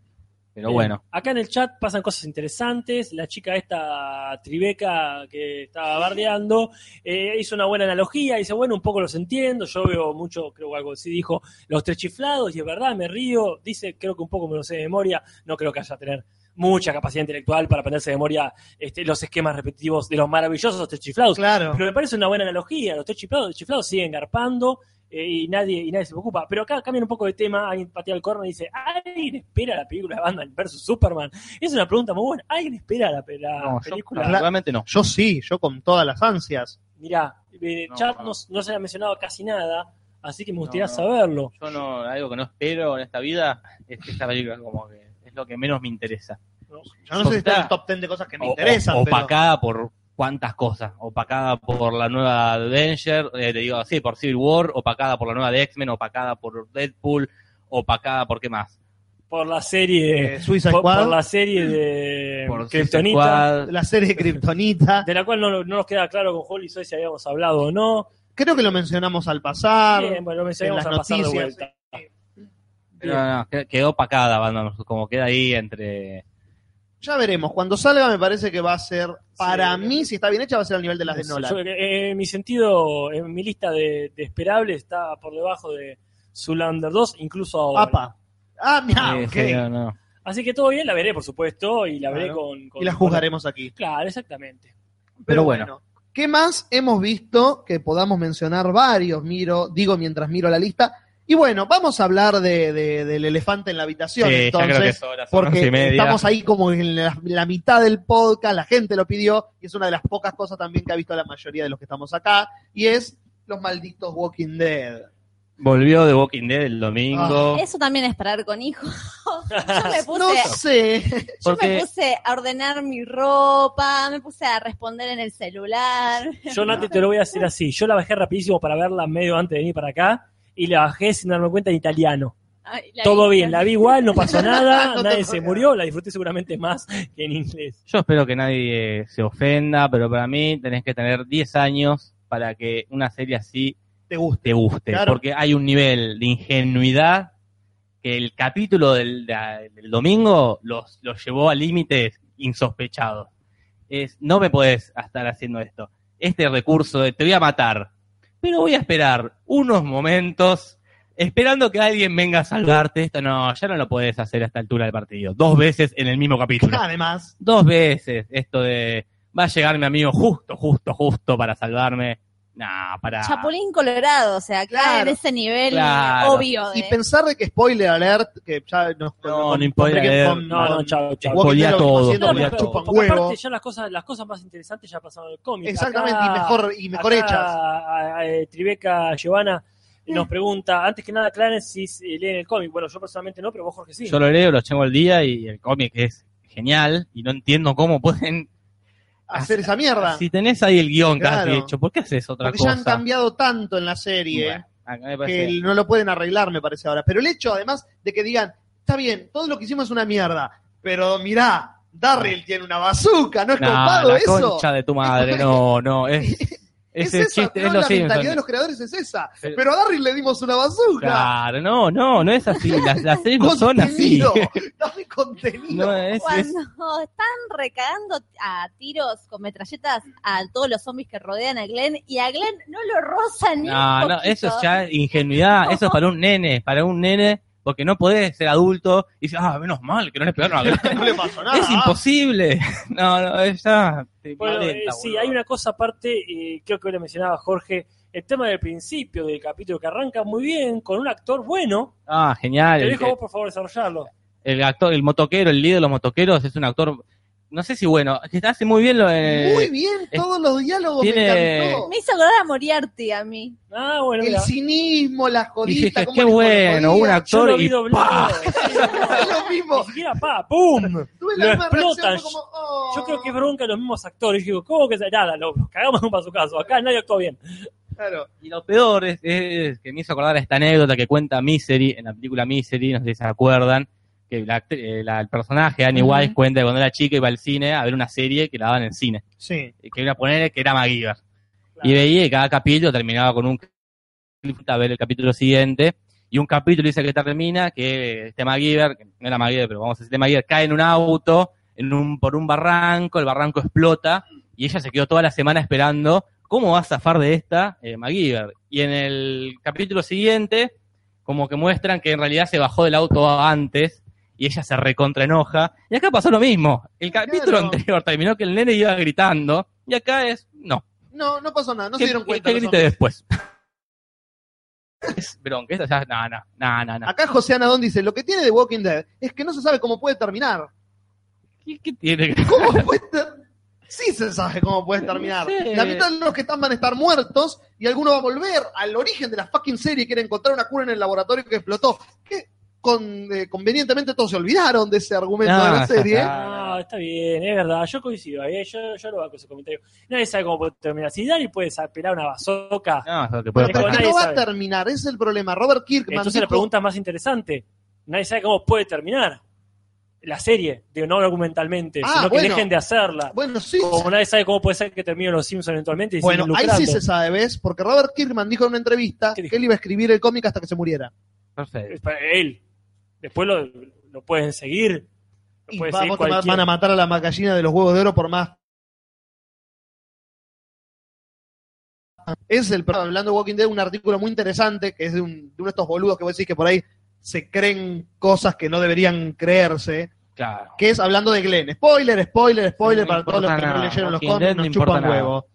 pero bueno, Eh, acá en el chat pasan cosas interesantes. La chica esta Tribeca que estaba bardeando eh, hizo una buena analogía. Dice, bueno, un poco los entiendo. Yo veo mucho, creo que algo así dijo, los tres chiflados. Y es verdad, me río. Dice, creo que un poco me lo sé de memoria. No creo que haya tener mucha capacidad intelectual para aprenderse de memoria este, los esquemas repetitivos de los maravillosos tres chiflados. Claro. Pero me parece una buena analogía. Los tres chiflados, chiflados siguen garpando eh, y, nadie, y nadie se preocupa. Pero acá cambian un poco de tema. Alguien patea el corno y dice: ¿Alguien espera la película de Batman vs Superman? Es una pregunta muy buena. ¿Alguien espera la, la no, yo película? particularmente no. Yo sí, yo con todas las ansias. Mirá, eh, No, Chat no. no, no se le ha mencionado casi nada. Así que me gustaría no. saberlo. Yo no, algo que no espero en esta vida es que esta película como que es lo que menos me interesa. Yo no sé si está en el Está- top 10 de cosas que me O- interesan. o- pero- opacada por cuántas cosas. Opacada por la nueva Avenger, eh, le digo así, por Civil War, opacada por la nueva de X-Men, opacada por Deadpool, opacada por qué más. Por la serie. Eh, Suicide por, Squad, por la serie de Por Kryptonita. Suicide Squad. la serie de Kryptonita. De la cual no, no nos queda claro con Holly Soy si habíamos hablado o no. Creo que lo mencionamos al pasar. Bien, bueno, lo mencionamos en a las pasar de noticias. vuelta. No, no, no, qued- quedó opacada, Batman, como queda ahí entre... Ya veremos. Cuando salga me parece que va a ser, para Sí. mí, si está bien hecha, va a ser al nivel de las de Sí, Nolan. yo- eh, en mi sentido, en mi lista de, de esperables está por debajo de Zulander 2, incluso ahora. Apa. Ah, mira, eh, ok. sí, no, no. Así que todo bien, la veré, por supuesto, y la veré Claro. con, con- Y las juzgaremos aquí. con- claro, exactamente. Pero, bueno. ¿Qué más hemos visto que podamos mencionar varios? Miro, digo mientras miro la lista. Y bueno, vamos a hablar de, de- del elefante en la habitación. Sí, ya creo entonces, que es hora, son once porque y media. estamos ahí como en la, la mitad del podcast, la gente lo pidió, y es una de las pocas cosas también que ha visto la mayoría de los que estamos acá, y es los malditos Walking Dead. Volvió de Walking Dead el Ah. domingo. Eso también es parar con hijos. Yo me puse, No sé, yo me porque- puse a ordenar mi ropa, me puse a responder en el celular. Yo, Nati, te lo voy a decir así. Yo la bajé rapidísimo para verla medio antes de venir para acá y la bajé sin darme cuenta en italiano. Ay, la todo vi. bien, la vi igual, no pasó nada, No te nadie puedo se creer. murió, la disfruté seguramente más que en inglés. Yo espero que nadie eh, se ofenda, pero para mí tenés que tener 10 años para que una serie así te gusta. te guste, Claro. porque hay un nivel de ingenuidad que el capítulo del, de- del domingo los, los llevó a límites insospechados. Es, no me podés estar haciendo esto. Este recurso de te voy a matar, pero voy a esperar unos momentos esperando que alguien venga a salvarte. Esto no, ya no lo podés hacer a esta altura del partido. Dos veces en el mismo capítulo Además, dos veces esto de va a llegar mi amigo justo, justo, justo para salvarme. Nah, para. Chapulín Colorado, o sea, acá Claro. en ese nivel Claro. obvio. Y de- pensar de que spoiler alert, que ya nos No, no nos- spoiler que alert. con- No, no, con- chao, Walking chao. Dead Spoilea lo que todo, está haciendo, spoilea que todo. chupan Porque huevo. Aparte, ya las cosas, las cosas más interesantes ya pasaron el cómic. Exactamente, Acá- y mejor, y mejor acá, hechas. a- a- eh, Tribeca Giovanna nos pregunta, antes que nada, Clarence, si s- eh, leen el cómic. Bueno, yo personalmente no, pero vos, Jorge, sí. Yo lo leo, lo llevo al día y el cómic es genial y no entiendo cómo pueden. Hacer esa mierda. Si tenés ahí el guión Claro. casi hecho, ¿por qué haces otra Porque ya cosa? han cambiado tanto en la serie. Bueno, acá me que parece- el- no lo pueden arreglar, me parece ahora. Pero el hecho, además, de que digan, está bien, todo lo que hicimos es una mierda, pero mirá, Darryl tiene una bazooka, ¿no es No, copado la eso? concha de tu madre, no, no, es, Es es el esa, chiste, ¿no? es la los Simpsons. mentalidad de los creadores es esa. Pero- Pero a Darryl le dimos una bazooka. Claro, no, no, no es así, las, las series no son así. Contenido, dame contenido. No, es, es- Cuando están recagando a tiros con metralletas a todos los zombies que rodean a Glenn y a Glenn no lo rozan ni no, un no, poquito. eso es ya ingenuidad, eso es para un nene, para un nene, porque no podés ser adulto y decir, ah, menos mal que no le pegaron a Glenn". No le pasó nada. Es imposible. No, no, es ya. te Ah, Bueno, eh, violenta, sí, boludo. hay una cosa aparte, eh, creo que lo mencionaba Jorge, el tema del principio del capítulo que arranca muy bien con un actor bueno. Ah, genial. Te El, dejo a vos, por favor, desarrollarlo. el actor, el motoquero, el líder de los motoqueros, es un actor, no sé si bueno, que hace muy bien lo eh, Muy bien, es- todos los diálogos tiene- me encantó. Me hizo acordar a Moriarty a mí. Ah, bueno, El mira. cinismo, las Dije, joditas. cómo qué le jodía. bueno, un Yo lo actor vi y doblado. Es lo mismo. Ni siquiera pa, ¡pum! Tuve Lo la misma explotan. reacción, fue como, oh. Yo creo que es bronca de los mismos actores. Yo digo, ¿cómo que se- nada? Lo cagamos un caso Acá nadie actuó bien. Claro. Y lo peor es, es que me hizo acordar a esta anécdota que cuenta Misery, en la película Misery, no sé si se acuerdan, que la actri- eh, la- el personaje, Annie Ujú. Wise, cuenta que cuando era chica iba al cine a ver una serie que la daban en el cine, Sí. que iba a poner que era MacGyver. Y veía que cada capítulo terminaba con un clip a ver el capítulo siguiente, y un capítulo dice que termina, que este MacGyver, que no era MacGyver, pero vamos a decir MacGyver, cae en un auto, en un, por un barranco, el barranco explota, y ella se quedó toda la semana esperando cómo va a zafar de esta eh, MacGyver. Y en el capítulo siguiente, como que muestran que en realidad se bajó del auto antes y ella se recontra enoja. Y acá pasó lo mismo. El capítulo Claro. anterior terminó que el nene iba gritando y acá es, no, No, no pasó nada, no ¿Qué- se dieron qué- cuenta. qué los grite hombres. después. es bronca, esta ya, no, no, no, no, no. Acá José Anadón dice, lo que tiene de Walking Dead es que no se sabe cómo puede terminar. ¿Qué, qué tiene que- ¿Cómo puede ter- Sí se sabe cómo puede terminar. No sé. La mitad de los que están van a estar muertos y alguno va a volver al origen de la fucking serie y quiere encontrar una cura en el laboratorio que explotó. Que con- eh, convenientemente todos se olvidaron de ese argumento No, de la ya serie. está. Ah, está bien, es verdad. Yo coincido ahí, eh, yo, yo lo banco ese comentario. Nadie sabe cómo puede terminar. Si Dani puede pelar una bazooka, No, es lo que puede Pero porque Pero pasar. nadie no va a sabe. terminar, ese es el problema. Robert Kirkman entonces dijo, la pregunta es más interesante. Nadie sabe cómo puede terminar la serie, digo, no argumentalmente, Ah, sino que bueno. dejen de hacerla. bueno, sí, Como nadie sabe cómo puede ser que termine Los Simpsons eventualmente y Bueno, siguen ahí sí lucrando. se sabe, ¿ves? Porque Robert Kirkman dijo en una entrevista que ¿Qué dijo? él iba a escribir el cómic hasta que se muriera. Perfecto. Es para él. Después lo, lo pueden seguir. Lo Y puede vamos seguir que ma- cualquiera. van a matar a la gallina de los huevos de oro por más. Es el hablando de Walking Dead, un artículo muy interesante que es de, un- de uno de estos boludos que vos decís que por ahí se creen cosas que no deberían creerse, Claro. que es hablando de Glenn. Spoiler, spoiler, spoiler No para todos los que importa no nada. leyeron los Walking cómics, Dead no nos importa chupan nada. huevo.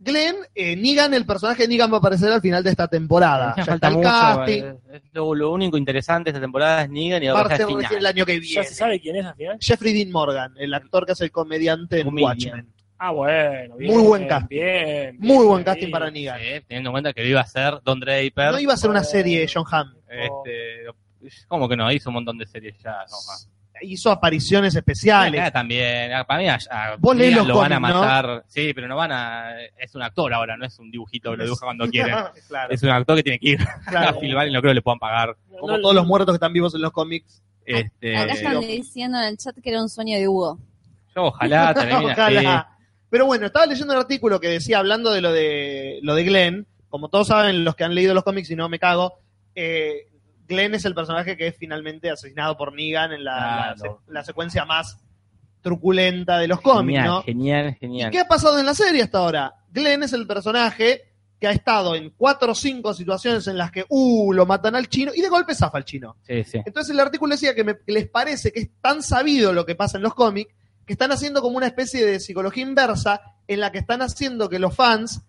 Glenn, eh, Negan, el personaje de Negan va a aparecer al final de esta temporada. Ya Ya está falta el mucho, casting, eh, es lo, lo único interesante de esta temporada es Negan y va a parte pasar al recién eh, final. el año que ¿Ya viene. se sabe quién es al final? Jeffrey Dean Morgan, el actor que hace el comediante en Comedian. Watchmen. Ah, bueno. bien, Muy buen casting. bien, bien, Muy buen bien. casting para Negan. Sí, teniendo en cuenta que lo iba a hacer Don Draper. No iba a ser una serie John Hamm. este, ¿Cómo que no? Hizo un montón de series ya. No, más. Hizo apariciones especiales. Acá también. ah, Para mí, a- a Vos leés Negan los lo van a cómics, ¿no? matar. Sí, pero no van a. Es un actor ahora, no es un dibujito que lo dibuja cuando quiere. claro, es un actor que tiene que ir a claro. filmar y no creo que le puedan pagar. No, Como no, todos los muertos que están vivos en los cómics. Este, Acá están diciendo en el chat que era un sueño de Hugo. Yo ojalá termine así. Ojalá. Pero bueno, estaba leyendo un artículo que decía, hablando de lo de lo de Glenn, como todos saben los que han leído los cómics y no me cago, eh, Glenn es el personaje que es finalmente asesinado por Negan en la, la Claro. se- la secuencia más truculenta de los cómics, genial, ¿no? genial, ¿Y genial. qué ha pasado en la serie hasta ahora? Glenn es el personaje que ha estado en cuatro o cinco situaciones en las que, uh, lo matan al chino y de golpe zafa al chino. Sí, sí. Entonces el artículo decía que, me- que les parece que es tan sabido lo que pasa en los cómics que están haciendo como una especie de psicología inversa en la que están haciendo que los fans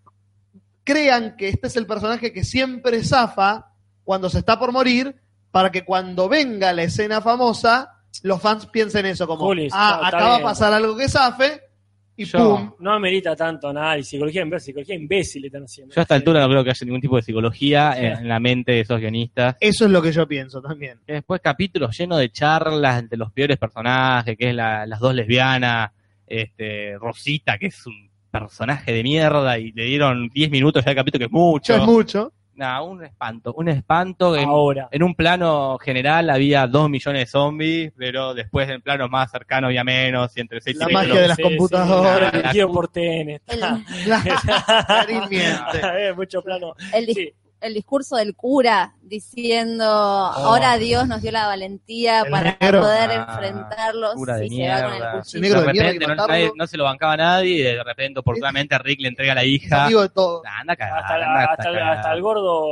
crean que este es el personaje que siempre zafa cuando se está por morir, para que cuando venga la escena famosa, los fans piensen eso, como, Juli, ah, está- está acá va a bien. pasar algo que zafe, y Yo, pum. No amerita tanto análisis, psicología imbécil, psicología imbécil están haciendo. Yo a esta altura no creo que haya ningún tipo de psicología en- en la mente de esos guionistas. Eso es lo que yo pienso también. Que Después capítulos llenos de charlas entre los peores personajes, que es la- las dos lesbianas, este, Rosita, que es un personaje de mierda y le dieron 10 minutos ya el capítulo, que es mucho. Yo es mucho. Ah, Nah, un espanto, un espanto. que En, Ahora, en un plano general había 2 millones de zombies, pero después en planos más cercanos había menos y entre 6 La magia de las computadoras. sí, dirigido por TN. El, Clarín miente. Eh, Mucho plano. el dis- Sí. el discurso del cura diciendo, ahora Dios nos dio la valentía El para negro. poder Oh. Ah, enfrentarlos Cura de si se va con el mierda. El cuchillo. negro De de mierda hay repente que no, matarlo. nadie- no se lo bancaba nadie y de repente oportunamente Rick le entrega a la hija. Amigo de todo. Nah, anda a cagar, Hasta, anda a hasta- cagar. hasta el gordo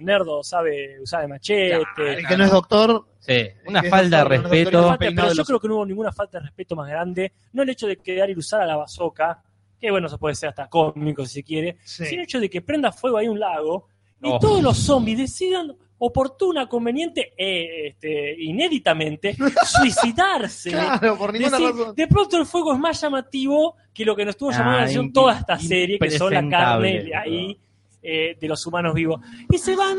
nerdo sabe usar de machete. Claro. El que no es doctor, Sí, una que es falta de doctor, no es respeto. doctor, peinado Falta- pero de yo los- creo que no hubo ninguna falta de respeto más grande. No el hecho de que Daryl usara la bazooka, que bueno, eso puede ser hasta cómico si se quiere, sí. sino el hecho de que prenda fuego ahí un lago y Oh. todos los zombies decidan oportuna, conveniente, eh, este, inéditamente, suicidarse. Claro, por ninguna Decir, razón. de pronto el fuego es más llamativo que lo que nos estuvo llamando Ah, la atención imp- toda esta serie, que son la carne impresentable, ahí eh, de los humanos vivos. Y se van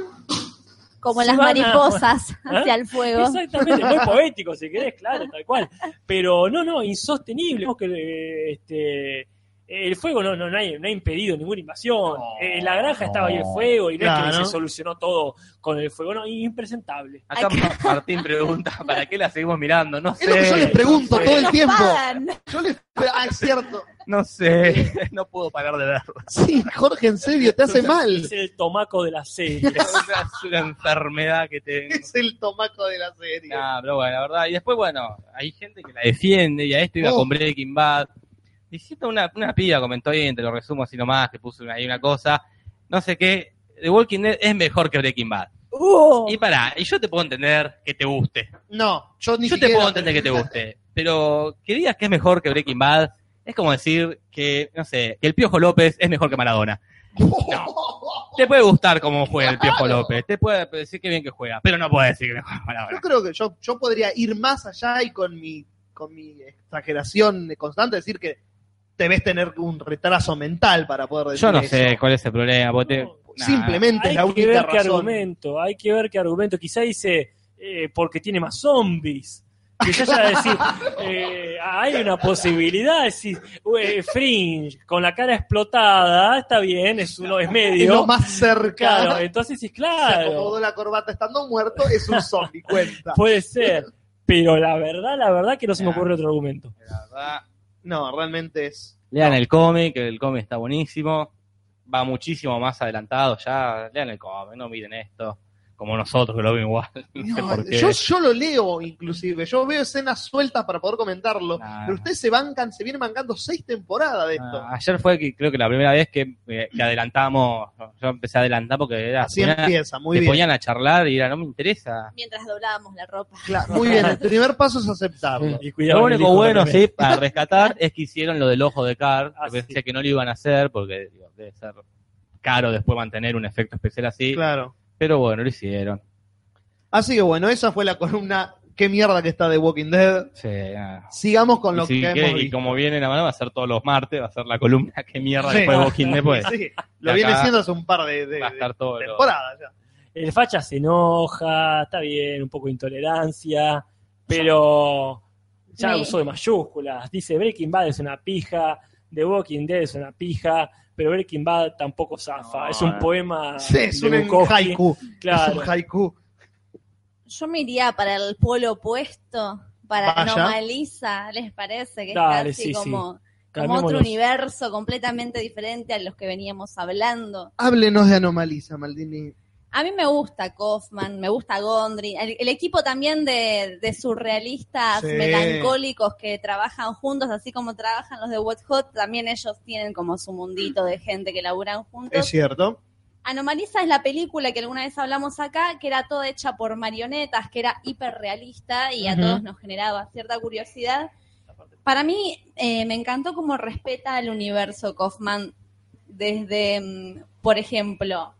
Como Se las van a- mariposas hacia el fuego. Exactamente, muy poético, si querés, claro, tal cual. Pero no, no, insostenible. Vemos que, eh, este, el fuego no, no, no, ha, no ha impedido ninguna invasión. Eh, en la granja estaba ahí el fuego y no es Claro. que se solucionó todo con el fuego, no, impresentable. Acá Martín pregunta, ¿para qué la seguimos mirando? No Es lo que yo les sé, pregunto Sí. todo el Nos tiempo. pagan. Yo les... Ah, es cierto. no sé, no puedo parar de verla. Sí, Jorge, en serio, te hace mal. Es el tomaco de la serie. Es una enfermedad que tengo. Es el tomaco de la serie. Nah, pero bueno, la verdad. Y después, bueno, hay gente que la defiende y a esto iba Oh. con Breaking Bad. Diciendo una, una piba comentó ahí, te lo resumo así nomás, que puso ahí una cosa. No sé qué, The Walking Dead es mejor que Breaking Bad. Y pará, y yo te puedo entender que te guste. No, yo ni Yo te siquiera- puedo entender que te guste, pero que digas que es mejor que Breaking Bad es como decir que, no sé, que el Piojo López es mejor que Maradona. Te puede gustar cómo juega el Piojo López, te puede decir que bien que juega, pero no puede decir que mejor que Yo Maradona. creo que yo, yo podría ir más allá y con mi, con mi exageración constante decir que debes tener un retraso mental para poder decir Yo no eso. sé cuál es el problema. porque te- No, nah. Simplemente es hay la que única ver qué razón. argumento, hay que ver qué argumento. Quizá dice, eh, porque tiene más zombies. Quizá ya decir, eh, hay una posibilidad, decir, eh, Fringe, con la cara explotada, está bien, es uno, es Es lo medio. más cerca. Claro, entonces sí, Se acomodó claro, la corbata estando muerto, es un zombie, cuenta. puede ser. Pero la verdad, la verdad que no se me Nah. ocurre otro argumento. La verdad, No, realmente es. Lean el cómic, el cómic está buenísimo. Va muchísimo más adelantado ya. Lean el cómic, no miren esto. Como nosotros que lo vimos igual. No sé No, por qué. yo, yo lo leo inclusive, yo veo escenas sueltas para poder comentarlo, Nah. pero ustedes se bancan, se vienen bancando seis temporadas de esto. Ah, ayer fue que, creo que la primera vez que, eh, que adelantamos, yo empecé a adelantar porque era, Así ponía- empieza, muy te bien. ponían a charlar y era, no me interesa. Mientras doblábamos la ropa. Claro, muy bien, el primer paso es aceptarlo. Y Lo cuidado con el único hijo bueno, también. sí, para rescatar es que hicieron lo del ojo de Car, Ah, que pensé sí. que no lo iban a hacer porque digo, debe ser caro después mantener un efecto especial así, Claro. pero bueno, lo hicieron. Así que bueno, esa fue la columna. Qué mierda que está de Walking Dead. Sí, nada. Sigamos con Y lo si que querés, hemos y visto. como viene la mano, va a ser todos los martes, va a ser la columna que mierda Sí. después de Walking Dead, pues, Sí, lo acá viene siendo hace un par de, de- va a estar todo de lo- temporadas ya. El facha se enoja, está bien, un poco de intolerancia, pero ya Sí. usó de mayúsculas. Dice Breaking Bad es una pija, The Walking Dead es una pija, pero Breaking Bad tampoco zafa. No, es un eh. poema. Sí, es de un Bukowski. haiku. Es Claro. un haiku. Yo me iría para el polo opuesto, para Vaya. Anomaliza, ¿les parece? Que Dale, es casi sí, sí. como, como Cambiémoslo. otro universo completamente diferente a los que veníamos hablando. Háblenos de Anomaliza, Maldini. A mí me gusta Kaufman, me gusta Gondry, el, el equipo también de, de surrealistas Sí. melancólicos que trabajan juntos, así como trabajan los de What Hot, también ellos tienen como su mundito de gente que laburan juntos. Es cierto. Anomaliza es la película que alguna vez hablamos acá, que era toda hecha por marionetas, que era hiperrealista y a Ujú. todos nos generaba cierta curiosidad. Para mí eh, me encantó cómo respeta el universo Kaufman desde mm, por ejemplo,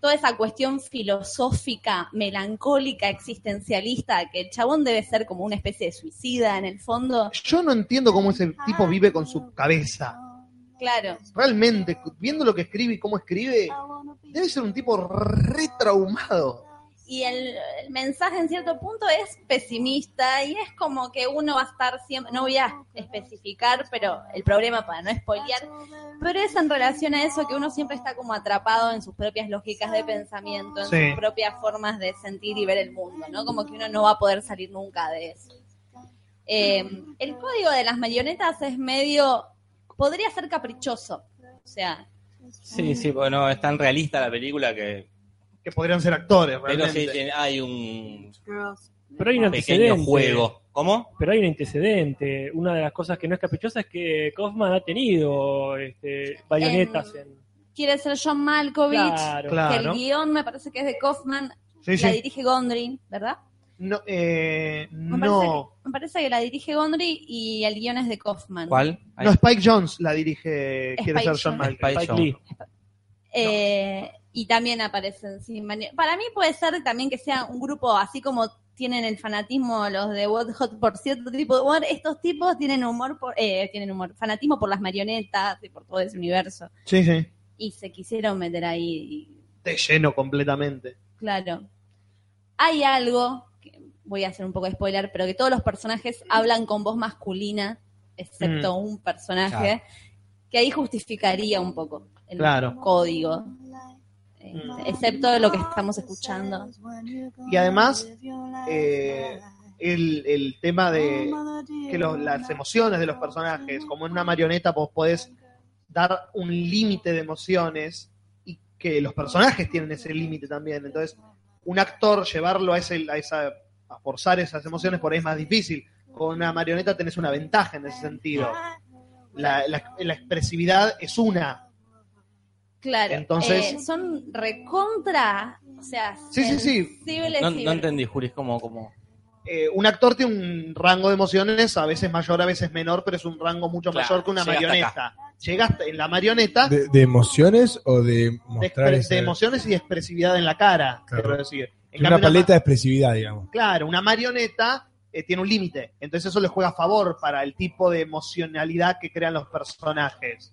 toda esa cuestión filosófica, melancólica, existencialista, que el chabón debe ser como una especie de suicida en el fondo. Yo no entiendo cómo ese tipo vive con su cabeza. Claro, Realmente, viendo lo que escribe y cómo escribe, debe ser un tipo re traumado. y el, el mensaje en cierto punto es pesimista y es como que uno va a estar siempre, no voy a especificar, pero el problema para no spoilear, pero es en relación a eso que uno siempre está como atrapado en sus propias lógicas de pensamiento, en Sí. sus propias formas de sentir y ver el mundo, ¿no? Como que uno no va a poder salir nunca de eso. Eh, el código de las marionetas es medio, podría ser caprichoso, o sea, Sí, sí, bueno, es tan realista la película que. Que podrían ser actores, Pero sí, realmente. tiene- hay un Pero hay un pequeño antecedente. juego. ¿Cómo? Pero hay un antecedente. Una de las cosas que no es caprichosa es que Kaufman ha tenido este, bayonetas en. quiere ser John Malkovich. Claro. Claro. Que el guión me parece que es de Kaufman, la Sí, sí. dirige Gondry, ¿verdad? No, eh, Me parece, no. me parece que la dirige Gondry y el guión es de Kaufman. ¿Cuál? No, Spike Jones la dirige, Spike quiere ser Jonze. John Malkovich. Spike Spike Jonze. Lee. Eh, Y también aparecen sin mani- Para mí puede ser también que sea un grupo así como tienen el fanatismo los de What Hot por cierto tipo de humor. Estos tipos tienen humor por, eh, tienen humor, fanatismo por las marionetas y por todo ese universo. Sí, sí. Y se quisieron meter ahí y Te lleno completamente. Claro. Hay algo, que voy a hacer un poco de spoiler, pero que todos los personajes hablan con voz masculina, excepto Mm. un personaje, que ahí justificaría un poco el Claro. código, eh, excepto lo que estamos escuchando. Y además, eh, el, el tema de Ah. que lo- las emociones de los personajes, como en una marioneta, vos podés dar un límite de emociones y que los personajes tienen ese límite también. Entonces, un actor llevarlo a, ese, a, esa, a forzar esas emociones por ahí es más difícil. Con una marioneta tenés una ventaja en ese sentido. La, la- la expresividad es una. Claro. Entonces- eh, son recontra, o sea, Sí, sí, sí. sensibles No, y- no entendí, Juris, cómo. cómo... eh, un actor tiene un rango de emociones a veces mayor, a veces menor, pero es un rango mucho Claro, mayor que una llega hasta marioneta. Llegaste en la marioneta de, ¿De, de emociones o de mostrar expre- esa- de emociones y de expresividad en la cara, Claro. quiero decir. En una cambio, paleta de expresividad, digamos? ma- claro, una marioneta eh, tiene un límite, entonces eso le juega a favor para el tipo de emocionalidad que crean los personajes.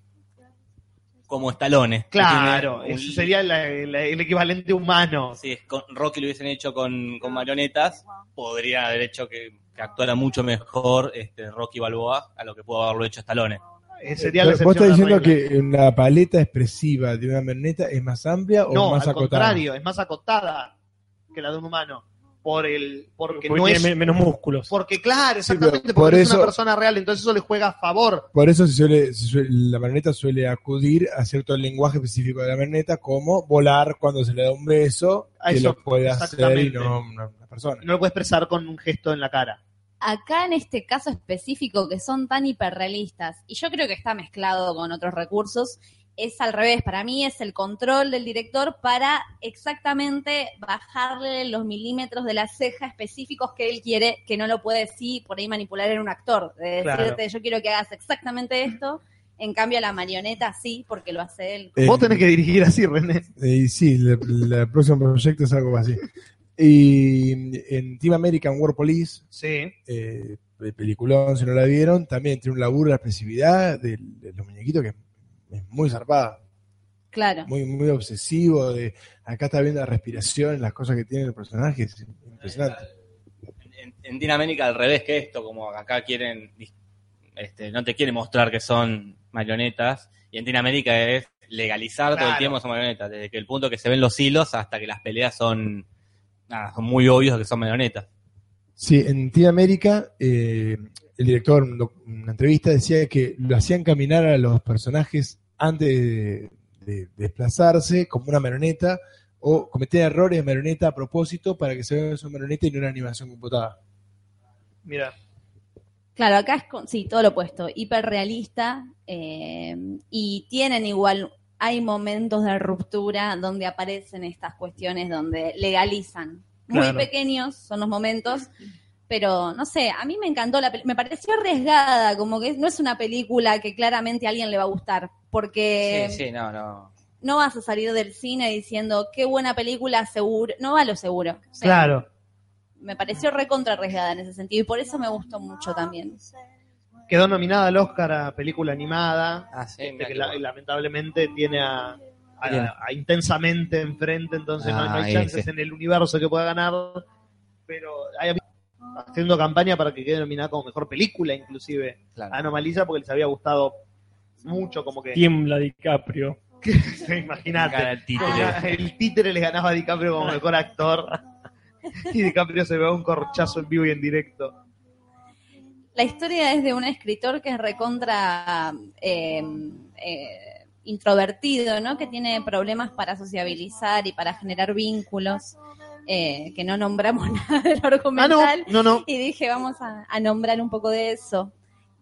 Como estalones. Claro, eso sería la- la- el equivalente humano. Si es con- Rocky lo hubiesen hecho con, con marionetas, podría haber hecho que, que actuara mucho mejor este, Rocky Balboa a lo que pudo haberlo hecho Stallone. Eh, sería la Pero excepción Vos a estás la diciendo regla. que la paleta expresiva de una marioneta es más amplia o no, más al acotada. contrario, es más acotada que la de un humano. Por el, porque, Porque no tiene es men- menos músculos. Porque claro, Sí, exactamente, pero por porque es eso- una persona real, entonces eso le juega a favor. Por eso se suele, se suele- la marioneta suele acudir a cierto lenguaje específico de la marioneta, como volar cuando se le da un beso, A que eso, lo puede hacer y exactamente. no una, una persona. No lo puede expresar con un gesto en la cara. acá en este caso específico que son tan hiperrealistas, y yo creo que está mezclado con otros recursos, es al revés, para mí es el control del director para exactamente bajarle los milímetros de la ceja específicos que él quiere, que no lo puede sí por ahí manipular en un actor, de Claro. decirte yo quiero que hagas exactamente esto, en cambio a la marioneta sí, porque lo hace él. Eh, Vos tenés que dirigir así, René. Eh, sí, la- la- el próximo proyecto es algo así. Y mm, en Team American War Police, Sí. eh, el peliculón, si no la vieron, también tiene un laburo de la expresividad de, de los muñequitos que es muy zarpada, Claro. muy, muy obsesivo. De, acá está viendo la respiración, las cosas que tiene el personaje, es impresionante. En, en Dinamarca al revés que esto, como acá quieren, este, no te quieren mostrar que son marionetas, y en Dinamarca es legalizar todo el Claro. tiempo son marionetas, desde que el punto que se ven los hilos hasta que las peleas son, nada, son muy obvios que son marionetas. Sí, en Team América, eh, el director, en doc- una entrevista, decía que lo hacían caminar a los personajes antes de, de desplazarse como una marioneta o cometer errores de marioneta a propósito para que se vea que es una marioneta y no una animación computada. Mira. Claro, acá es, con- sí, todo lo opuesto, hiperrealista eh, y tienen igual, hay momentos de ruptura donde aparecen estas cuestiones donde legalizan. Muy Claro. pequeños son los momentos, pero no sé, a mí me encantó la peli- me pareció arriesgada, como que no es una película que claramente a alguien le va a gustar, porque sí, no, no. no vas a salir del cine diciendo qué buena película, seguro, no va a lo seguro. O sea, Claro. Me pareció recontra arriesgada en ese sentido y por eso me gustó mucho también. Quedó nominada al Oscar a película animada. Ah, sí, este mira que qué la- bueno. lamentablemente tiene a, a- Bien. a intensamente enfrente, entonces no, no Ah, hay ahí, chances sí. en el universo que pueda ganar. Pero hay- haciendo campaña para que quede nominada como mejor película, inclusive Claro. a Anomalisa, porque les había gustado mucho, como que. Tiembla DiCaprio. Cara Imagínate. al títere. El títere le ganaba a DiCaprio como mejor actor. Y DiCaprio se ve un corchazo en vivo y en directo. La historia es de un escritor que es recontra eh, eh, introvertido, ¿no? Que tiene problemas para sociabilizar y para generar vínculos, eh, que no nombramos nada del Ah, no, argumental. no, no. Y dije, vamos a, a nombrar un poco de eso.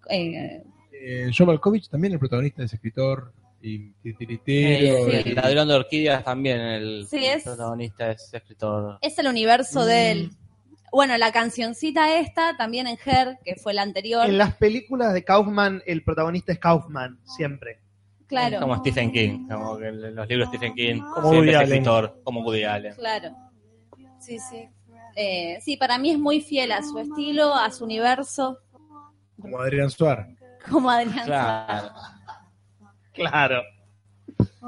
Eh, Eh, John Malkovich también el protagonista es escritor y titiritero. Eh, sí. y- El ladrón de orquídeas también, el Sí, es- protagonista es escritor. es el universo de él. Mm. Bueno, la cancioncita esta, también en Her, que fue la anterior, En las películas de Kaufman, el protagonista es Kaufman, siempre. claro. Como Stephen King, como que en los libros de Stephen King, Como siempre Woody es Allen. escritor, como Woody Allen. Claro. Sí, sí. Eh, sí, para mí es muy fiel a su estilo, a su universo, Como Adrián Suar. como Adrián. Claro. Claro.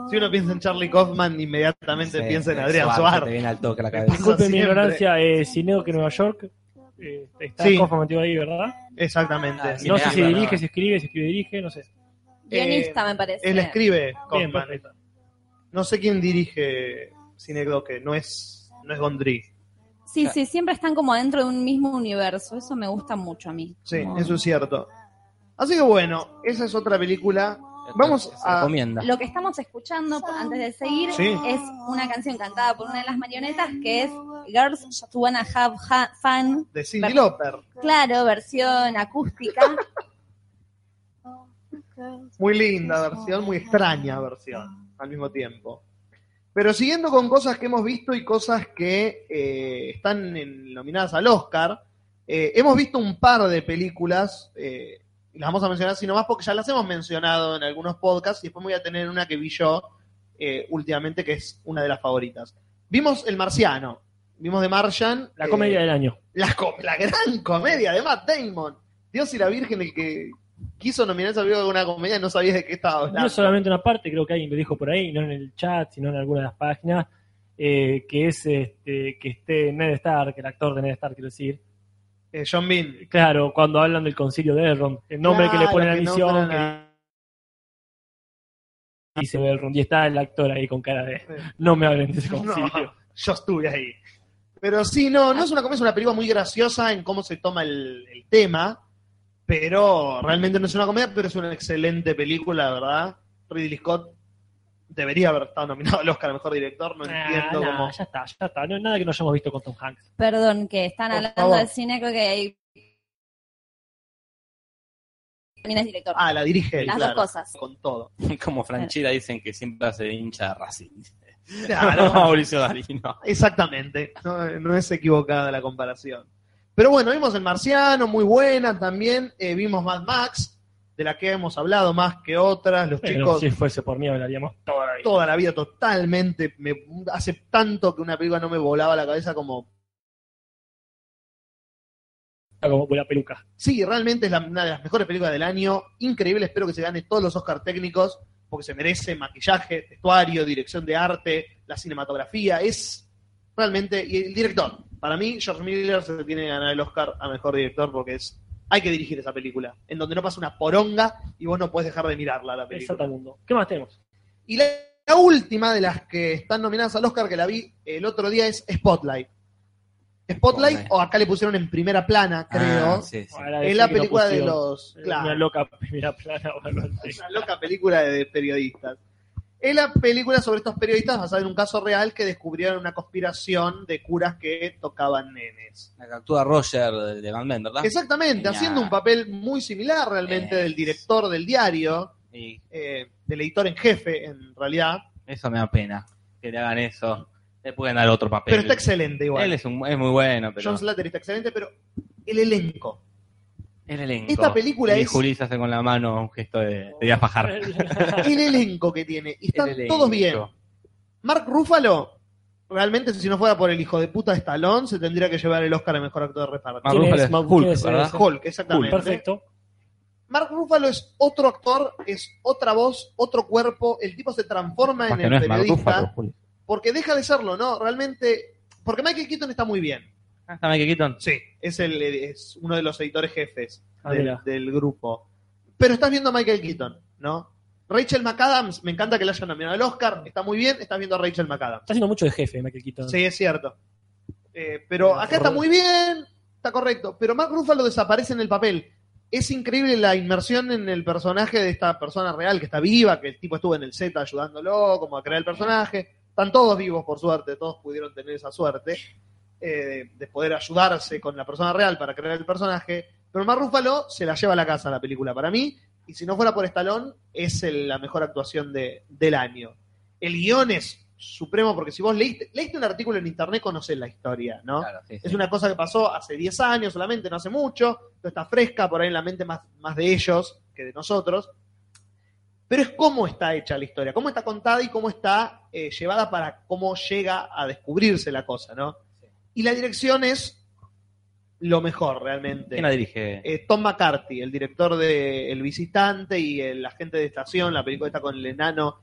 Si uno piensa en Charlie Kaufman, inmediatamente Sí, piensa en Adrián Te Suárez. viene al toque a la Eso cabeza. Disculpe mi siempre. ignorancia, eh, Cineo que Nueva York. eh, está Sí. Kaufman metido ahí, ¿verdad? Exactamente. Ah, sí, no me sé da, si me da. dirige, si escribe, si escribe, dirige, no sé. Guionista, Eh, me parece. Él escribe Bien, Kaufman. perfecto. No sé quién dirige Cinedoque, no es, no es Gondry. Ah. Sí, sí, siempre están como dentro de un mismo universo. Eso me gusta mucho a mí. Sí, eso es cierto. Así que bueno, esa es otra película. Vamos Se a. recomienda. Lo que estamos escuchando antes de seguir Sí. es una canción cantada por una de las marionetas que es Girls Just Wanna Have Ha- Fun. de Cindy Lauper. Claro, versión acústica. Muy linda versión, muy extraña versión al mismo tiempo. Pero siguiendo con cosas que hemos visto y cosas que eh, están en- nominadas al Oscar, eh, hemos visto un par de películas, eh, y las vamos a mencionar sino más porque ya las hemos mencionado en algunos podcasts y después me voy a tener una que vi yo eh, últimamente que es una de las favoritas. Vimos El Marciano, vimos The Martian. La eh, comedia del año. la, co- la gran comedia de Matt Damon. Dios y la Virgen, el que quiso nominarse a una comedia, no sabías de qué estaba hablando. No solamente una parte, creo que alguien lo dijo por ahí, no en el chat, sino en alguna de las páginas, eh, que es este, que esté Ned Stark, el actor de Ned Stark, quiero decir. Eh, John Bean. Claro, cuando hablan del concilio de Elrond, el nombre que le ponen a la misión, que dice Elrond, y está el actor ahí con cara de, no me hablen de ese concilio. yo estuve ahí. Pero sí, no, no es una comedia, es una película muy graciosa en cómo se toma el, el tema, pero realmente no es una comedia, pero es una excelente película, la ¿verdad? Ridley Scott debería haber estado nominado al Oscar a Mejor Director, no Ah, entiendo nah, cómo... Ya está, ya está, no es nada que no hayamos visto con Tom Hanks. Perdón, que están Por hablando favor. del cine, creo que hay. También es director. Ah, la dirige él, Las claro, dos cosas. Con todo. Como Franchila dicen que siempre hace hincha de Racing. Ah, Claro. Mauricio Ah, Darino. Exactamente, no, no es equivocada la comparación. Pero bueno, vimos El Marciano, muy buena también, eh, vimos Mad Max, de la que hemos hablado más que otras, los Pero chicos si fuese por mí hablaríamos toda la vida. toda la vida totalmente, me, hace tanto que una película no me volaba la cabeza como, Ah, Como por la peluca. sí, realmente es la- una de las mejores películas del año, increíble, espero que se gane todos los Oscar técnicos, porque se merece maquillaje, vestuario, dirección de arte, la cinematografía, es realmente, y el director, para mí George Miller se tiene que ganar el Oscar a Mejor Director porque es... Hay que dirigir esa película, en donde no pasa una poronga y vos no puedes dejar de mirarla la película. Exacto mundo. ¿Qué más tenemos? Y la, la última de las que están nominadas al Oscar, que la vi el otro día, es Spotlight. Spotlight, Spotlight. o acá le pusieron en primera plana, creo. Ah, sí, sí. Es la película de los. Una Claro, loca primera plana o algo así. es una loca película de periodistas. Es la película sobre estos periodistas basada en un caso real que descubrieron una conspiración de curas que tocaban nenes. La que actúa Roger de de Mad Men, ¿verdad? Exactamente, Ah, Genial. haciendo un papel muy similar realmente Es. del director del diario, Y eh, del editor en jefe, en realidad. eso me da pena. Que le hagan eso. Le pueden dar otro papel. Pero está excelente igual. Él es, un- es muy bueno, pero. John Slater está excelente, pero el elenco. El elenco. Esta película y es- Juli se hace con la mano un gesto de, de ir a fajar. El elenco que tiene. Y están El elenco. todos bien. Mark Ruffalo, realmente, si no fuera por el hijo de puta de Stallone, se tendría que llevar el Oscar a Mejor Actor de Reparto. Mark ¿Quién Ruffalo es? es Mark- Hulk, ¿quién es ¿verdad? ese? Hulk, exactamente. Perfecto. Mark Ruffalo es otro actor, es otra voz, otro cuerpo. El tipo se transforma Capaz en que el no es Mark Ruffalo, periodista. Juli. Porque deja de serlo, ¿no? Realmente. Porque Michael Keaton está muy bien. Ah, está Michael Keaton. Sí, es, el, es uno de los editores jefes Ah, del, mira. del grupo. Pero estás viendo a Michael Keaton, ¿no? Rachel McAdams, me encanta que la hayan nominado al Oscar, está muy bien, estás viendo a Rachel McAdams. Está haciendo mucho de jefe, Michael Keaton. Sí, es cierto. Eh, pero acá está muy bien, está correcto, pero Mark Ruffalo desaparece en el papel. Es increíble la inmersión en el personaje de esta persona real que está viva, que el tipo estuvo en el set ayudándolo, como a crear el personaje. Están todos vivos, por suerte, todos pudieron tener esa suerte eh, de poder ayudarse con la persona real para crear el personaje. Pero Mark Ruffalo se la lleva a la casa la película para mí, y si no fuera por Stallone, es el- la mejor actuación de- del año. El guión es supremo, porque si vos leíste, leíste un artículo en internet, conocés la historia, ¿no? Claro, sí, sí. Es una cosa que pasó hace 10 años solamente, no hace mucho, no está fresca por ahí en la mente más, más de ellos que de nosotros. Pero es cómo está hecha la historia, cómo está contada y cómo está eh, llevada para cómo llega a descubrirse la cosa, ¿no? Y la dirección es lo mejor realmente. ¿Quién la dirige? Eh, Tom McCarthy, el director de El Visitante y el agente de estación, la película está con el enano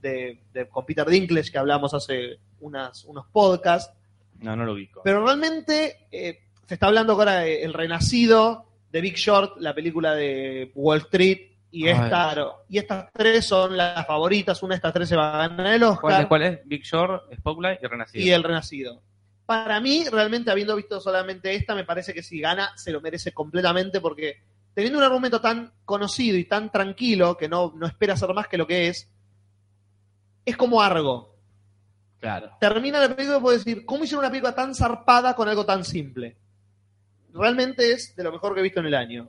de, de- con Peter Dinklage que hablamos hace unas, unos podcasts. No, no lo ubico. Pero realmente eh, se está hablando ahora de El Renacido, de Big Short, la película de Wall Street, y, Ay. esta, y estas tres son las favoritas. Una de estas tres se va a ganar el Oscar ¿Cuál, es, ¿Cuál es? Big Shore, Spotlight y Renacido. y El Renacido. Para mí, realmente, habiendo visto solamente esta, me parece que si gana, se lo merece completamente porque teniendo un argumento tan conocido y tan tranquilo que no, no espera ser más que lo que es, es como Argo. Claro. Termina la película y puedo decir, ¿cómo hicieron una película tan zarpada con algo tan simple? Realmente es de lo mejor que he visto en el año.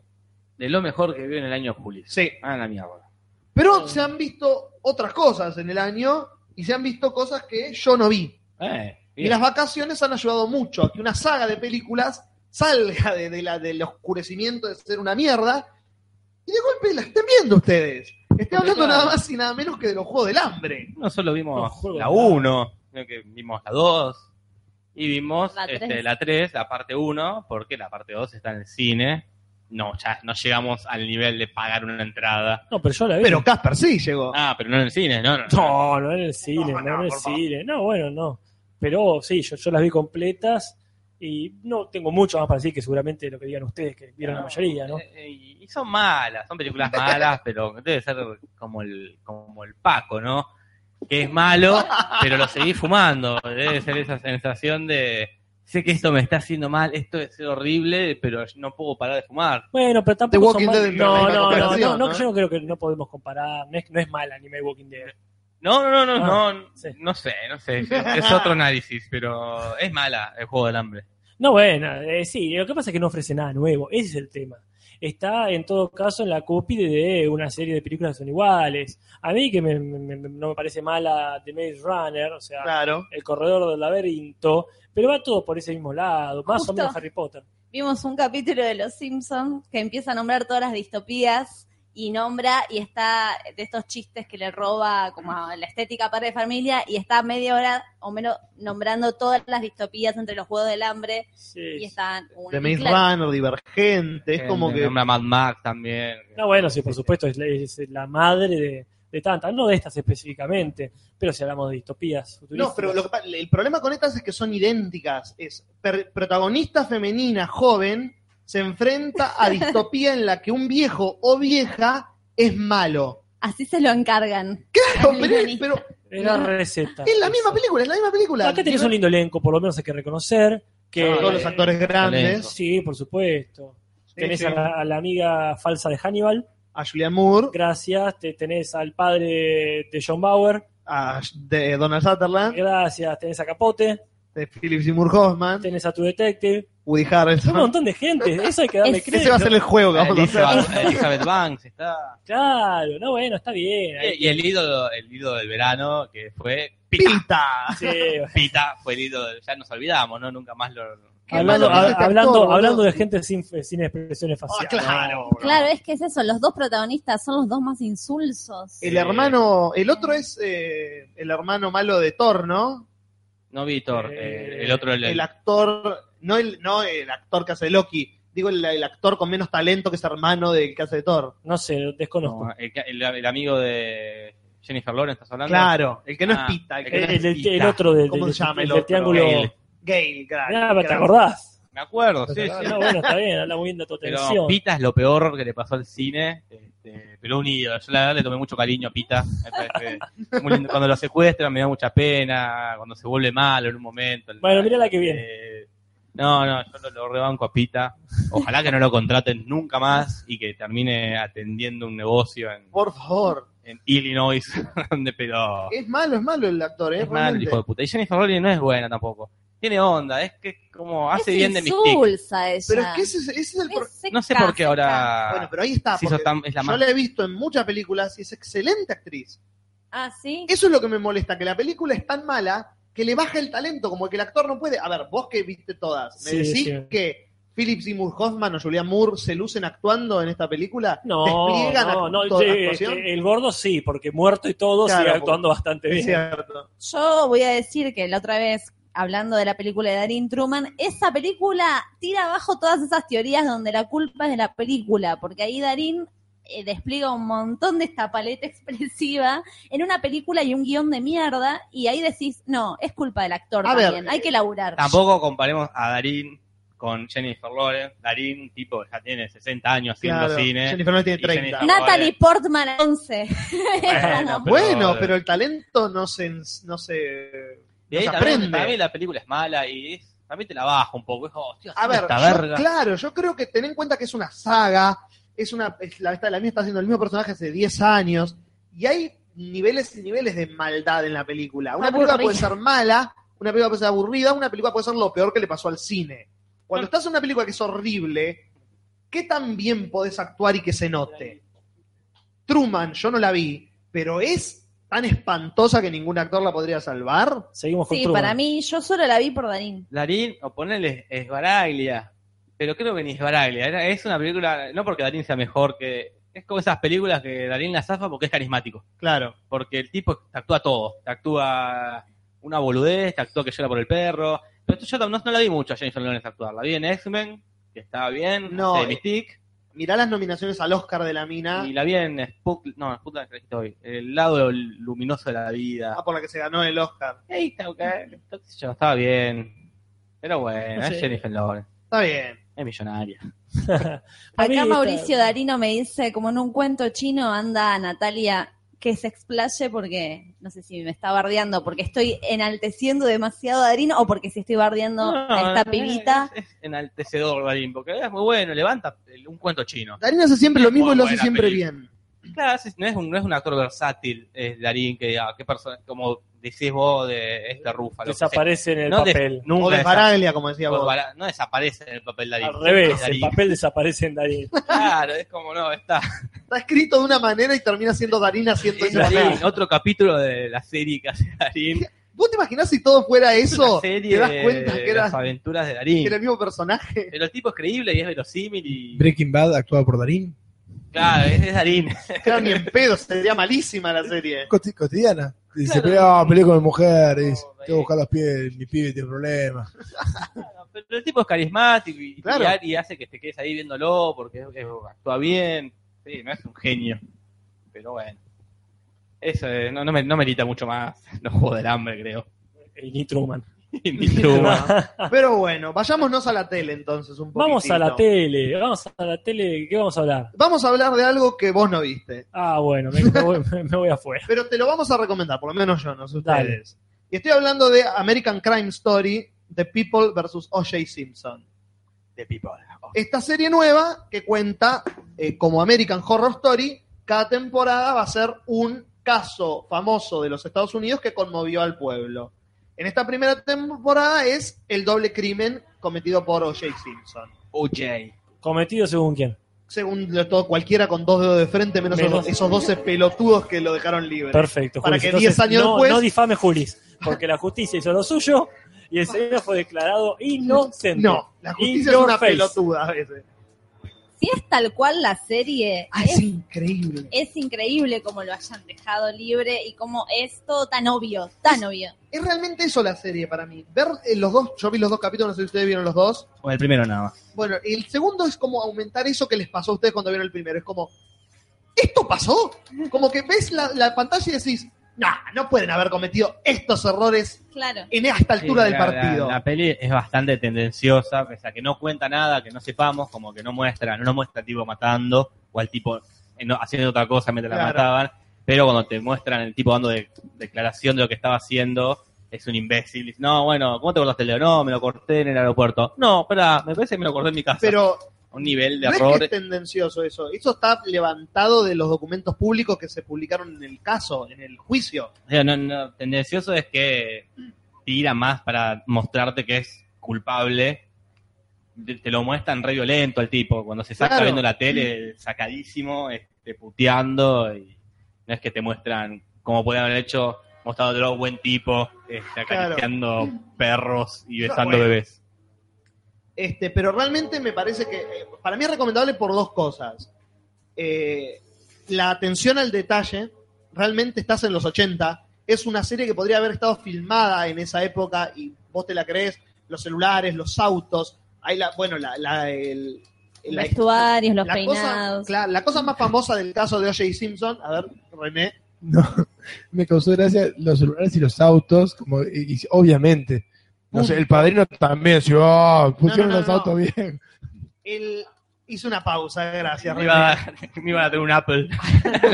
De lo mejor que vio en el año Juli. Sí. Ah, la mierda. Pero se han visto otras cosas en el año y se han visto cosas que yo no vi. Eh, Y las vacaciones han ayudado mucho a que una saga de películas salga de, de la, del oscurecimiento de ser una mierda y de golpe la estén viendo ustedes. Estoy hablando Claro. nada más y nada menos que de los Juegos del Hambre. No solo No, vimos juego la de nada. 1, sino que vimos la 2 y vimos La este, tres. la 3, la parte 1, porque la parte 2 está en el cine. No, ya no llegamos al nivel de pagar una entrada. No, pero yo la vi. Pero Casper sí llegó. Ah, pero no en el cine, no, no. no. No, no en el cine, No, no, no, en el por favor. cine. No, bueno, no. Pero sí, yo, yo las vi completas y no tengo mucho más para decir que seguramente lo que digan ustedes, que vieron la mayoría, ¿no? Eh, eh, Y son malas, son películas malas, pero debe ser como el, como el Paco, ¿no? Que es malo, pero lo seguís fumando. Debe ser esa sensación de, sé que esto me está haciendo mal, esto es horrible, pero no puedo parar de fumar. Bueno, pero The tampoco Walking son malas. Dead entra en No, la no, no, no, comparación, ¿eh? no, ¿no? yo no creo que no podemos comparar. No es, no es mal anime Walking Dead. No, no, no, no, Ah, no, sí. no sé, no sé. Es, es otro análisis, pero es mala el juego del hambre. No, bueno, eh, sí, lo que pasa es que no ofrece nada nuevo, ese es el tema. Está en todo caso en la cúspide de una serie de películas que son iguales. A mí que me- me- me- no me parece mala The Maze Runner, o sea, Claro. El Corredor del Laberinto, pero va todo por ese mismo lado, más Justo. o menos Harry Potter. Vimos un capítulo de Los Simpsons que empieza a nombrar todas las distopías y nombra y está de estos chistes que le roba como a la estética a Padre de Familia y está media hora o menos nombrando todas las distopías entre los Juegos del Hambre y están De Maze una mezcla- Runner, Divergente, es como que... Nombra Mad Max también. No, bueno, sí, por supuesto, es la, es la madre de, de tantas, no de estas específicamente, pero si hablamos de distopías futuristas. No, pero lo que pa- el problema con estas es que son idénticas. Es per- protagonista femenina joven se enfrenta a distopía en la que un viejo o vieja es malo. Así se lo encargan. Claro, Al pero, guionista. pero Es la receta. es la misma película, es la misma película. Ah, Acá tenés un lindo elenco, por lo menos hay que reconocer. que Todos los eh, actores grandes, Sí, por supuesto. tenés sí. A, la, a la amiga falsa de Hannibal, a Julian Moore, gracias. Te, tenés al padre de John Bauer, a de Donald Sutherland, gracias. Tenés a Capote, de Philip Seymour Hoffman, tenés a tu detective. Woody Un Harrelson. montón de gente, eso hay que darle Es- Ese va crédito. a ser el juego que vamos a hacer. Elizabeth, Elizabeth Banks está. Claro, no, bueno, está bien. ahí- Y y el ídolo, el ídolo del verano, que fue Pita. Pita. sí, Pita fue el ídolo, del- ya nos olvidamos, ¿no? Nunca más lo, Hablando, malo que ha- es este actor, hablando, boludo. hablando de gente sin, sin expresiones Ah, faciales. claro. boludo. Claro, es que es eso, los dos protagonistas son los dos más insulsos. El hermano, el otro es eh, el hermano malo de Thor, ¿no? No, Víctor, Eh, eh, el otro, el, El actor, no el, no el actor que hace Loki, digo el, el actor con menos talento que es hermano del que hace de Thor. No sé, desconozco. no, el que- el- el amigo de Jennifer Lawrence, ¿estás hablando? Claro, el que no Ah, es Pita, el que el, no que es el- el- el Pita. otro del, ¿Cómo del- se llama el del otro? triángulo. Gale. Gale, claro. Ah, ¿Te Gran- acordás? Me acuerdo, sí, sí. No, bueno, está bien, habla muy bien de tu Pero atención. Pita es lo peor que le pasó al cine. Este, pero un ídolo. Yo la verdad le tomé mucho cariño a Pita. Me parece muy lindo. Cuando lo secuestran me da mucha pena. Cuando se vuelve malo en un momento. Bueno, mirá la que viene. Eh, no, no, yo lo, lo rebanco a Pita. Ojalá que no lo contraten nunca más y que termine atendiendo un negocio en, Por favor. en Illinois. donde- pero Es malo, es malo el actor, ¿eh? es malo, el realmente. hijo de puta. Y Jennifer Lawrence no es buena tampoco. Tiene onda, es que es como hace bien de mis tics. insulsa ella. Ah. Pero es que ese, ese es el pro- No sé por qué ahora. Bueno, pero ahí está. se hizo porque tan- es la yo más- la he visto en muchas películas y es excelente actriz. Ah, sí. Eso es lo que me molesta, que la película es tan mala que le baja el talento, como que el actor no puede. A ver, vos que viste todas, ¿me Sí, decís sí. que Philip Seymour Hoffman o Julian Moore se lucen actuando en esta película? No, ¿Despliegan no, no, acto- eh, actuación? eh, el gordo sí, porque muerto y todo sigue Claro, actuando bastante es bien. cierto. Yo voy a decir que la otra vez, hablando de la película de Darín Truman, esa película tira abajo todas esas teorías donde la culpa es de la película, porque ahí Darín eh, despliega un montón de esta paleta expresiva en una película y un guión de mierda, y ahí decís, no, es culpa del actor A ver, eh, también, hay que laburar. Tampoco comparemos a Darín con Jennifer Lawrence. Darín, tipo, ya tiene 60 años haciendo Claro. cine. Jennifer Lawrence Y tiene 30. Jennifer- Natalie Portman 11. Bueno, Bueno, pero el talento no se, no se de ahí no se también, aprende. Para mí la película es mala y es- también te la bajo un poco. Es, oh, como, hostia, A ver, esta yo- verga. claro, yo creo que ten en cuenta que es una saga, es una, es la, esta- la mía está haciendo el mismo personaje hace 10 años, y hay niveles y niveles de maldad en la película. Una película puede ser mala, una película puede ser aburrida, una película puede ser lo peor que le pasó al cine. Cuando estás en una película que es horrible, ¿qué tan bien podés actuar y que se note? Truman, yo no la vi, pero es tan espantosa que ningún actor la podría salvar. Seguimos con Sí, Truman. para mí, yo solo la vi por Darín. Darín, o ponele Esbaraglia. Pero creo que ni Esbaraglia. era- Es una película, no porque Darín sea mejor que. Es como esas películas que Darín la zafa porque es carismático. Claro. porque el tipo te actúa todo, te actúa una boludez, te actúa que llora por el perro. Pero esto yo tam- no, no la vi mucho a Jennifer Lawrence actuar, la vi en X-Men, que estaba bien, No, de eh. Mystique, Mirá las nominaciones al Oscar de la mina. y la vi en Spook, no, Spook la trajiste hoy, el lado luminoso de la vida. Ah, por la que se ganó el Oscar. Ahí está, ok, qué sé yo, estaba bien, pero bueno, No sé. es Jennifer Lawrence, Está bien. es millonaria. Para mí Acá está- Mauricio Darino me dice, como en un cuento chino, anda Natalia que se explaye porque, no sé si me está bardeando, porque estoy enalteciendo demasiado a Darino o porque si estoy bardeando a esta no, pibita. Es, es enaltecedor, Darín, porque es muy bueno, levanta el- un cuento chino. Darín hace siempre lo mismo Muy y lo hace buena siempre película. bien. Claro, es- no, es un, no es un actor versátil, es Darín, que ah, qué persona, como decís vos de este Rúfalo. que se- Desaparece en el no des- papel. O nunca de desa- Baraglia, como decía o vos. para- no desaparece en el papel Darín. Al revés, Darín. el papel desaparece en Darín. Claro, es como no, está. Está escrito de una manera y termina siendo Darín haciendo Es eso. Darín, otro capítulo de la serie que hace Darín. ¿Vos te imaginás si todo fuera eso? Una serie ¿Te das cuenta de que era, las aventuras de que Darín. era el mismo personaje? Pero el tipo es creíble y es verosímil y. Breaking Bad actuado por Darín. Claro, es, es Darín. Claro, ni en pedo, sería malísima la serie. Coti- cotidiana. Y Dice, Claro. Oh, eh. peleó, peleé con mi mujer, y dice, No, te voy a buscar los pies, mi pibe tiene problemas. Claro, Pero el tipo es carismático y, Claro. y- y hace que te quedes ahí viéndolo porque es- es- actúa bien. Sí, no es un genio. Pero bueno. Eso eh, no, no, me- no merita mucho más. No juego del hambre, creo. Y ni Truman. Ni Truman. Pero bueno, vayámonos a la tele entonces un poco. Vamos a la tele, vamos a la tele, ¿qué vamos a hablar? Vamos a hablar de algo que vos no viste. Ah, bueno, me, me voy, me voy afuera. Pero te lo vamos a recomendar, por lo menos yo, no sé Dale. ustedes. Y estoy hablando de American Crime Story, The People vs. O.J. Simpson. The People. Oh. esta serie nueva que cuenta eh, como American Horror Story, cada temporada va a ser un caso famoso de los Estados Unidos que conmovió al pueblo. En esta primera temporada es el doble crimen cometido por O.J. Simpson. OJ. Cometido según quién. Según lo- todo, cualquiera con dos dedos de frente, menos, Menos- esos, esos 12 pelotudos que lo dejaron libre. Perfecto, Para Julis. que Entonces, 10 años no, después- no difame Julis, porque la justicia hizo lo suyo y el señor fue declarado inocente. No, la justicia es Your una face. pelotuda a veces. Si es tal cual la serie, Ah, es, es increíble. es increíble como lo hayan dejado libre y como es todo tan obvio, tan obvio. Es realmente eso la serie para mí. Ver eh, los dos, yo vi los dos capítulos, no sé si ustedes vieron los dos. O el primero nada más. Bueno, el segundo es como aumentar eso que les pasó a ustedes cuando vieron el primero. Es como, ¿esto pasó? Como que ves la, la pantalla y decís, no, no pueden haber cometido estos errores Claro. en esta altura Sí, del la- partido. La, la peli es bastante tendenciosa, pese a que no cuenta nada, que no sepamos, como que no muestra, no muestra al tipo matando o al tipo eh, no, haciendo otra cosa mientras la Claro. mataban. Pero cuando te muestran el tipo dando de- declaración de lo que estaba haciendo, es un imbécil. Dice, No, bueno, ¿cómo te cortaste el dedo? No, me lo corté en el aeropuerto. No, espera, me parece que me lo corté en mi casa. Pero un nivel de no es error. que es tendencioso eso. Eso está levantado de los documentos públicos que se publicaron en el caso, en el juicio. O sea, no, no, tendencioso es que tira más para mostrarte que es culpable. Te, te lo muestran re violento al tipo. Cuando se saca Claro. viendo la tele, sacadísimo, este, puteando. Y no es que te muestran como pueden haber hecho, mostrándolo buen tipo, este, Claro. acariciando perros y besando bueno. bebés. Este, pero realmente me parece que eh, para mí es recomendable por dos cosas. Eh, la atención al detalle, realmente estás en los 80, es una serie que podría haber estado filmada en esa época y vos te la crees, los celulares, los autos, hay la, bueno, la, la- el, la- Vestuarios, los la cosa, peinados. claro, la cosa más famosa del caso de O.J. Simpson, a ver, René, No, me causó gracia los celulares y los autos, como y- y obviamente. No sé, el padrino también, sí, ah, pusieron No, no, no, los no. autos bien. él hizo una pausa, gracias, Me René. iba, a- me iba a dar un Apple.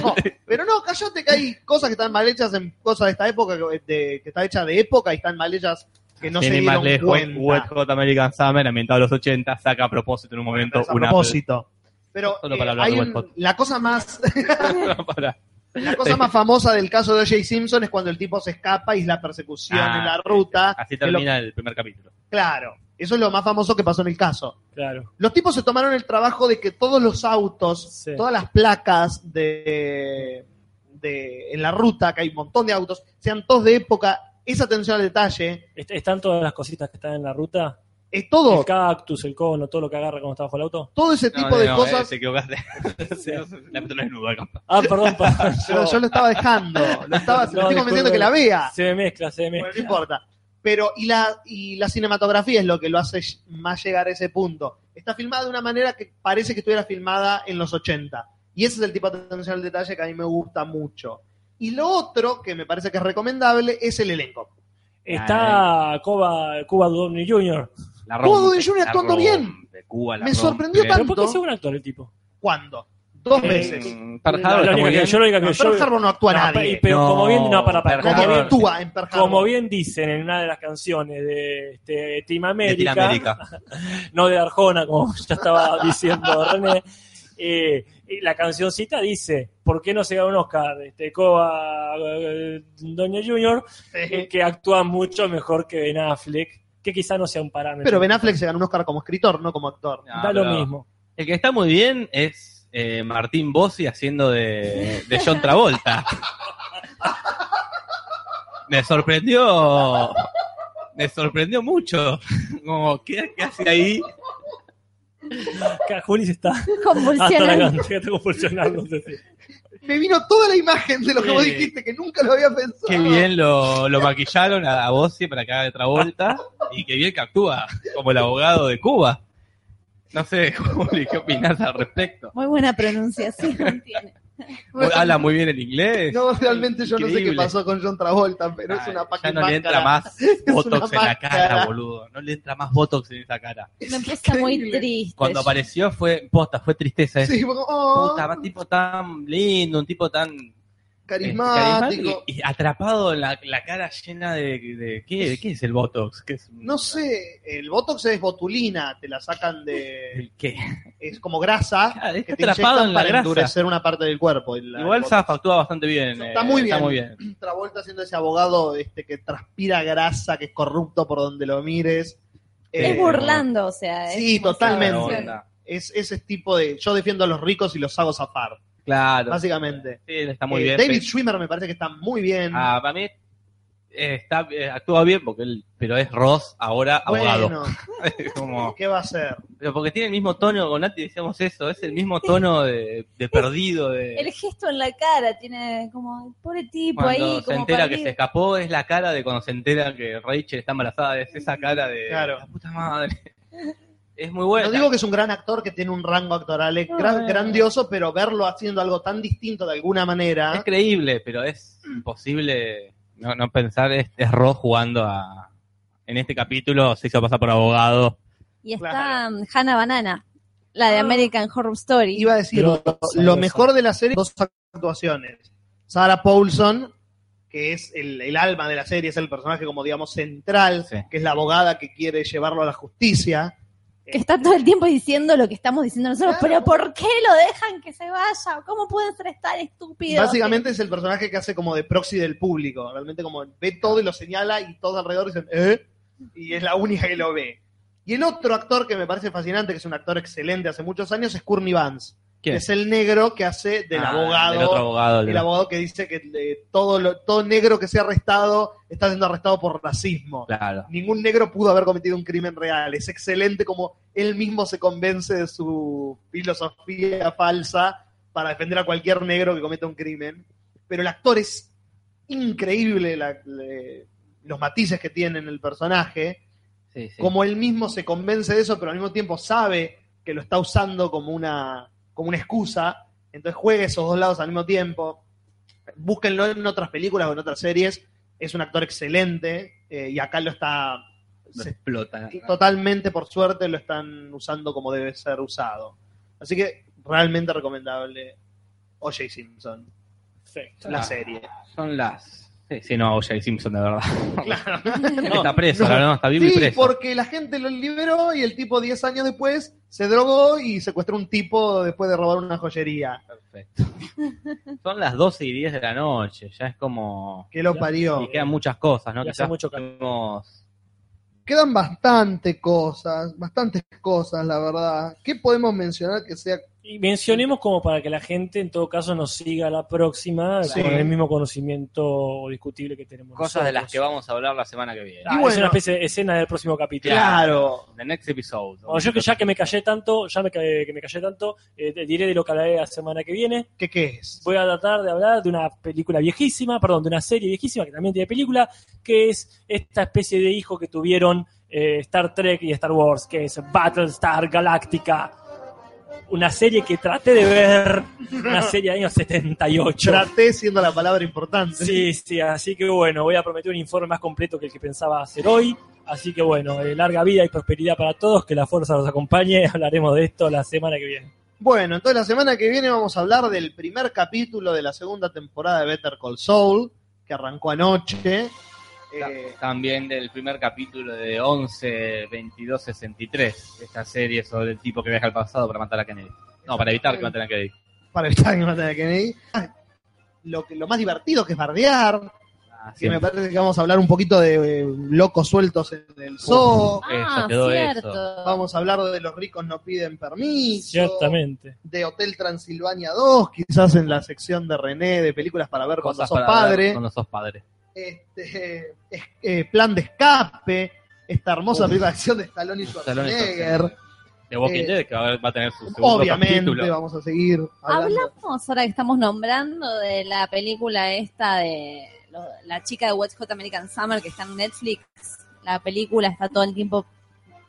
No, pero no, callate que hay cosas que están mal hechas en cosas de esta época, que, de- que está hecha de época y están mal hechas que no se Tiene dieron más lejos. cuenta. Wet Hot American Summer, ambientado a los 80, saca a propósito en un momento Es a un propósito. Pero Solo eh, para hablar hay de un- Westcott. la cosa más Apple. Para- la cosa más famosa del caso de O.J. Simpson es cuando el tipo se escapa y es la persecución Ah, en la ruta. Así que lo- termina el primer capítulo. claro, eso es lo más famoso que pasó en el caso. Claro. Los tipos se tomaron el trabajo de que todos los autos, Sí. todas las placas de, de en la ruta, que hay un montón de autos, sean todos de época. Esa atención al detalle, Est- ¿Están todas las cositas que están en la ruta? Es El todo, cactus, el cono, todo lo que agarra cuando está bajo el auto. todo ese tipo de cosas. Te equivocaste. La meto desnuda, capaz. Ah, perdón, perdón. Yo, yo lo estaba dejando, lo estaba, se lo No, estoy disculpe. convenciendo que la vea. Se me mezcla, se me Bueno, mezcla. no importa. Pero, y la, y la cinematografía es lo que lo hace ll- más llegar a ese punto. Está filmada de una manera que parece que estuviera filmada en los 80. Y ese es el tipo de atención al detalle que a mí me gusta mucho. Y lo otro que me parece que es recomendable es el elenco. Está Cuba, Cuba Downey Jr. La Cuba rompe, Gooding Jr. la actuando bien. rompe, Cuba la Me rompe. sorprendió ¿Pero por qué Tanto. es un actor el tipo? ¿Cuándo? Dos Eh, veces. Mm, Pearl La- la Harbor está única muy que- bien. yo lo única que No, yo- Pearl Harbor no actúa No, nadie. pe- pero No, como bien, no, para, para, Pearl Como Harbor. bien, actúa en Pearl Harbor. como bien dicen en una de las canciones de este, Team De América, Latinoamérica. no de Arjona, como ya estaba diciendo René, eh, y la cancioncita dice, ¿por qué no se gana un Oscar? Este, Coba eh, Doña Junior, Sí. que actúa mucho mejor que Ben Affleck, que quizá no sea un parámetro. Pero Ben Affleck se ganó un Oscar como escritor, no como actor. No, Da lo Ah, pero mismo. El que está muy bien es eh, Martín Bossi haciendo de, de John Travolta. Me sorprendió. Me sorprendió mucho. Como, ¿qué, qué hace ahí? Acá Juli se está Convulsionando. atragando, se está convulsionando. sí, sí. Me vino toda la imagen de lo que Sí. vos dijiste, que nunca lo había pensado. Qué bien lo, lo maquillaron a, a Bossi para que haga de Travolta y qué bien que actúa como el abogado de Cuba. No sé, Juli, ¿qué opinas al respecto? Muy buena pronunciación tiene. Muy- Habla muy bien el inglés. No, realmente yo no sé qué Increíble. pasó con John Travolta, pero es Ay, una ya fucking no le entra máscara. más botox una en la máscara. cara, boludo. No le entra más botox en esa cara. Me puse muy triste. Cuando apareció fue posta, fue tristeza. Es, Sí, fue como, oh, Puta, un tipo tan lindo, un tipo tan eh, carismático. y, y atrapado en la, la cara llena de, de- ¿qué, de qué es el botox? ¿Qué es un- No sé, el Botox es botulina, te la sacan de... el qué? Es como grasa Claro, está que te Ah, atrapado inyectan en la para grasa. endurecer una parte del cuerpo. el- Igual el Zaf actúa bastante bien. Está eh, muy Está bien. muy bien. Botox. Travolta siendo ese abogado este que transpira grasa, que es corrupto por donde lo mires. Es Eh, burlando, o sea. es Sí, como- totalmente. Buena onda. Es ese tipo de. Yo defiendo a los ricos y los hago zafar, Claro. básicamente. Sí, él está muy Eh, bien. David Pe- Schwimmer me parece que está muy bien. Ah, para mí eh, está, eh, actúa bien, porque él, pero es Ross ahora abogado. Bueno, Como- ¿qué va a hacer? pero porque tiene el mismo tono, con Nati decíamos eso, es el mismo tono de, de perdido. De, El gesto en la cara tiene como el pobre tipo cuando ahí. se como entera que perdido. se escapó, es la cara de cuando se entera que Rachel está embarazada, es esa cara de Claro. la puta madre. Es muy buena. No digo que es un gran actor que tiene un rango actoral eh, gran- grandioso, pero verlo haciendo algo tan distinto de alguna manera. ¿Ah? Es creíble, pero es Mm. imposible no, no pensar, es, es Ross jugando a... En este capítulo se hizo pasar por abogado. Y está Claro. mm, Hannah Banana, la Ah. de American Horror Story. Iba a decir, Grosa, lo, grosa. mejor de la serie, dos actuaciones. Sarah Paulson, que es el, el alma de la serie, es el personaje como digamos central, Sí. que es la abogada que quiere llevarlo a la justicia. que está todo el tiempo diciendo lo que estamos diciendo nosotros, pero ¿por qué lo dejan que se vaya? ¿Cómo pueden ser tan estúpidos? Básicamente es el personaje que hace como de proxy del público, realmente como ve todo y lo señala y todos alrededor dicen, ¿eh? Y es la única que lo ve. Y el otro actor que me parece fascinante, que es un actor excelente hace muchos años, es Courtney Vance. ¿Quién? que Es el negro que hace del Ah, abogado. Del otro abogado. del- el abogado que dice que eh, todo, lo- todo negro que sea arrestado está siendo arrestado por racismo. Claro. Ningún negro pudo haber cometido un crimen real. Es excelente como él mismo se convence de su filosofía falsa para defender a cualquier negro que cometa un crimen. Pero el actor es increíble la- le- los matices que tiene en el personaje Sí, sí. como él mismo se convence de eso, pero al mismo tiempo sabe que lo está usando como una, como una excusa, entonces juega esos dos lados al mismo tiempo. Búsquenlo en otras películas o en otras series, es un actor excelente eh, y acá lo está Lo se- explota. y totalmente, por suerte, lo están usando como debe ser usado. Así que realmente recomendable O.J. Simpson, Perfecto. Ah. la serie. Son las... Sí, sí, no, O.J. Simpson, de verdad. está no. preso, ahora no. está bien Sí, preso. porque la gente lo liberó y el tipo 10 años después se drogó y secuestró un tipo después de robar una joyería. Perfecto. Son las 12 y 10 de la noche, ya es como... que lo Ya. parió. Y quedan muchas cosas, ¿no? Y hace Quizás mucho calor. podemos- Quedan bastante cosas, bastantes cosas, la verdad. ¿Qué podemos mencionar que sea? Y mencionemos como para que la gente, en todo caso, nos siga a la próxima Sí. con el mismo conocimiento discutible que tenemos. Cosas de las que vamos vamos a hablar la semana que viene. Ah, bueno. Es una especie de escena del próximo capítulo. Claro. The next episode. Bueno, yo que ya que me callé tanto, ya me, ca- que me callé tanto, eh, te diré de lo que hablaré la semana que viene. ¿Qué, qué es? Voy a tratar de hablar de una película viejísima, perdón, de una serie viejísima que también tiene película, que es esta especie de hijo que tuvieron eh, Star Trek y Star Wars, que es Battlestar Galactica. Una serie que traté de ver, una serie de años 78. Traté siendo la palabra importante. Sí, sí, así que bueno, voy a prometer un informe más completo que el que pensaba hacer hoy. Así que bueno, eh, larga vida y prosperidad para todos, que la fuerza los acompañe. Hablaremos de esto la semana que viene. Bueno, entonces la semana que viene vamos a hablar del primer capítulo de la segunda temporada de Better Call Saul, que arrancó anoche. Ta- Eh, También del primer capítulo de 11, 22, 63. Esta serie sobre el tipo que viaja al pasado para matar a Kennedy. No, para evitar que maten a Kennedy. para evitar que maten a Kennedy. Ah, Lo, que, lo más divertido que es bardear. Ah, Que me siempre. parece que vamos a hablar un poquito de eh, locos sueltos en el zoo. Eso, Ah, quedó eso. cierto. Vamos a hablar de los ricos no piden permiso. Ciertamente. de Hotel Transilvania 2, quizás en la sección de René de películas para ver cuando Cosas sos para padre, hablar Cuando sos padre. Este, es- eh, Plan de Escape, esta hermosa película de acción de Stallone y Stallone y Schwarzenegger, De Walking Eh, Dead, que va a- va a tener su segundo obviamente capítulo. vamos a seguir hablando. Hablamos ahora que estamos nombrando de la película esta de lo- la chica de West Hot American Summer que está en Netflix. La película está todo el tiempo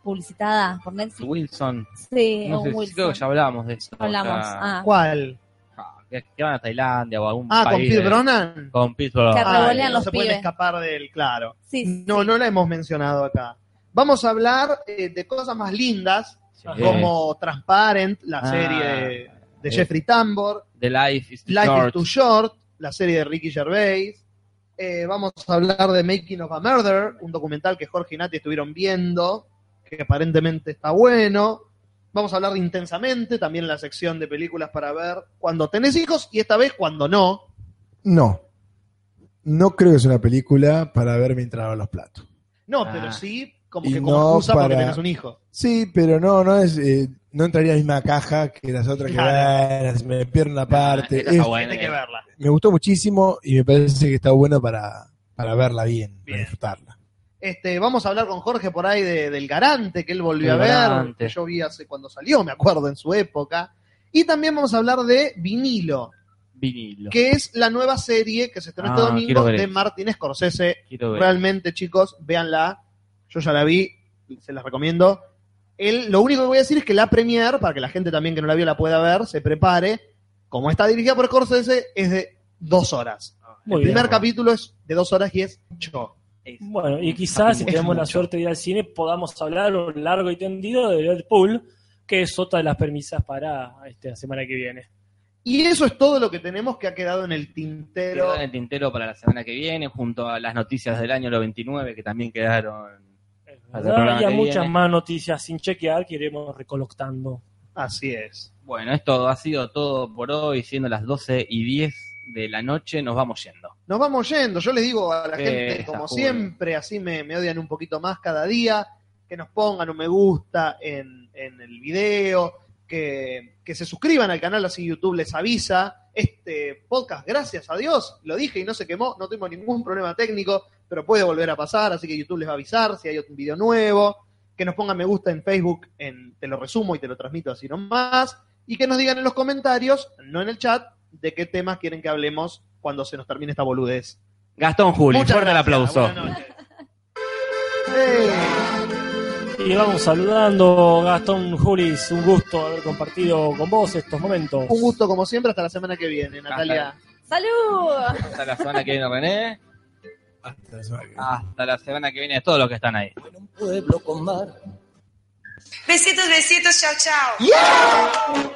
publicitada por Netflix. Wilson. Sí, No un sé, Eh, Wilson. creo que ya hablamos de eso. Hablamos. ya. Ah, ¿Cuál? Ah, que, que van a Tailandia o a algún Ah, país. con Phil de- Bronan. Con Pete Brown. Que Ah, revolean no los se pueden pibes. escapar del claro. sí, sí. No, no la hemos mencionado acá. Vamos a hablar eh, de cosas más lindas, Sí. como Transparent, la Eh. Ah, serie de, de eh. Jeffrey Tambor. The Life is Life Short. is Too Short, la serie de Ricky Gervais. Eh, vamos a hablar de Making of a Murder, un documental que Jorge y Nati estuvieron viendo, que aparentemente está bueno. Vamos a hablar de intensamente, también la sección de películas para ver cuando tenés hijos y esta vez cuando no. No. No creo que sea una película para ver mientras hago los platos. No, Ah. pero sí, como Y que como no excusa porque para- tenés un hijo. Sí, pero no, no es, eh, no entraría en la misma caja que las otras que Claro. bueno, se me pierden una Ah, parte. esa está Es- buena, Hay que eh. verla. me gustó muchísimo y me parece que está bueno para, para verla bien, Bien. para disfrutarla. Este, vamos a hablar con Jorge por ahí de- del Garante, que él volvió El a ver, Garante. que yo vi hace cuando salió, me acuerdo, en su época. Y también vamos a hablar de Vinilo, Vinilo. que es la nueva serie que se estrenó este Ah, domingo quiero ver de eso. Martin Scorsese. Quiero ver. Realmente, chicos, véanla. Yo ya la vi, se las recomiendo. Él, lo único que voy a decir es que la premier, para que la gente también que no la vio la pueda ver, se prepare. Como está dirigida por Scorsese, es de dos horas. Ah, Muy el bien. primer capítulo es de dos horas y es yo. Bueno, y quizás si Es tenemos la mucho. suerte de ir al cine, podamos hablar un largo y tendido de Deadpool, que es otra de las premisas para este, la semana que viene. Y eso es todo lo que tenemos que ha quedado en el tintero. Quedó en el tintero para la semana que viene, junto a las noticias del año 99 que también quedaron. Hasta el programa Había que muchas viene. más noticias sin chequear que iremos recolectando. Así es. Bueno, esto ha sido todo por hoy, siendo las 12 y 10 de la noche, nos vamos yendo. Nos vamos yendo. Yo les digo a la Eh, gente, está como juro. siempre, así me, me odian un poquito más cada día, que nos pongan un me gusta en, en el video, que, que se suscriban al canal, así YouTube les avisa. Este podcast, gracias a Dios, lo dije y no se quemó, no tuvimos ningún problema técnico, pero puede volver a pasar, así que YouTube les va a avisar si hay un video nuevo. Que nos pongan me gusta en Facebook, en, te lo resumo y te lo transmito así nomás. y que nos digan en los comentarios, no en el chat, de qué temas quieren que hablemos cuando se nos termine esta boludez. Gastón Juli, Muchas fuerte el gracias, aplauso. buenas noches. Eh, Y vamos saludando, Gastón Julis, un gusto haber compartido con vos estos momentos. un gusto como siempre, hasta la semana que viene, Natalia. ¡Salud! Hasta la semana que viene, René. Hasta la semana que viene. Hasta la semana que viene, a todos los que están ahí. Besitos, besitos, chao, chao.